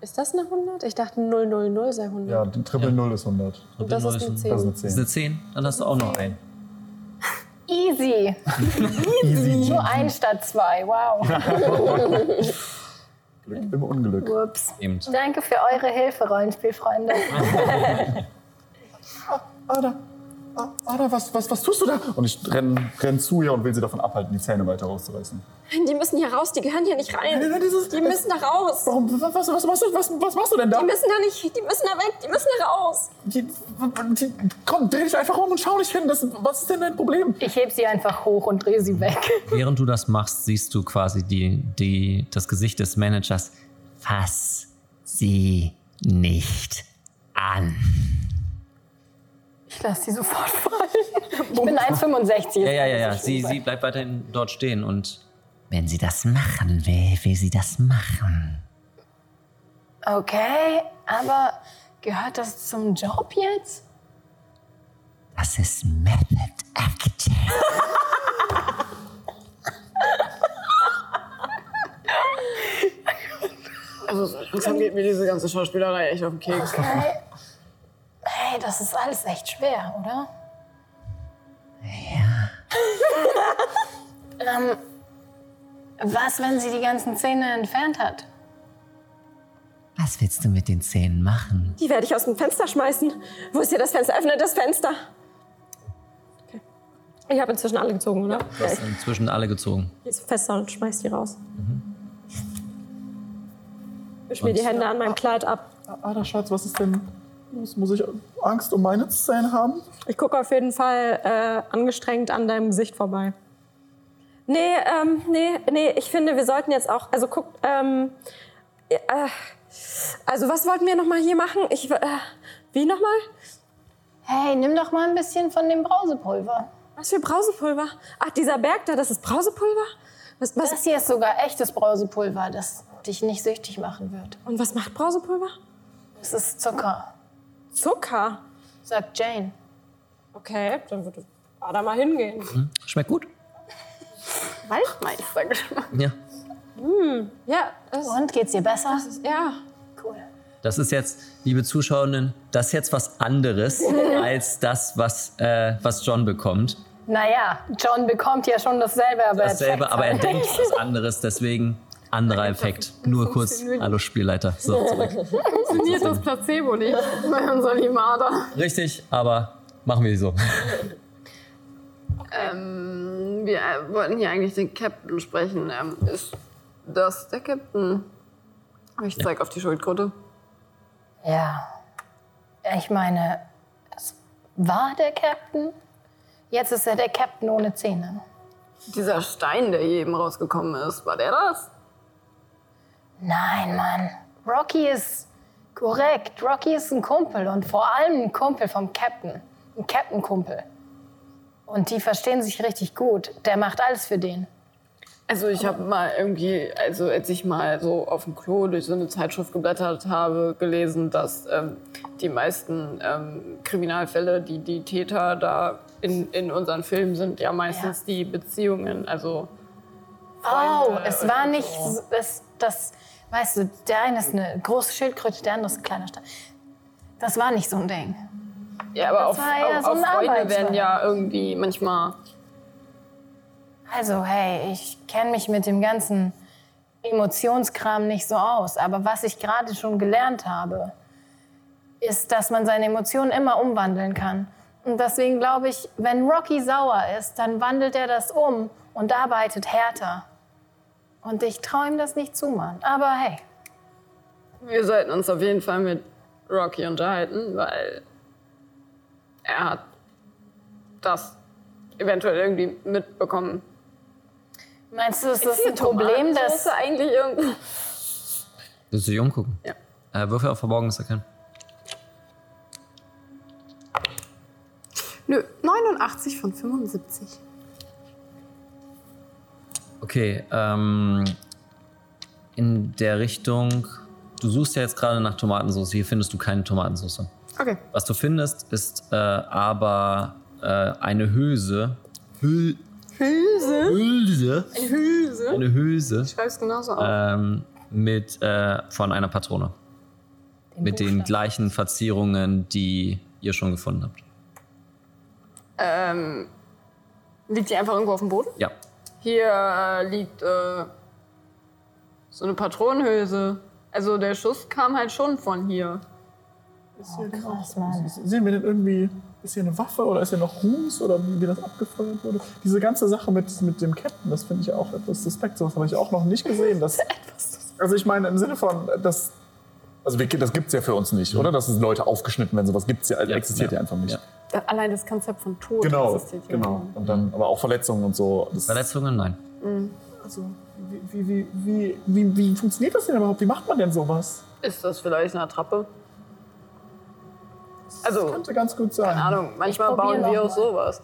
S11: Ist das eine 100? Ich dachte 000 sei 100.
S2: Ja, die Triple Null ist 100.
S11: Und Oh, das ist eine 10.
S2: Das ist eine 10.
S6: Das ist eine 10, dann hast du auch noch ein.
S9: Easy.
S2: Easy.
S9: Nur ein statt zwei. Wow.
S2: Glück im Unglück.
S9: Ups.
S6: Eben.
S9: Danke für eure Hilfe, Rollenspielfreunde.
S2: Ada, A- Ada, Ah, was, was, was tust du da? Und ich renne renn zu ihr und will sie davon abhalten, die Zähne weiter rauszureißen.
S4: Die müssen hier raus, die gehören hier nicht rein. Die müssen da raus.
S2: Warum, was, was, was, machst du, was, was machst du denn da?
S4: Die müssen da nicht, die müssen da weg, die müssen da raus.
S2: Die, die, komm, dreh dich einfach um und schau nicht hin. Das, was ist denn dein Problem?
S9: Ich heb sie einfach hoch und drehe sie weg.
S6: Während du das machst, siehst du quasi die, die, das Gesicht des Managers. Fass sie nicht an.
S9: Ich lasse sie sofort fallen. Ich bin 1,65.
S6: Ja, ja, ja, ja. Sie, sie bleibt weiterhin dort stehen und
S5: Wenn sie das machen will, will sie das machen.
S9: Okay, aber gehört das zum Job jetzt?
S5: Das ist Method Acting.
S12: Also langsam geht mir diese ganze Schauspielerei echt auf den Keks.
S9: Okay. Hey, das ist alles echt schwer, oder? Ja. ähm, was, wenn sie die ganzen Zähne entfernt hat?
S5: Was willst du mit den Zähnen machen?
S4: Die werde ich aus dem Fenster schmeißen. Wo ist hier das Fenster? Öffne das Fenster. Okay. Ich habe inzwischen alle gezogen, oder?
S6: Du hast inzwischen alle gezogen.
S4: Geh zum Fenster und schmeiß die raus. Wisch mir die
S2: Und-
S4: Hände an meinem Kleid ab.
S2: Ada, Ah, Schatz, was ist denn los? Muss ich Angst um meine Zähne haben?
S4: Ich gucke auf jeden Fall äh, angestrengt an deinem Gesicht vorbei. Nee, ähm, nee, nee, ich finde, wir sollten jetzt auch, also guck, ähm, äh, also was wollten wir nochmal hier machen? Ich, äh, wie nochmal?
S9: Hey, nimm doch mal ein bisschen von dem Brausepulver.
S4: Was für Brausepulver? Ach, dieser Berg da, das ist Brausepulver? Was, was,
S9: Das hier ist sogar echtes Brausepulver, das dich nicht süchtig machen wird.
S4: und was macht Brausepulver?
S9: Es ist Zucker.
S4: Zucker?
S10: Sagt Jane.
S4: Okay, dann würde Ada mal hingehen.
S6: Hm? Schmeckt gut?
S12: Waldmeistergeschmack.
S6: Ja.
S4: ja.
S10: Und geht's dir besser?
S4: ja.
S6: Das ist jetzt, liebe Zuschauerinnen, das ist jetzt was anderes als das, was, äh, was John bekommt.
S9: Naja, John bekommt ja schon dasselbe, aber
S6: Dasselbe,
S9: checkt's
S6: aber er
S9: halt.
S6: denkt was anderes, deswegen anderer Effekt. Nur kurz, hallo Spielleiter. So, zurück.
S10: Funktioniert das Placebo nicht bei unserer Limada?
S6: Richtig, aber machen wir so.
S12: Ähm, wir äh, wollten hier eigentlich den Captain sprechen. Ähm, ist das der Captain? Ich zeig auf die Schuldkröte.
S9: Ja. Ich meine, es war der Captain. Jetzt ist er der Captain ohne Zähne.
S12: Dieser Stein, der hier eben rausgekommen ist, war der das?
S9: Nein, Mann. Rocky ist korrekt. Rocky ist ein Kumpel und vor allem ein Kumpel vom Captain. Ein Captain-Kumpel. Und die verstehen sich richtig gut. Der macht alles für den.
S12: Also ich habe mal irgendwie, also als ich mal so auf dem Klo durch so eine Zeitschrift geblättert habe, gelesen, dass ähm, die meisten ähm, Kriminalfälle, die die Täter da in, in unseren Filmen sind, ja meistens die Beziehungen, also
S9: Oh, es war nicht so- es, das, weißt du, der eine ist eine große Schildkröte, der andere ist ein kleiner Stein. Das war nicht so ein Ding.
S12: ja, aber
S9: Das
S12: auf,
S9: war ja
S12: auf,
S9: so
S12: auf
S9: ein
S12: Freunde
S9: Arbeitsverhältnis.
S12: werden ja irgendwie manchmal
S9: Also, hey, ich kenne mich mit dem ganzen Emotionskram nicht so aus, aber was ich gerade schon gelernt habe, ist, dass man seine Emotionen immer umwandeln kann. Und deswegen glaube ich, wenn Rocky sauer ist, dann wandelt er das um und arbeitet härter. Und ich traue ihm das nicht zu, Mann. Aber hey,
S12: Wir sollten uns auf jeden Fall mit Rocky unterhalten, weil er hat das eventuell irgendwie mitbekommen.
S9: meinst du, ist das
S12: Ist
S9: ein
S12: die
S9: Problem, dass...
S12: Tomatensoße eigentlich irgendwie...
S6: Willst du dich umgucken?
S12: Ja.
S6: Äh, Würfel auf Verborgenes erkennen.
S18: Nö, 89 von 75.
S6: Okay, ähm, in der Richtung, du suchst ja jetzt gerade nach Tomatensauce, hier findest du keine Tomatensauce.
S18: Okay.
S6: Was du findest, ist äh, aber äh, eine Hülse. Hül
S18: Hülse?
S6: Hülse.
S18: Eine Hülse?
S6: Eine Hülse.
S18: Ich schreib's genauso auf.
S6: Ähm, mit, äh, von einer Patrone. mit den gleichen Verzierungen, die ihr schon gefunden habt.
S12: Ähm, liegt die einfach irgendwo auf dem Boden?
S6: Ja.
S12: Hier äh, liegt äh, so eine Patronenhülse. Also der Schuss kam halt schon von hier.
S2: Ist hier Sehen wir denn irgendwie, ist hier eine Waffe oder ist hier noch Ruß oder wie wie das abgefeuert wurde? Diese ganze Sache mit, mit dem Captain, das finde ich auch etwas suspekt. Sowas habe ich auch noch nicht gesehen. Dass, also ich meine, im Sinne von, das, also wir, das gibt es ja für uns nicht, oder? Dass es Leute aufgeschnitten werden, sowas gibt's ja, existiert ja, einfach nicht.
S18: Allein das Konzept von Tod
S2: Genau,
S18: existiert hier.
S2: genau. Und dann, aber auch Verletzungen und so.
S6: Verletzungen, nein.
S2: Also, wie, wie, wie, wie, wie funktioniert das denn überhaupt? Wie macht man denn sowas?
S12: Ist das vielleicht eine Attrappe?
S2: Also, das könnte ganz gut sein.
S12: Keine Ahnung, manchmal
S9: Ich probier
S12: bauen wir
S9: noch
S12: auch sowas.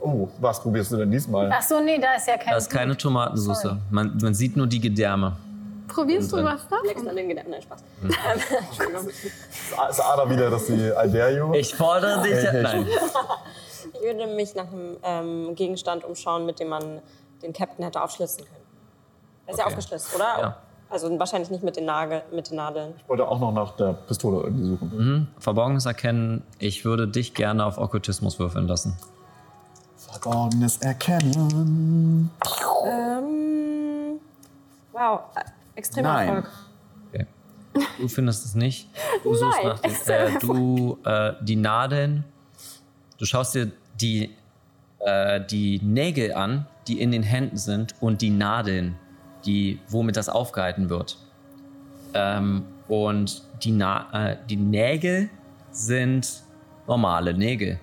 S2: Oh, was probierst du denn diesmal?
S9: Ach so, nee, da ist ja kein...
S6: Da ist keine Tomatensauce. Man, man sieht nur die Gedärme.
S18: Probierst
S6: Und
S18: du
S6: dann-
S18: was davon? Nix an den Gedanken, nein, Spaß. Entschuldigung.
S2: Ist Ada wieder, dass sie I dare you?
S6: Ich fordere dich-
S2: Hey, hey.
S6: nein.
S4: Ich würde mich nach einem ähm, Gegenstand umschauen, mit dem man den Captain hätte aufschlitzen können. Er ist ja
S2: Okay.
S4: aufgeschlitzt, oder?
S2: Ja.
S4: Also wahrscheinlich nicht mit den, Nagel, mit den Nadeln.
S2: Ich wollte auch noch nach der Pistole irgendwie suchen.
S6: Mhm. Verborgenes erkennen. Ich würde dich gerne auf Okkultismus würfeln lassen.
S2: Verborgenes Erkennen.
S4: Ähm, wow, äh, extremer
S6: Nein.
S4: Erfolg.
S6: Okay. Du findest es nicht. Du suchst
S4: Nein,
S6: nach den,
S4: extremer
S6: äh, du äh, die Nadeln. Du schaust dir die, äh, die Nägel an, die in den Händen sind und die Nadeln, die womit das aufgehalten wird. Ähm, und die, Na äh, die Nägel sind normale Nägel.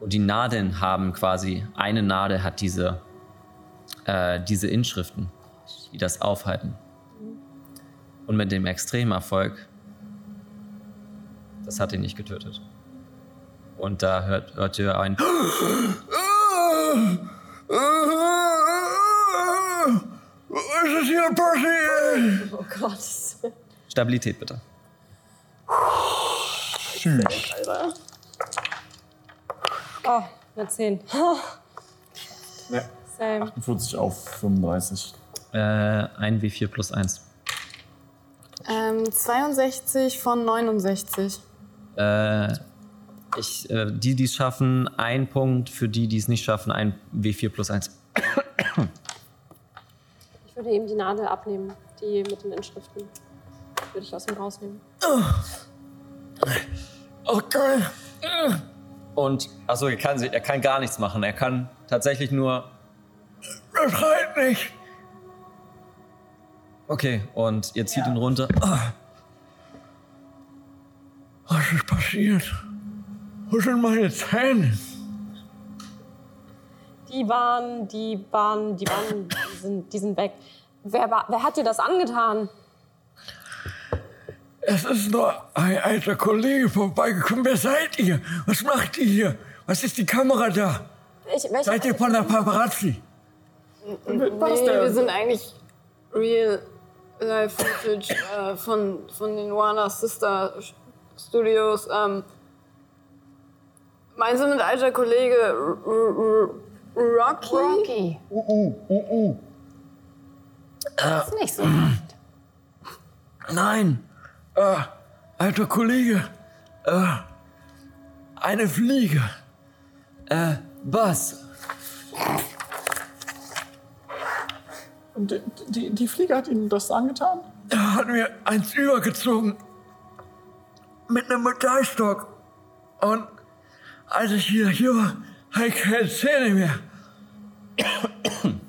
S6: Und die Nadeln haben quasi, eine Nadel hat diese, äh, diese Inschriften, die das aufhalten. Und mit dem extremen Erfolg, das hat ihn nicht getötet. Und da hört, hört ihr ein.
S19: Was ist hier passiert?
S4: Oh Gott.
S6: Stabilität bitte.
S8: Tschüss.
S4: Alter. Oh, eine 10.
S8: Ja.
S4: Same.
S8: 48 auf 35.
S6: Äh, ein W4 plus 1.
S9: Ähm, 62 von 69.
S6: Äh, ich, äh, die, die es schaffen, ein Punkt. Für die, die es nicht schaffen, ein W4 plus 1.
S4: Ich würde ihm die Nadel abnehmen, die mit den Inschriften. Würde ich aus ihm rausnehmen.
S6: Okay. Und, achso, er kann, sie- er kann gar nichts machen. Er kann tatsächlich nur.
S19: Das reicht nicht.
S6: Okay, und ihr zieht ihn runter.
S19: Ah, Was ist passiert? Wo sind meine Zähne?
S4: Die waren, die waren, die waren, die sind, die sind weg. Wer, war- wer hat dir das angetan?
S19: Es ist nur ein alter Kollege vorbeigekommen. Wer seid ihr? Was macht ihr hier? Was ist die Kamera da?
S4: Ich, welche-
S19: Seid ihr von der Paparazzi?
S12: Nee, wir sind eigentlich real life footage äh, von, von den Warner Sister Studios. Ähm, meinst du mit alter Kollege R R R Rocky? Rocky.
S19: Uh, uh, uh.
S9: Das ist nicht so.
S19: Nein, äh, alter Kollege, äh, eine Fliege. Äh, was?
S2: Und die, die, die Fliege hat Ihnen das angetan?
S19: Er hat mir eins übergezogen. Mit einem Metallstock. Und als ich wieder hier war, hatte ich keine Zähne mehr.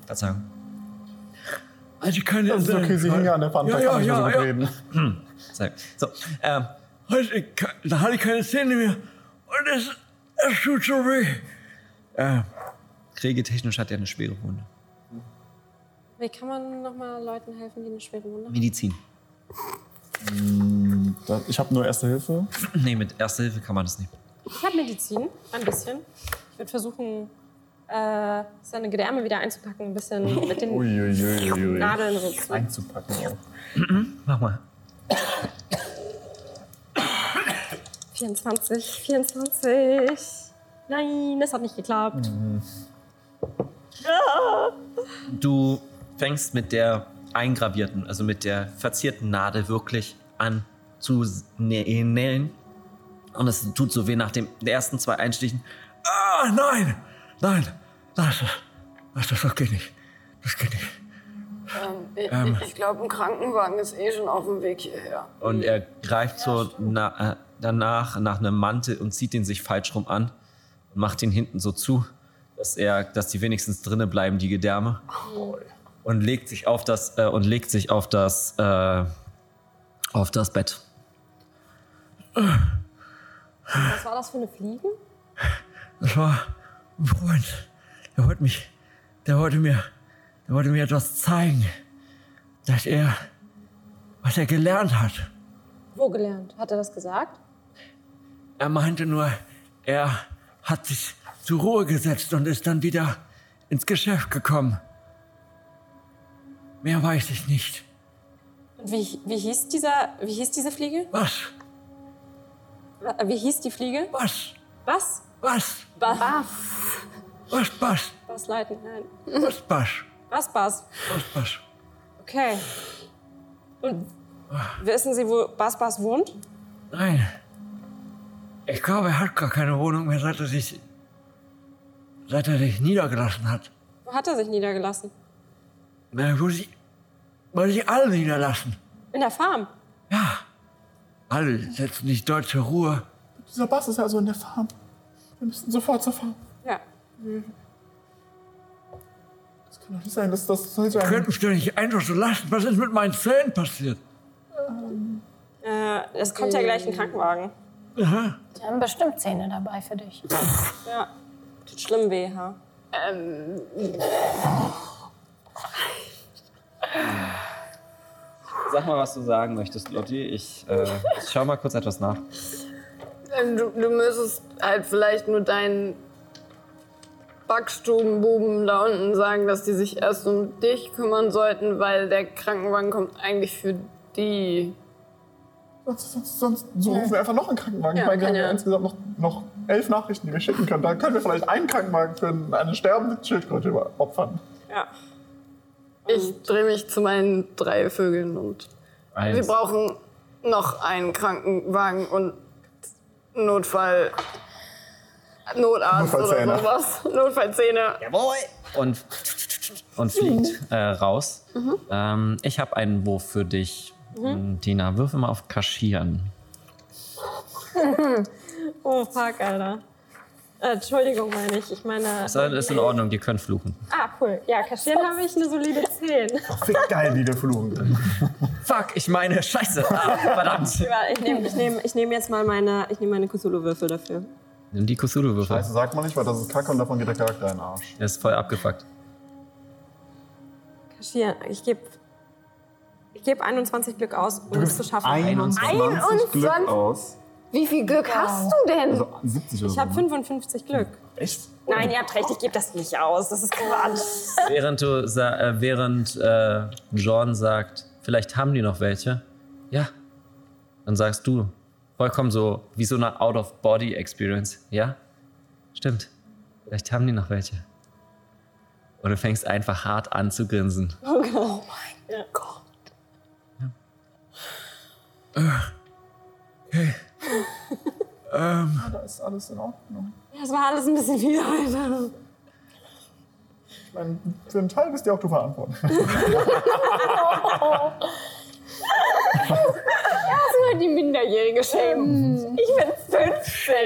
S6: Verzeihung.
S19: Also ich kann
S2: Das ist okay, Sie hingen an der Wand,
S19: Ja,
S2: da
S19: ja,
S2: kann ich
S19: ja,
S2: nicht
S19: ja.
S2: reden.
S6: Verzeihung. Hm, So, ähm,
S19: Also ich, kann- da hatte ich keine Zähne mehr. Und es, es tut so weh.
S6: äh, kriegetechnisch hat er eine schwere Wunde.
S4: Wie kann man nochmal Leuten helfen, die eine schwere Wunde haben?
S6: Medizin.
S8: Mm, da- Ich habe nur Erste Hilfe.
S6: Nee, mit Erste Hilfe kann man das nicht.
S4: Ich habe Medizin, ein bisschen. Ich würde versuchen, äh, seine Gedärme wieder einzupacken, ein bisschen mit den
S8: Uiuiuiui.
S4: Nadeln so zu.
S8: Einzupacken auch.
S6: Mach mal.
S4: 24, 24. Nein, das hat nicht geklappt. Ah.
S6: Du fängst mit der eingravierten, also mit der verzierten Nadel wirklich an zu nä- äh, nähen. Und es tut so weh nach dem, den ersten zwei Einstichen.
S19: Ah, nein, nein, das, das, das, das geht nicht. Das geht nicht.
S12: Ähm, ich
S6: Ähm.
S12: ich glaube, ein Krankenwagen ist eh schon auf dem Weg hierher.
S6: Und er greift so na, äh, danach nach einem Mantel und zieht den sich falsch rum an und macht ihn hinten so zu, dass er, dass die wenigstens drinnen bleiben, die Gedärme. Und legt sich auf das, äh, und legt sich auf das, äh, auf das Bett.
S4: Was war das für eine Fliege?
S19: Das war ein Freund. Der wollte mich, der wollte mir, der wollte mir etwas zeigen, dass er, was er gelernt hat.
S4: Wo gelernt? Hat er das gesagt?
S19: Er meinte nur, er hat sich zur Ruhe gesetzt und ist dann wieder ins Geschäft gekommen. Mehr weiß ich nicht.
S4: Und wie, wie, hieß, dieser, wie hieß diese Fliege?
S19: Was?
S4: Wie hieß die Fliege?
S19: Was?
S4: Was?
S19: Was?
S4: Was?
S19: Was, Basch?
S4: Was leiten? Nein.
S19: Was, Basch?
S4: Was, Bas?
S19: Was, Basch?
S4: Okay. Und wissen Sie, wo Bas Bas wohnt?
S19: Nein. Ich glaube, er hat gar keine Wohnung mehr, seit er sich, seit er sich niedergelassen hat.
S4: Wo hat er sich niedergelassen?
S19: Na, wo sie, weil sie alle niederlassen.
S4: In der Farm.
S19: Alle setzen sich dort zur Ruhe.
S2: Dieser Bass ist also in der Farm. Wir müssen sofort zur Farm.
S4: Ja.
S2: Das kann doch nicht sein, dass das sollte
S19: Ich könnte mich doch nicht einfach so lassen. Was ist mit meinen Zähnen passiert?
S4: Äh, es kommt ja gleich ein Krankenwagen.
S19: Aha.
S9: Die haben bestimmt Zähne dabei für dich.
S4: Ja. Tut schlimm weh, ha?
S12: Ähm.
S6: Sag mal, was du sagen möchtest, Lotti. Ich, äh, ich schau mal kurz etwas nach.
S12: Ähm, Du, du müsstest halt vielleicht nur deinen Backstubenbuben da unten sagen, dass die sich erst um dich kümmern sollten, weil der Krankenwagen kommt eigentlich für die.
S2: Sonst, sonst, sonst so
S10: Ja.
S2: rufen wir einfach noch einen Krankenwagen.
S10: Ja,
S2: ich meine, wir haben
S10: kann
S2: ja
S10: ja-
S2: insgesamt noch, noch elf Nachrichten, die wir schicken können. Da können wir vielleicht einen Krankenwagen für eine sterbende Schildkröte über- opfern.
S12: Ja. Ich drehe mich zu meinen drei Vögeln und
S2: Eins.
S12: wir brauchen noch einen Krankenwagen und Notfall. Notarzt oder
S6: Notfallzähne.
S12: sowas. Notfallzähne.
S6: Jawohl! Und, und fliegt äh, raus.
S12: Mhm.
S6: Ähm, ich habe einen Wurf für dich, Hm,
S4: Mhm.
S6: Tina. Würfel mal auf Kaschieren.
S4: oh, fuck, Alter. Äh, Entschuldigung, meine ich. Ich meine.
S6: Ist, ist in Ordnung, die können fluchen.
S4: Ah, cool. Ja, kaschieren habe ich eine solide 10.
S6: Fick geil, wie wir fluchen. Fuck, ich meine, scheiße. Ah, verdammt.
S4: Ja, Ich nehme ich nehm, ich nehm jetzt mal meine, ich nehm meine Cthulhu-Würfel dafür.
S6: Nimm die Cthulhu-Würfel.
S8: Scheiße, Also, sagt man nicht, weil das ist Kacke und davon geht der Charakter in den Arsch.
S6: Der ist voll abgefuckt.
S4: Kaschieren. Ich gebe ich geb 21 Glück aus, um es zu schaffen.
S8: 21 Glück aus.
S4: Wie viel Glück hast du denn?
S8: Also 70 oder
S4: ich habe
S8: so. ne?
S4: 55 Glück.
S8: Echt?
S4: Nein, ihr habt recht, ich gebe das nicht aus. Das ist Quatsch.
S6: Während, du, sa- äh, während äh, John sagt, vielleicht haben die noch welche, ja, dann sagst du, vollkommen so, wie so eine Out-of-Body-Experience, ja, stimmt, vielleicht haben die noch welche. Und du fängst einfach hart an zu grinsen.
S4: Oh mein Gott.
S2: Ja, da ist alles in Ordnung.
S4: Ja, Das war alles ein bisschen viel heute.
S2: Ich meine, für einen Teil bist ja auch du verantwortlich.
S18: Erstmal die minderjährige Schämen. Ich bin 15.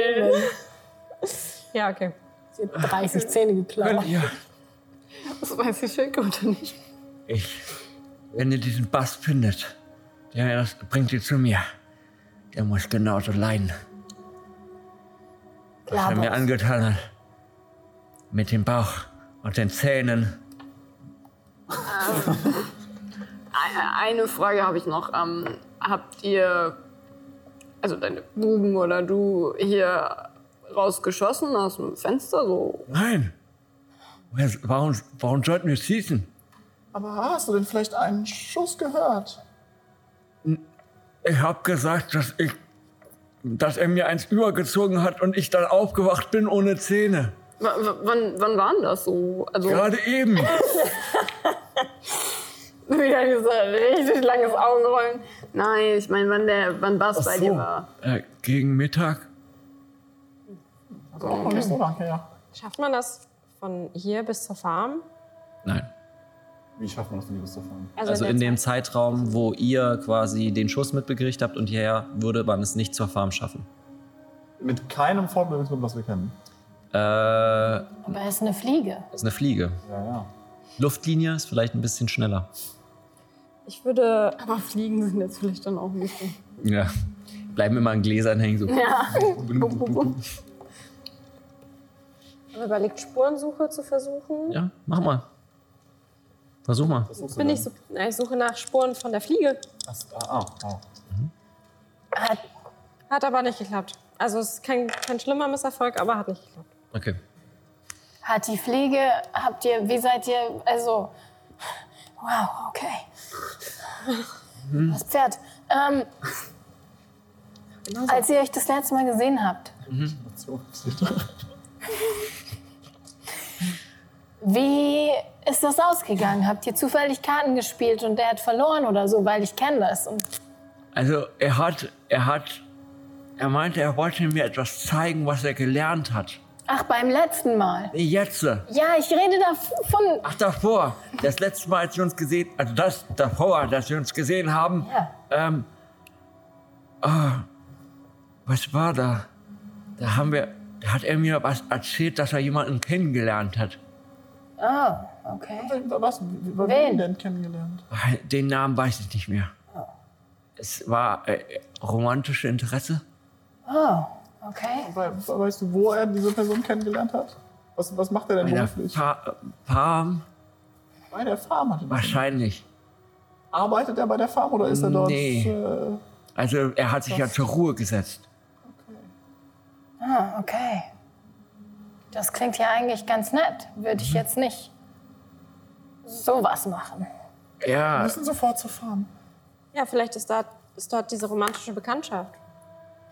S4: Ja, okay.
S18: Sie hat 30 Zähne geklaut.
S12: Das Also weiß die Schildkröte nicht.
S19: Ich, wenn ihr diesen Bass findet, der das bringt ihr zu mir. Der muss genauso leiden. Was er
S10: Labert.
S19: mir angetan hat. Mit dem Bauch und den Zähnen.
S12: E- Eine Frage habe ich noch. Ähm, habt ihr, also deine Buben oder du, hier rausgeschossen aus dem Fenster? So?
S19: Nein! Wer- Warum, warum sollten wir es schießen?
S2: Aber hast du denn vielleicht einen Schuss gehört?
S19: Ich habe gesagt, dass ich, dass er mir eins übergezogen hat und ich dann aufgewacht bin ohne Zähne.
S12: W w- wann, wann waren das so? Also,
S19: Gerade eben.
S12: Wieder dieses richtig langes Augenrollen. Nein, ich meine, wann der, wann Bass bei dir war.
S19: Äh, gegen Mittag.
S2: Also auch noch nicht so lange her.
S4: Schafft man das von hier bis zur Farm?
S8: Wie schafft man das denn, die bis zur Farm?
S4: Also
S6: Also,
S4: in
S6: in
S4: der
S6: dem Zeitraum, wo ihr quasi den Schuss mitbekriegt habt und hierher, würde man es nicht zur Farm schaffen.
S8: Mit keinem Fortbewegungsmittel, das wir kennen.
S6: Äh,
S9: Aber es ist eine Fliege.
S6: ist eine Fliege. Luftlinie ist vielleicht ein bisschen schneller.
S4: Ich würde.
S12: Aber Fliegen sind jetzt vielleicht dann auch ein bisschen.
S6: Ja. Bleiben immer an Gläsern hängen. So.
S12: Ja.
S11: Haben wir überlegt, Spurensuche zu versuchen.
S6: Ja, mach mal. Versuch mal.
S4: Bin ich, so, Nein, ich suche nach Spuren von der Fliege.
S8: Ah, ah.
S4: Hat, hat aber nicht geklappt. Also es ist kein, kein schlimmer Misserfolg, aber hat nicht geklappt.
S6: Okay.
S9: Hat die Pflege, habt ihr, wie seid ihr, also, wow, okay. Das Pferd. Ähm, als ihr euch das letzte Mal gesehen habt, wie ist das ausgegangen? Habt ihr zufällig Karten gespielt und der hat verloren oder so, weil ich kenne das. Und
S19: Also er hat, er hat, er meinte, er wollte mir etwas zeigen, was er gelernt hat.
S9: Ach, beim letzten Mal.
S19: Nee, Jetzt.
S9: Ja, ich rede davon.
S19: Ach, davor. Das letzte Mal, als wir uns gesehen, also das davor, dass wir uns gesehen haben.
S9: Ja.
S19: Ähm, ah, was war da? Da haben wir, da hat er mir was erzählt, dass er jemanden kennengelernt hat.
S9: Ah, okay.
S2: Was? Über wen, denn kennengelernt?
S19: Den Namen weiß ich nicht mehr. Es war äh, romantische Interesse.
S9: Oh, okay.
S2: We weißt du, wo er diese Person kennengelernt hat? Was, was macht er denn
S19: Bei der
S2: beruflich?
S19: Fa Farm
S2: Bei der Farm hat er das.
S19: wahrscheinlich.
S2: Arbeitet er bei der Farm oder ist er dort?
S19: Nee.
S2: Äh,
S19: Also er hat sich ja
S2: Was?
S19: zur Ruhe gesetzt.
S9: Ah, okay. Das klingt ja eigentlich ganz nett. Würde ich jetzt nicht sowas machen.
S19: Ja.
S2: sofort zur Farm.
S4: Ja, vielleicht ist da
S11: ist dort diese romantische Bekanntschaft,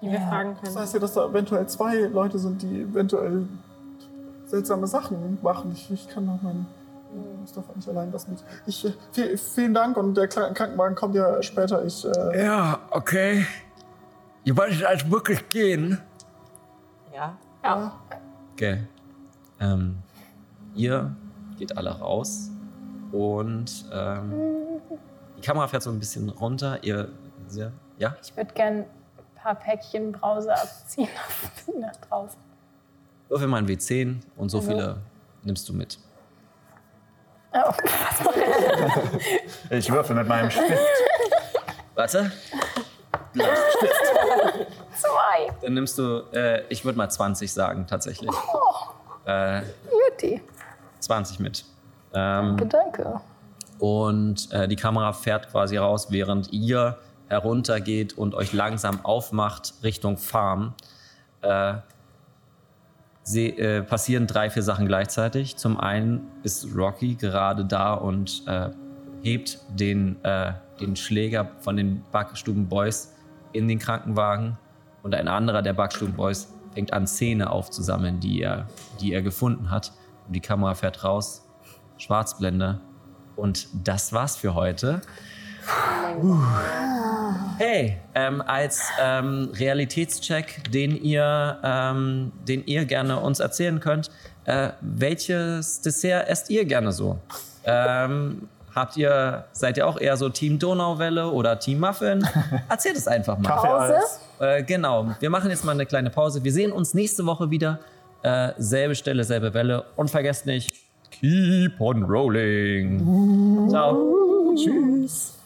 S11: die wir fragen können.
S2: Das heißt ja, dass da eventuell zwei Leute sind, die eventuell seltsame Sachen machen. Ich, ich kann doch meinen äh, Mustafa nicht allein lassen. Ich, äh, viel, vielen Dank und der Kla- Krankenwagen kommt ja später. Ich, äh,
S19: Ja, okay. Ihr wollt jetzt also wirklich gehen?
S4: Ja.
S9: Ja.
S6: Okay. Ähm, ihr geht alle raus und ähm, die Kamera fährt so ein bisschen runter. Ihr, ja, ja?
S9: Ich würde gern ein paar Päckchen Brause abziehen auf nach draußen.
S6: Würfel mal ein W10 und so
S9: Also-
S6: viele nimmst du mit.
S9: Oh, was mache ich?
S8: Ich würfel mit meinem Stift.
S6: Warte,
S9: Zwei.
S6: dann nimmst du, äh, ich würde mal 20 sagen, tatsächlich.
S9: Oh,
S6: Äh,
S9: Juti.
S6: 20 mit. Ähm,
S9: Gedanke.
S6: Und äh, die Kamera fährt quasi raus, während ihr heruntergeht und euch langsam aufmacht Richtung Farm. Äh, se- äh, passieren drei, vier Sachen gleichzeitig. Zum einen ist Rocky gerade da und äh, hebt den, äh, den Schläger von den Backstuben-Boys in den Krankenwagen und ein anderer der Backstuben-Boys fängt an, Zähne aufzusammeln, die er, die er gefunden hat. Und die Kamera fährt raus, Schwarzblende. Und das war's für heute. Hey, ähm, als ähm, Realitätscheck, den ihr, ähm, den ihr gerne uns erzählen könnt, äh, welches Dessert esst ihr gerne so? Ähm, habt ihr, seid ihr auch eher so Team Donauwelle oder Team Muffin? Erzählt es einfach mal.
S19: Kaffee Pause? als-
S6: Äh, genau, wir machen jetzt mal eine kleine Pause. Wir sehen uns nächste Woche wieder. Äh, selbe Stelle, selbe Welle. Und vergesst nicht, keep on rolling. Ciao.
S2: Tschüss.